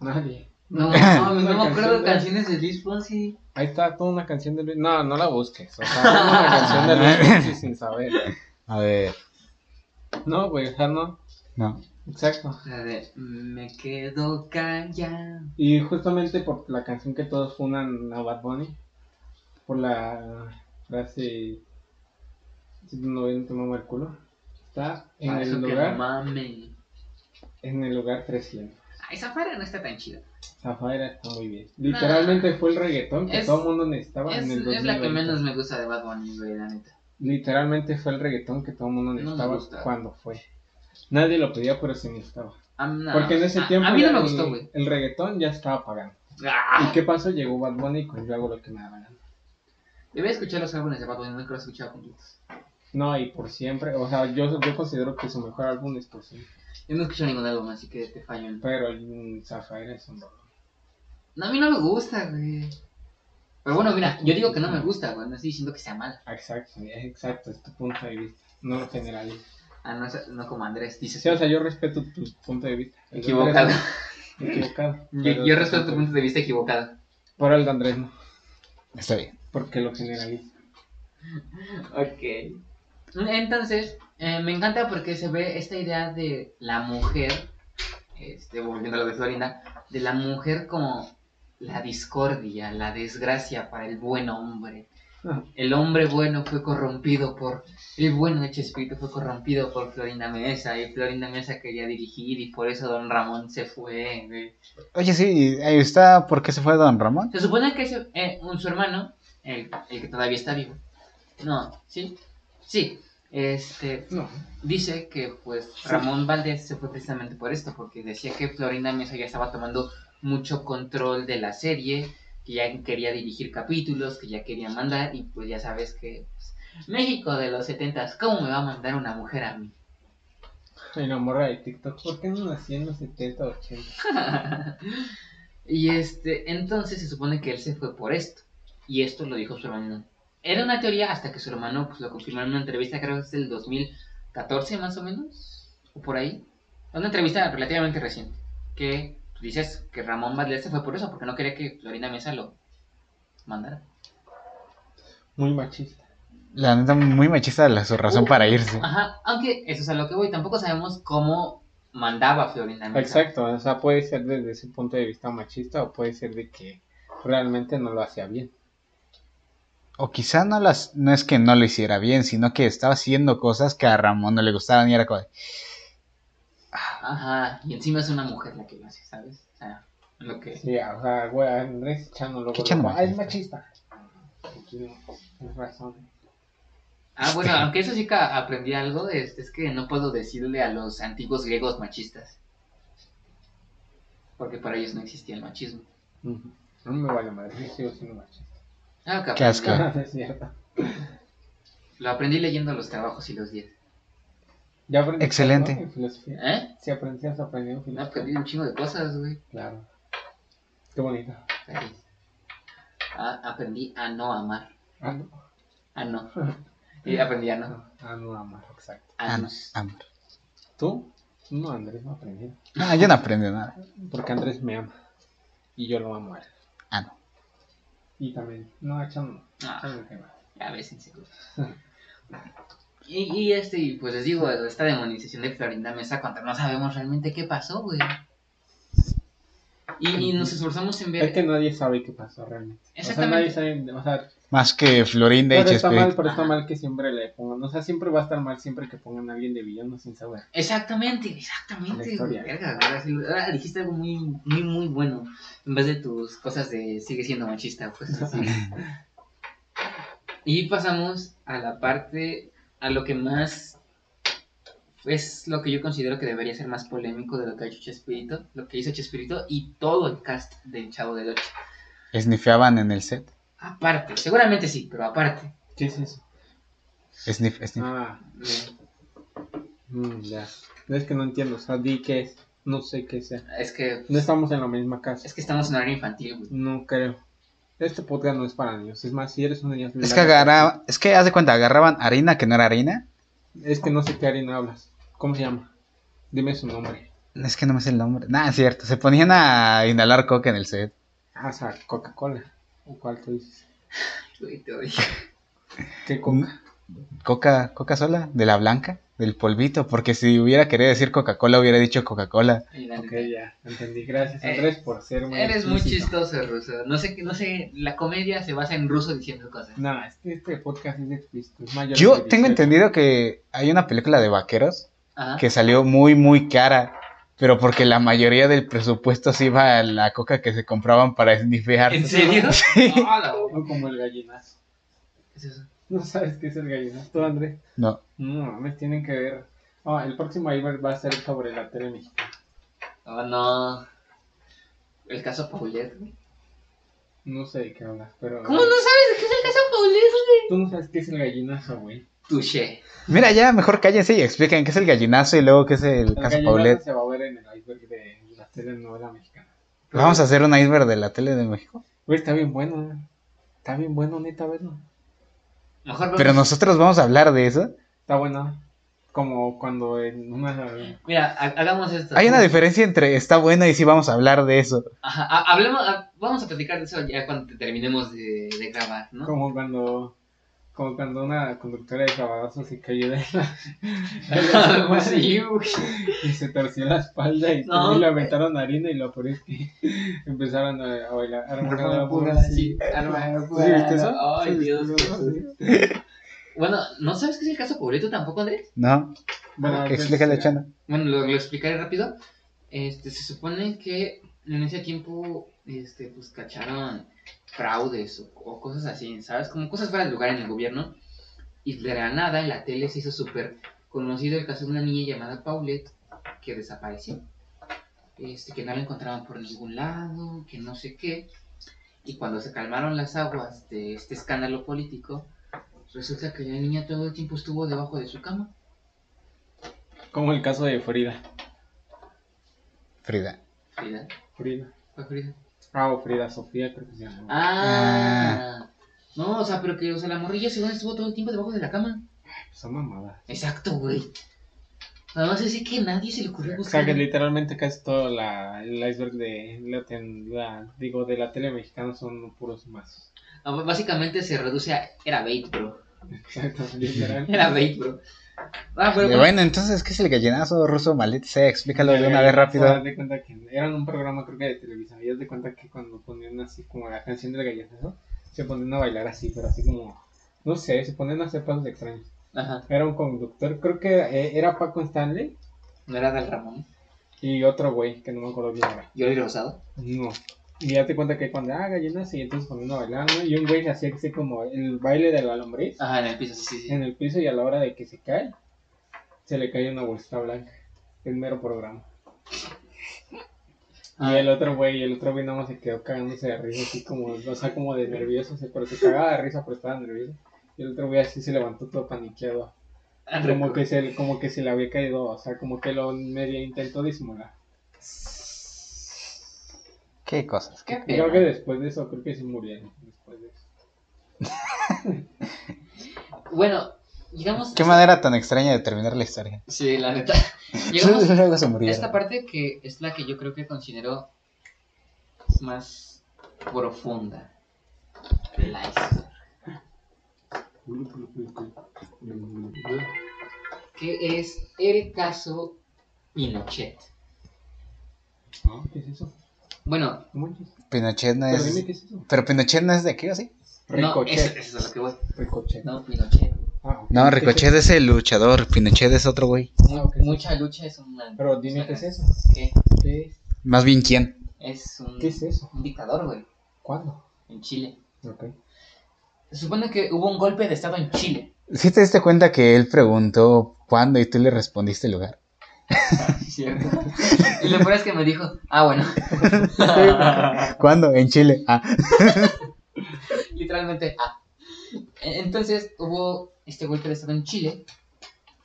Speaker 2: Nadie.
Speaker 1: no, no,
Speaker 2: Una
Speaker 1: no me acuerdo
Speaker 2: canción de-
Speaker 1: canciones de Luis Fonsi
Speaker 2: Ahí está toda una canción de Luis. No, no la busques. O sea, toda una canción de Luis Fonsi sin saber.
Speaker 3: A ver,
Speaker 2: No, güey, o sea, no.
Speaker 3: no.
Speaker 2: Exacto.
Speaker 1: la de me quedo callado
Speaker 2: Y justamente por la canción que todos funan a Bad Bunny, por la frase si tu novio no te mama el culo, está en
Speaker 1: para Ah,
Speaker 2: el
Speaker 1: eso que
Speaker 2: lugar
Speaker 1: mame
Speaker 2: en el lugar 300.
Speaker 1: Ah, esa fara no está tan chida
Speaker 2: Zafaira está muy bien. Literalmente fue el reggaetón que
Speaker 1: Es-
Speaker 2: todo el mundo necesitaba
Speaker 1: es,
Speaker 2: Ah, en el
Speaker 1: es la que
Speaker 2: 2020.
Speaker 1: menos me gusta de Bad Bunny güey la neta
Speaker 2: Literalmente fue el reggaetón que todo el mundo
Speaker 1: nos
Speaker 2: necesitaba
Speaker 1: gusta.
Speaker 2: cuando fue. Nadie lo pedía, pero se necesitaba.
Speaker 1: Ah, no.
Speaker 2: Porque en ese
Speaker 1: A-
Speaker 2: tiempo
Speaker 1: a mí
Speaker 2: ya
Speaker 1: no me
Speaker 2: el-
Speaker 1: gustó güey
Speaker 2: el reggaetón ya estaba pagando.
Speaker 1: Ah.
Speaker 2: ¿Y qué pasó? Llegó Bad Bunny con Yo hago lo que me da la gana.
Speaker 1: Debería escuchar los álbumes de Bad Bunny, nunca los he escuchado completos.
Speaker 2: No, y por siempre. O sea, yo, yo considero que su mejor álbum es por siempre.
Speaker 1: Yo no he escuchado ningún álbum, así que te fallo. en-
Speaker 2: Pero mm, Zafaera es un dolor.
Speaker 1: No, a mí no me gusta, güey. Pero bueno, mira, yo digo que no me gusta, güey. No estoy diciendo que sea mal.
Speaker 2: Ah, Exacto, es exacto, es tu punto de vista. No lo generalices.
Speaker 1: Ah, no, es- no como Andrés, dice.
Speaker 2: Sí, o sea, yo respeto tu punto de vista. El de
Speaker 1: equivocado.
Speaker 2: Andrés no. Equivocado.
Speaker 1: Yo,
Speaker 2: Pero
Speaker 1: yo
Speaker 2: es
Speaker 1: respeto tu punto de vista equivocado.
Speaker 2: Pero el de Andrés no,
Speaker 3: Está bien.
Speaker 2: porque lo generaliza.
Speaker 1: Ok. Entonces, eh, me encanta porque se ve esta idea de la mujer, este, volviendo a lo de Florinda, de la mujer como la discordia, la desgracia para el buen hombre.
Speaker 2: Ah,
Speaker 1: El hombre bueno fue corrompido por. El bueno de Chespirito fue corrompido por Florinda Mesa. Y Florinda Mesa quería dirigir y por eso Don Ramón se fue. güey.
Speaker 3: Oye, sí, ahí está. ¿Por qué se fue Don Ramón?
Speaker 1: Se supone que ese- eh, un, su hermano, el, el que todavía está vivo. No, sí. Sí. Este.
Speaker 2: No,
Speaker 1: Dice que pues Ramón Valdés se fue precisamente por esto. Porque decía que Florinda Mesa ya estaba tomando mucho control de la serie. Que ya quería dirigir capítulos, que ya quería mandar. Y pues ya sabes que. pues, México de los setentas, ¿cómo me va a mandar una mujer a mí?
Speaker 2: y la morra de TikTok. ¿Por qué no nací en los 70, 80?
Speaker 1: y este, entonces se supone que él se fue por esto. Y esto lo dijo su hermano. Era una teoría hasta que su hermano pues, lo confirmó en una entrevista, creo que es del 2014 más o menos, o por ahí. Una entrevista relativamente reciente. Que tú dices que Ramón Valdés se fue por eso, porque no quería que Florinda Mesa lo mandara.
Speaker 2: Muy machista.
Speaker 3: La neta, muy machista la, su razón para irse.
Speaker 1: Ajá, aunque eso es a lo que voy, tampoco sabemos cómo mandaba Florinda Mesa.
Speaker 2: Exacto, o sea, puede ser desde ese punto de vista machista o puede ser de que realmente no lo hacía bien.
Speaker 3: O quizá no las, no es que no lo hiciera bien, sino que estaba haciendo cosas que a Ramón no le gustaban y era como, de,
Speaker 1: Ajá, y encima es una mujer la que lo hace, ¿sabes? O sea, Lo que
Speaker 2: Sí, o sea, güey, Andrés Chano luego.
Speaker 3: ¿Qué Chano
Speaker 2: luego, Ah, es
Speaker 3: machista?
Speaker 2: machista. Aquí no, tienes razón.
Speaker 1: Ah, bueno, aunque eso sí que aprendí algo, este, es, es que no puedo decirle a los antiguos griegos machistas. Porque para ellos no existía el machismo.
Speaker 2: No me vale madre, yo sigo siendo machista.
Speaker 1: Ah,
Speaker 3: Qué
Speaker 1: cabrón.
Speaker 3: asco.
Speaker 2: No, no es cierto.
Speaker 1: Lo aprendí leyendo los trabajos y los días.
Speaker 2: Ya aprendí.
Speaker 3: Excelente.
Speaker 2: ¿no? En filosofía.
Speaker 1: ¿Eh?
Speaker 2: Si aprendías, aprendí en
Speaker 1: No
Speaker 2: filosofía.
Speaker 1: aprendí un chingo de cosas, güey.
Speaker 2: Claro. Qué bonito.
Speaker 1: Ahí. Ah, aprendí a no amar.
Speaker 2: Ah, no.
Speaker 1: A no. Y aprendí a no.
Speaker 2: Ah, no, amar, exacto.
Speaker 1: A no.
Speaker 3: "Ah, Amor.
Speaker 2: ¿Tú? No, Andrés no aprendí.
Speaker 3: No, yo no aprendí nada.
Speaker 2: Porque Andrés me ama. Y yo lo amo a él.
Speaker 3: Ah, no.
Speaker 2: Y también. No, echando.
Speaker 1: Ah,
Speaker 2: Echando que va.
Speaker 1: a veces, seguro. Y, y este, y pues les digo, esta demonización de Florinda Mesa cuando no sabemos realmente qué pasó, güey. Y, y nos esforzamos en ver...
Speaker 2: Es que nadie sabe qué pasó realmente. O sea,
Speaker 1: Exactamente.
Speaker 2: nadie sabe. O sea,
Speaker 3: Más que Florinda y
Speaker 2: pero está mal,
Speaker 3: Chespirito.
Speaker 2: pero está
Speaker 1: Ajá.
Speaker 2: mal que siempre le pongan. O sea, siempre va a estar mal siempre que pongan a alguien de villano sin saber.
Speaker 1: Exactamente,
Speaker 2: La
Speaker 1: exactamente. güey.
Speaker 2: historia.
Speaker 1: Verga, ahora sí lo- ahora dijiste algo muy, muy, muy bueno. En vez de tus cosas de sigue siendo machista, pues así. y pasamos a la parte, a lo que más es lo que yo considero que debería ser más polémico de lo que ha hecho Chespirito, lo que hizo Chespirito y todo el cast del Chavo del Ocho.
Speaker 3: Snifeaban en el set.
Speaker 1: Aparte, seguramente sí, pero aparte.
Speaker 2: ¿Qué es eso?
Speaker 3: Sniff, sniff.
Speaker 2: Ah,
Speaker 1: eh,
Speaker 2: mm, ya. Es que no entiendo. O sea, di qué es. No sé qué sea.
Speaker 1: Es que,
Speaker 2: No estamos en la misma casa.
Speaker 1: es que estamos en horario infantil, güey.
Speaker 2: No creo. Este podcast no es para niños. Es más, si eres un niño.
Speaker 3: Es que agarraban, es que haz de cuenta, agarraban harina que no era harina.
Speaker 2: Es que no sé qué harina hablas. ¿Cómo se llama? Dime su nombre.
Speaker 3: Es que no me sé el nombre. Nada, es cierto. Se ponían a inhalar coca en el set.
Speaker 2: Ah, o sea, Coca-Cola. ¿O cuál tú dices?
Speaker 1: Güey, te odio.
Speaker 2: ¿Qué coca?
Speaker 3: Coca, Coca sola, de la blanca, del polvito. Porque si hubiera querido decir Coca-Cola, hubiera dicho Coca-Cola.
Speaker 1: Ay, la
Speaker 2: Ok,
Speaker 1: neta.
Speaker 2: ya. Entendí. Gracias,
Speaker 1: Eh,
Speaker 2: Andrés, por ser muy
Speaker 1: Eres muy
Speaker 2: explícito.
Speaker 1: chistoso, ruso. No sé, qué- no sé, la comedia se basa en ruso diciendo cosas.
Speaker 2: No, este, este podcast es explícito. Es mayor de
Speaker 3: Yo
Speaker 2: 18.
Speaker 3: tengo entendido que hay una película de vaqueros
Speaker 1: Ajá.
Speaker 3: que salió muy, muy cara. Pero porque la mayoría del presupuesto se iba a la coca que se compraban para snifear.
Speaker 1: ¿En serio? Hola, güey.
Speaker 2: No como el gallinazo.
Speaker 1: ¿Qué es eso?
Speaker 2: No sabes qué es el gallinazo, ¿tú, Andrés.
Speaker 3: No.
Speaker 2: No, me tienen que ver. Ah, el próximo Iber va a ser sobre la tele mexicana.
Speaker 1: Oh, no. El caso Paulette, güey.
Speaker 2: No sé de qué hablas, pero.
Speaker 1: ¿Cómo no sabes de qué es el caso Paulette, güey?
Speaker 2: Tú no sabes qué es el gallinazo, güey.
Speaker 1: Touché.
Speaker 3: Mira, ya, mejor cállense y expliquen qué es el gallinazo y luego qué es el
Speaker 2: El
Speaker 3: caso
Speaker 2: gallinazo
Speaker 3: Pues Paulette.
Speaker 2: se va a ver en el iceberg de la telenovela mexicana.
Speaker 3: Vamos a hacer un iceberg de la tele de México.
Speaker 2: Güey, está bien bueno, eh. Está bien bueno, neta, verlo.
Speaker 1: Mejor vamos-
Speaker 3: Pero nosotros vamos a hablar de eso.
Speaker 2: Está bueno. Como cuando en una.
Speaker 1: Mira, ha- hagamos esto.
Speaker 3: Hay una diferencia entre está buena y sí vamos a hablar de eso.
Speaker 1: Ajá, ha- hablemos, ha- vamos a platicar de eso ya cuando te- terminemos de, de grabar, ¿no?
Speaker 2: Como cuando. Como cuando una conductora de sabadazo se cayó de la. de la
Speaker 1: Algo
Speaker 2: cama
Speaker 1: así, güey.
Speaker 2: y se torció la espalda y
Speaker 1: No.
Speaker 2: también le aventaron harina y lo peor es que empezaron a, a bailar.
Speaker 1: Armando
Speaker 2: Armando
Speaker 1: Pura,
Speaker 2: Pura,
Speaker 1: sí. Armando
Speaker 2: ¿Sí
Speaker 1: Pura.
Speaker 2: viste eso?
Speaker 1: Ay,
Speaker 2: ¿Sí viste
Speaker 1: Dios.
Speaker 2: eso? Sí.
Speaker 1: Bueno, ¿no sabes qué es el caso Paulette tampoco, Andrés?
Speaker 3: ¿No?
Speaker 2: Bueno, pues,
Speaker 3: Explícale,
Speaker 2: ya.
Speaker 3: Chana.
Speaker 1: Bueno, lo, lo explicaré rápido. Este, se supone que en ese tiempo, este, pues cacharon fraudes o, o cosas así, ¿sabes? Como cosas fuera de lugar en el gobierno. Y de la nada en la tele se hizo súper conocido el caso de una niña llamada Paulette que desapareció. Este, que no la encontraban por ningún lado, que no sé qué. Y cuando se calmaron las aguas de este escándalo político, resulta que la niña todo el tiempo estuvo debajo de su cama.
Speaker 2: Como el caso de Frida.
Speaker 3: Frida.
Speaker 1: Frida,
Speaker 2: Frida.
Speaker 1: ¿fue Frida?
Speaker 2: Ah, o Frida Sofía, creo que se llama.
Speaker 1: Ah. No, o sea, pero que, o sea, la morrilla según estuvo todo el tiempo debajo de la cama.
Speaker 2: Esa mamada.
Speaker 1: Exacto, güey. Nada más así que a nadie se le ocurrió
Speaker 2: O
Speaker 1: buscar.
Speaker 2: sea que literalmente casi todo la, el iceberg de la, ten- la- digo de la tele mexicana son puros mazos.
Speaker 1: Ah, b- Básicamente se reduce a. Era bait, bro.
Speaker 2: Exacto, literal.
Speaker 1: Era bait, bro. Ah, pero. bueno,
Speaker 3: Y Eh, bueno, entonces, ¿qué es el gallinazo ruso? Maldita sea, explícalo de una vez
Speaker 2: O sea,
Speaker 3: rápido.
Speaker 2: haz de cuenta que eran un programa, creo que de televisión. Y haz de cuenta que cuando ponían así como la canción del galletazo, se ponían a bailar así, pero así como, no sé, se ponían a hacer pasos extraños.
Speaker 1: Ajá.
Speaker 2: Era un conductor, creo que eh, era Paco Stanley.
Speaker 1: No era Dal Ramón.
Speaker 2: Y otro güey, que no me acuerdo bien ahora.
Speaker 1: Yo el rosado.
Speaker 2: No. Y ya te cuenta que cuando, ah, gallinas, y entonces poniendo a bailar, ¿no? Y un güey hacía que como el baile de la lombriz
Speaker 1: Ajá, en el piso, sí, sí, sí.
Speaker 2: en el piso y a la hora de que se cae, se le cae una bolsita blanca. El mero programa.
Speaker 1: Ah,
Speaker 2: Y el otro güey, el otro güey nomás se quedó cagándose de risa, así como, o sea, como de nervioso, o sea, pero se cagaba de risa, pero estaba nervioso. Y el otro güey así se levantó todo paniqueado.
Speaker 1: ah,
Speaker 2: Como
Speaker 1: recu-
Speaker 2: que, se, como que se le había caído, o sea, como que lo medio intentó disimular.
Speaker 3: Qué cosas.
Speaker 1: Qué
Speaker 2: Creo que
Speaker 1: pena.
Speaker 2: después de eso, creo que sí murieron. Después de eso.
Speaker 1: Bueno, llegamos.
Speaker 3: Qué manera tan extraña de terminar la historia.
Speaker 1: Sí, la neta. Llegamos
Speaker 3: Luego se
Speaker 1: a
Speaker 3: murieron.
Speaker 1: esta parte que es la que yo creo que considero más profunda de la historia. Que es el caso Pinochet.
Speaker 2: No, ¿Qué es eso?
Speaker 1: Bueno,
Speaker 2: No manches.
Speaker 3: Pinochet no
Speaker 2: Pero
Speaker 3: es.
Speaker 2: dime qué es eso.
Speaker 3: Pero Pinochet no es de aquí, ¿o sí?
Speaker 1: no, eso,
Speaker 2: Ricochet.
Speaker 1: eso es a lo que voy.
Speaker 2: Ricochet.
Speaker 1: No, Pinochet.
Speaker 2: Ah, ok.
Speaker 3: No,
Speaker 2: ¿Qué es
Speaker 3: Ricochet es el luchador. Pinochet es otro güey.
Speaker 1: Mu-
Speaker 2: Ah, ok.
Speaker 1: Mucha lucha es un.
Speaker 2: eso? Pero dime qué es eso.
Speaker 1: ¿Qué?
Speaker 2: ¿Qué,
Speaker 3: Más bien, ¿quién?
Speaker 1: Es un,
Speaker 2: qué es eso?
Speaker 1: un dictador, güey,
Speaker 2: ¿Cuándo?
Speaker 1: en Chile.
Speaker 2: Ok.
Speaker 1: Se supone que hubo un golpe de estado en Chile.
Speaker 3: ¿Sí te diste cuenta que él preguntó cuándo y tú le respondiste el lugar?
Speaker 1: ¿Cierto? y lo peor es que me dijo, ah, bueno.
Speaker 3: ¿Cuándo? En Chile. Ah,
Speaker 1: Literalmente, ah. E- Entonces hubo este golpe de estado en Chile,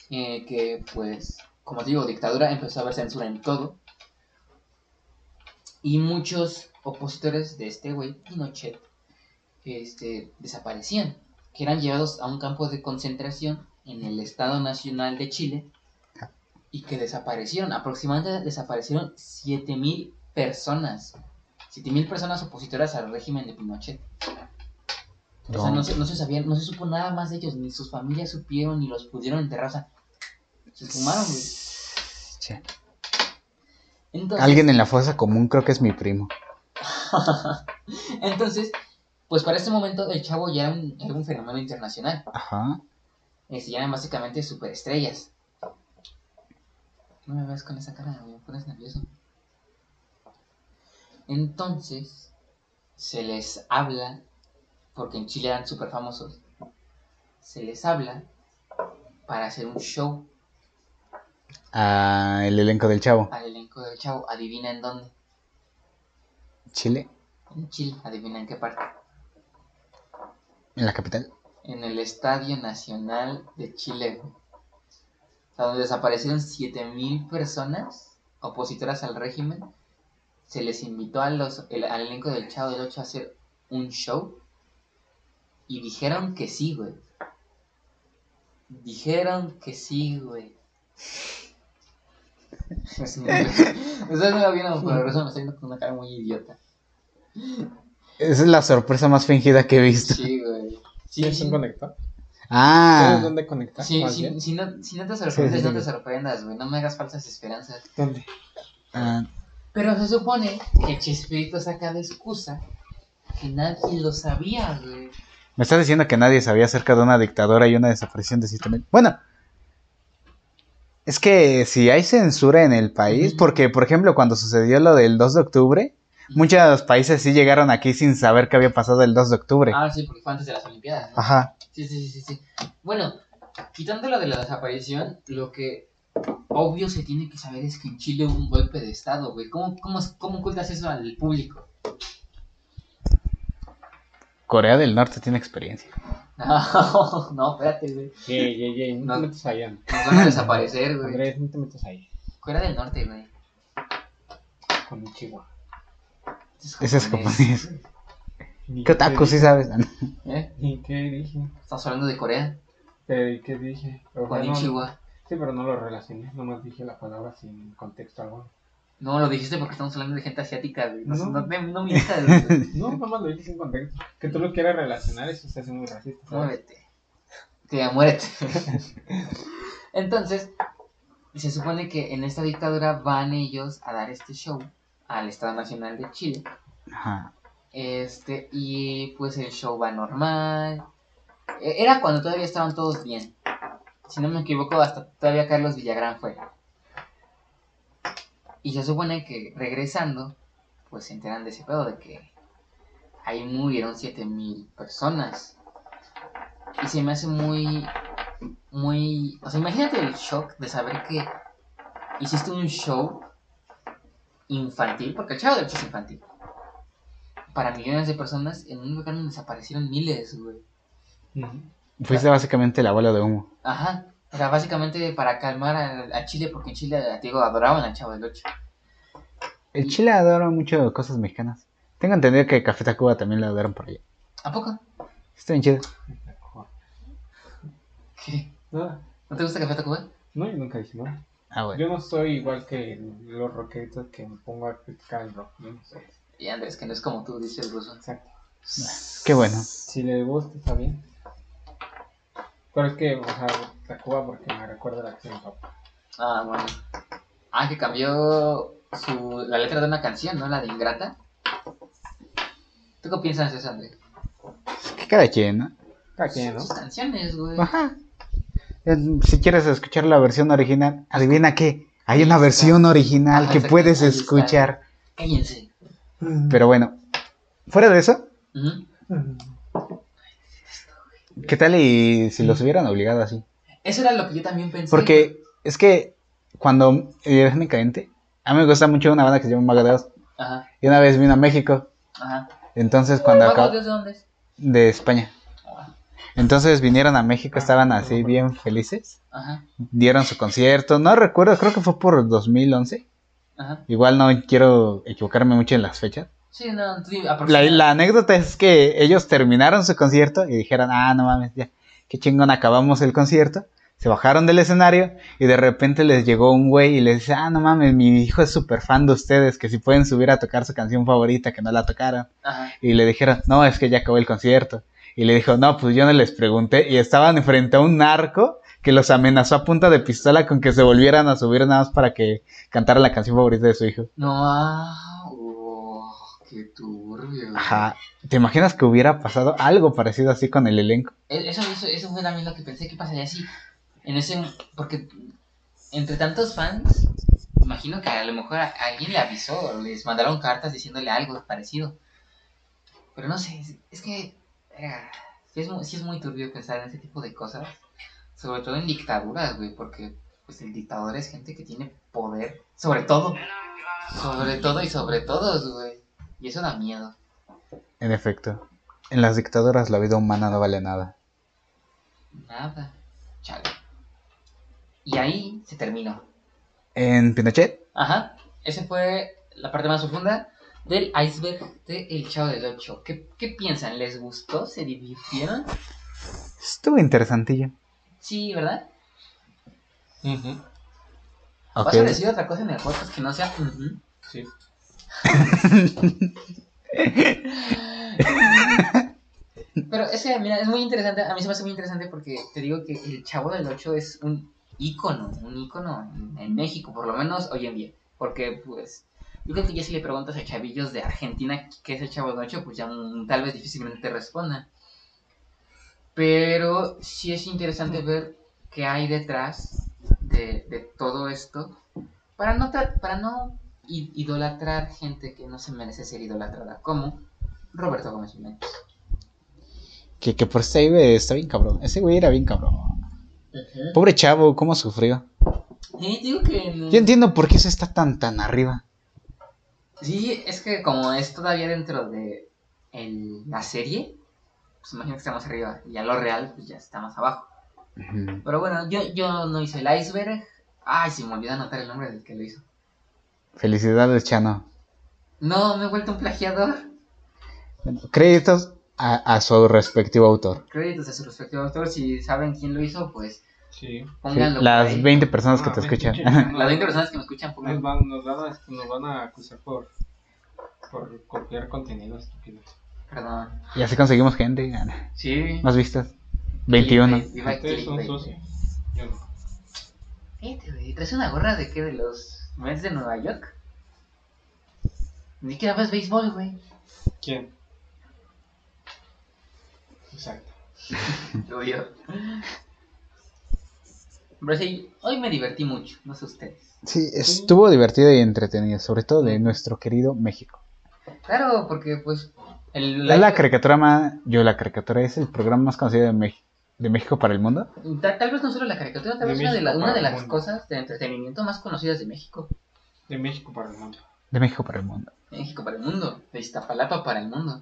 Speaker 1: eh, que pues, como digo, dictadura, empezó a haber censura en todo. Y muchos opositores de este güey, Pinochet, este, desaparecían, que eran llevados a un campo de concentración en el Estado Nacional de Chile y que desaparecieron, aproximadamente desaparecieron 7.000 personas, 7.000 personas opositoras al régimen de Pinochet. O sea, no se, no se sabía, no se supo nada más de ellos, ni sus familias supieron, ni los pudieron enterrar, o sea, se fumaron, güey.
Speaker 3: Che.
Speaker 1: Entonces,
Speaker 3: Alguien en la fosa común creo que es mi primo.
Speaker 1: entonces, pues para este momento el chavo ya era un, era un fenómeno internacional,
Speaker 3: Ajá.
Speaker 1: eh, se llaman básicamente superestrellas. No me ves con esa cara, güey, me pones nervioso. Entonces, se les habla, porque en Chile eran súper famosos, se les habla para hacer un show.
Speaker 3: Ah, el elenco del chavo.
Speaker 1: al elenco del chavo. Adivina en dónde.
Speaker 3: Chile,
Speaker 1: En Chile, adivina en qué parte.
Speaker 3: en la capital.
Speaker 1: En el Estadio Nacional de Chile, güey. O sea, donde desaparecieron 7000 personas opositoras al régimen. Se les invitó a los, el- al elenco del Chavo del 8 a hacer un show. Y dijeron que sí, güey. Dijeron que sí, güey. Sí, güey. Ustedes no lo vieron, pero por eso me está viendo con una cara muy idiota.
Speaker 3: Esa es la sorpresa más fingida que he visto.
Speaker 1: Sí, güey. Sí,
Speaker 2: ¿Quién
Speaker 1: sí,
Speaker 2: se conectó? ¿Sabes
Speaker 3: Ah,
Speaker 2: dónde conectar?
Speaker 1: sí,
Speaker 2: Más
Speaker 1: sí,
Speaker 2: bien.
Speaker 1: si, no, si no te sorprendes,
Speaker 3: sí,
Speaker 1: no te
Speaker 3: sí.
Speaker 1: sorprendas, güey. No me hagas falsas esperanzas.
Speaker 2: ¿Dónde?
Speaker 3: ah,
Speaker 1: Pero se supone que Chespirito saca de excusa que nadie lo sabía, güey.
Speaker 3: me estás diciendo que nadie sabía acerca de una dictadora y una desaparición de 7000. Bueno, es que si hay censura en el país,
Speaker 1: Ujú.
Speaker 3: porque por ejemplo cuando sucedió lo del 2 de octubre, muchos de los países sí llegaron aquí sin saber qué había pasado el 2 de octubre.
Speaker 1: Ah, sí, porque fue antes de las Olimpiadas, ¿no?
Speaker 3: Ajá.
Speaker 1: Sí, sí, sí, sí, sí. Bueno, quitando lo de la desaparición, lo que obvio se tiene que saber es que en Chile hubo un golpe de Estado, güey. ¿Cómo, cómo, cómo ocultas eso al público?
Speaker 3: Corea del Norte tiene experiencia.
Speaker 1: No, no, espérate, güey.
Speaker 2: Yey, yey, yey, No
Speaker 1: No.
Speaker 2: te metas allá.
Speaker 1: Nos van a desaparecer, güey.
Speaker 2: Andrés, no te metas ahí.
Speaker 1: Fuera del norte, güey.
Speaker 2: Con un chihuahua.
Speaker 3: Ese es
Speaker 1: japonés.
Speaker 3: japonés.
Speaker 2: Ni
Speaker 3: ¿Qué
Speaker 2: te
Speaker 3: otaku sí
Speaker 2: dije,
Speaker 3: sabes?
Speaker 1: ¿Eh?
Speaker 2: Ni qué dije.
Speaker 1: Estamos hablando de Corea.
Speaker 2: Te- ¿Qué dije? O sea,
Speaker 1: Con
Speaker 2: no-
Speaker 1: Ichiwa.
Speaker 2: Sí, pero no lo relacioné. Nomás dije la palabra sin contexto alguno.
Speaker 1: No, lo dijiste porque estamos hablando de gente asiática, güey. No,
Speaker 2: No.
Speaker 1: no, te- no mientas, güey.
Speaker 2: No, nomás lo dije sin contexto. Que tú lo quieras relacionar, eso se hace muy racista. ¿sabes?
Speaker 1: Muévete. Que muérete. Entonces, se supone que en esta dictadura van ellos a dar este show al Estado Nacional de Chile.
Speaker 3: Ajá.
Speaker 1: Este, y pues el show va normal. E- Era cuando todavía estaban todos bien. Si no me equivoco, hasta todavía Carlos Villagrán fue. Y se supone que regresando, pues se enteran de ese pedo de que ahí murieron 7000 personas. Y se me hace muy, muy. O sea, imagínate el shock de saber que hiciste un show infantil, porque el chavo del Ocho es infantil, para millones de personas en un lugar donde desaparecieron miles, güey.
Speaker 3: Fuiste básicamente el abuelo de humo.
Speaker 1: Ajá. O sea, básicamente para calmar a, a Chile, porque en Chile, te digo, adoraban al Chavo del Ocho.
Speaker 3: El Chile adora mucho cosas mexicanas. Tengo entendido que Café Tacuba también lo adoran por allá.
Speaker 1: ¿A poco?
Speaker 3: Está bien chido.
Speaker 1: ¿Qué?
Speaker 2: Nada.
Speaker 1: ¿No te gusta Café Tacuba?
Speaker 2: No, yo nunca dije nada.
Speaker 3: Ah, bueno.
Speaker 2: Yo no soy igual que los roquetos que me pongo a criticar el rock. ¿no? sé.
Speaker 1: Y Andrés, que no es como tú, dice el ruso.
Speaker 2: Exacto.
Speaker 3: Qué bueno.
Speaker 2: Si le gusta, está bien. Pero es que, o sea, Tacuba porque me recuerda la acción de papá.
Speaker 1: Ah, bueno. Ah, que cambió su, la letra de una canción, ¿no? La de Ingrata. ¿Tú qué piensas de eso, Andrés?
Speaker 3: Que cada quien, ¿no?
Speaker 2: Cada quien, ¿no?
Speaker 1: Sus canciones, güey.
Speaker 3: Ajá. Eh, Si quieres escuchar la versión original, adivina qué. Hay una versión original
Speaker 1: Ajá,
Speaker 3: que
Speaker 1: exacto,
Speaker 3: puedes
Speaker 1: ahí está.
Speaker 3: escuchar.
Speaker 1: Cállense.
Speaker 3: Pero bueno, fuera de eso,
Speaker 1: Ujú.
Speaker 3: ¿qué tal y si los hubieran obligado así?
Speaker 1: Eso era lo que yo también pensé.
Speaker 3: Porque es que cuando, eh, irónicamente, a mí me gusta mucho una banda que se llama Magados.
Speaker 1: Ajá,
Speaker 3: Y una vez vino a México.
Speaker 1: ajá.
Speaker 3: Entonces, cuando
Speaker 1: Vamos,
Speaker 3: acabó
Speaker 1: ¿desde dónde es? Ah,
Speaker 3: de España. Entonces vinieron a México, estaban así bien felices.
Speaker 1: Ajá,
Speaker 3: Dieron su concierto, no recuerdo, creo que fue por 2011.
Speaker 1: ajá.
Speaker 3: Igual no quiero equivocarme mucho en las fechas.
Speaker 1: Ah, Sí, no, tú dime, aproxima-
Speaker 3: La, la anécdota es que ellos terminaron su concierto y dijeron, ah, no mames, ya, qué chingón, acabamos el concierto. Se bajaron del escenario y de repente les llegó un güey y les dice, ah, no mames, mi hijo es súper fan de ustedes, que si pueden subir a tocar su canción favorita, que no la tocaron.
Speaker 1: Ajá.
Speaker 3: Y le dijeron, no, es que ya acabó el concierto. Y le dijo, no, pues yo no les pregunté. Y estaban frente a un narco que los amenazó a punta de pistola con que se volvieran a subir nada más para que cantara la canción favorita de su hijo.
Speaker 1: No, ah, oh, qué turbio. güey.
Speaker 3: Ajá. ¿Te imaginas que hubiera pasado algo parecido así con el elenco?
Speaker 1: E- Eso, eso, eso fue también lo que pensé que pasaría así. En ese, porque entre tantos fans, imagino que a lo mejor a- alguien le avisó, o les mandaron cartas diciéndole algo parecido. Pero no sé, es, es que verga, sí es, muy, sí es muy turbio pensar en ese tipo de cosas, sobre todo en dictaduras, güey, porque pues el dictador es gente que tiene poder, sobre todo, sobre todo y sobre todos, güey. Y eso da miedo.
Speaker 3: En efecto. En las dictaduras la vida humana no vale nada.
Speaker 1: Nada. Chale. Y ahí se terminó.
Speaker 3: En Pinochet,
Speaker 1: Ajá. Esa fue la parte más profunda del iceberg de El Chavo del Ocho. ¿Qué, qué piensan? ¿Les gustó? ¿Se divirtieron?
Speaker 3: estuvo interesantillo.
Speaker 1: Sí, ¿verdad?
Speaker 3: Ok.
Speaker 1: ¿Vas a decir otra cosa en el podcast que no sea? ujú?
Speaker 2: Sí.
Speaker 1: Pero es que, mira, es muy interesante. A mí se me hace muy interesante porque te digo que El Chavo del Ocho es un ícono. Un ícono en, en México, por lo menos hoy en día. Porque, pues, yo creo que ya si le preguntas a chavillos de Argentina qué es El Chavo del Ocho, pues ya mm, tal vez difícilmente te respondan. Pero sí es interesante ver qué hay detrás de, de todo esto para no, tra- para no i- idolatrar gente que no se merece ser idolatrada, como Roberto Gómez Jiménez.
Speaker 3: Que, que por este güey está bien cabrón. Ese güey era bien cabrón. Pobre chavo, cómo sufrió.
Speaker 1: Y digo que... en-
Speaker 3: Yo entiendo por qué se está tan tan arriba.
Speaker 1: Sí, es que como es todavía dentro de el- la serie, pues imagino que está más arriba, y a lo real, pues ya está más abajo.
Speaker 3: Ujú.
Speaker 1: Pero bueno, yo, yo no hice el iceberg. Ay, se me olvidó anotar el nombre del que lo hizo.
Speaker 3: Felicidades, Chano.
Speaker 1: No, me he vuelto un plagiador.
Speaker 3: Créditos a, a su respectivo autor.
Speaker 1: Créditos a su respectivo autor. Si saben quién lo hizo, pues
Speaker 2: Sí.
Speaker 3: Sí,
Speaker 1: pónganlo. por
Speaker 3: las
Speaker 1: ahí.
Speaker 3: 20 personas que
Speaker 2: Ah,
Speaker 3: te
Speaker 2: me
Speaker 3: escuchan.
Speaker 2: escuchan.
Speaker 1: Las 20 personas que me escuchan, pónganlo.
Speaker 2: Nos van, nos van, a, nos van a acusar por, por copiar contenido estúpido.
Speaker 1: Perdón.
Speaker 3: y así conseguimos gente.
Speaker 1: Sí.
Speaker 3: Más vistas. 21.
Speaker 1: Viva
Speaker 2: Ustedes son
Speaker 1: clickbait.
Speaker 2: socios. Yo no.
Speaker 1: Fíjate, güey, ¿Traes una gorra de qué? ¿De los Mets de Nueva York? Ni que ves béisbol, güey.
Speaker 2: ¿Quién? Exacto.
Speaker 1: Lo odio. Pero sí, hoy me divertí mucho, no sé ustedes.
Speaker 3: Sí, estuvo divertido y entretenido, sobre todo de nuestro querido México.
Speaker 1: Claro, porque pues... El
Speaker 3: Es la caricatura más. Yo, la caricatura es el programa más conocido de, Mex- de México para el mundo.
Speaker 1: Ta- Tal vez no solo la caricatura, tal
Speaker 2: De
Speaker 1: vez una de,
Speaker 2: México
Speaker 1: la- una
Speaker 2: para
Speaker 1: de
Speaker 2: el
Speaker 1: las
Speaker 2: mundo.
Speaker 1: cosas de entretenimiento más conocidas de México.
Speaker 2: De México para el mundo.
Speaker 3: De México para el mundo.
Speaker 1: De México para el mundo, de Iztapalapa para el mundo.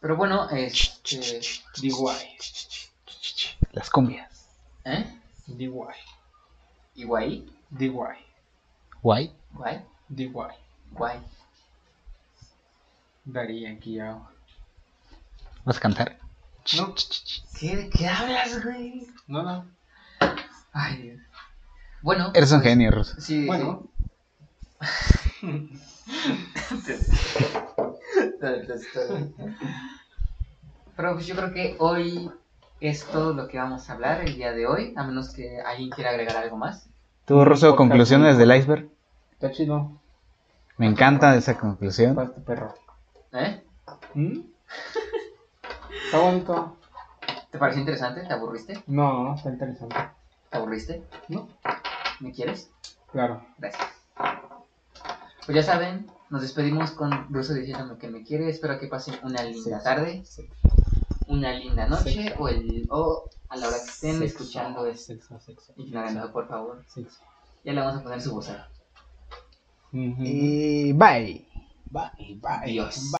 Speaker 1: Pero bueno, este...
Speaker 2: DY.
Speaker 3: Las cumbias.
Speaker 1: ¿Eh?
Speaker 2: DY.
Speaker 1: ¿Iguay?
Speaker 2: DY.
Speaker 3: Guay.
Speaker 1: ¿Guay?
Speaker 2: DY.
Speaker 1: ¿Guay?
Speaker 2: Daría aquí ahora.
Speaker 3: ¿Vas a cantar?
Speaker 2: No,
Speaker 1: ¿Qué, ¿De qué hablas, güey?
Speaker 2: no, no.
Speaker 1: Ay, Dios. Bueno.
Speaker 3: Eres un
Speaker 1: pues,
Speaker 3: genio, Ruso.
Speaker 1: Sí,
Speaker 2: Bueno.
Speaker 1: Pero pues yo creo que hoy es todo lo que vamos a hablar el día de hoy, a menos que alguien quiera agregar algo más.
Speaker 3: Tú, Ruso,
Speaker 2: Porque
Speaker 3: conclusiones
Speaker 2: sí.
Speaker 3: del iceberg.
Speaker 2: Está chido.
Speaker 3: Me encanta esa conclusión.
Speaker 2: Para este perro.
Speaker 1: ¿Eh?
Speaker 2: ¿Mm? Está bonito.
Speaker 1: ¿Te pareció interesante? ¿Te aburriste?
Speaker 2: No, no, está interesante.
Speaker 1: ¿Te aburriste?
Speaker 2: No.
Speaker 1: ¿Me quieres?
Speaker 2: Claro.
Speaker 1: Gracias. Pues ya saben, nos despedimos con Ruso diciéndome que me quiere. Espero que pasen una linda
Speaker 2: Sí.
Speaker 1: tarde, una linda noche o, el, o a la hora que estén
Speaker 2: Sexo,
Speaker 1: escuchando esto.
Speaker 2: Sexo, sexo.
Speaker 1: Ignorenlo, por favor.
Speaker 2: Sexo.
Speaker 1: Ya le vamos a poner su voz.
Speaker 2: Ujú.
Speaker 3: Y bye.
Speaker 2: Bye, bye.
Speaker 1: Adiós.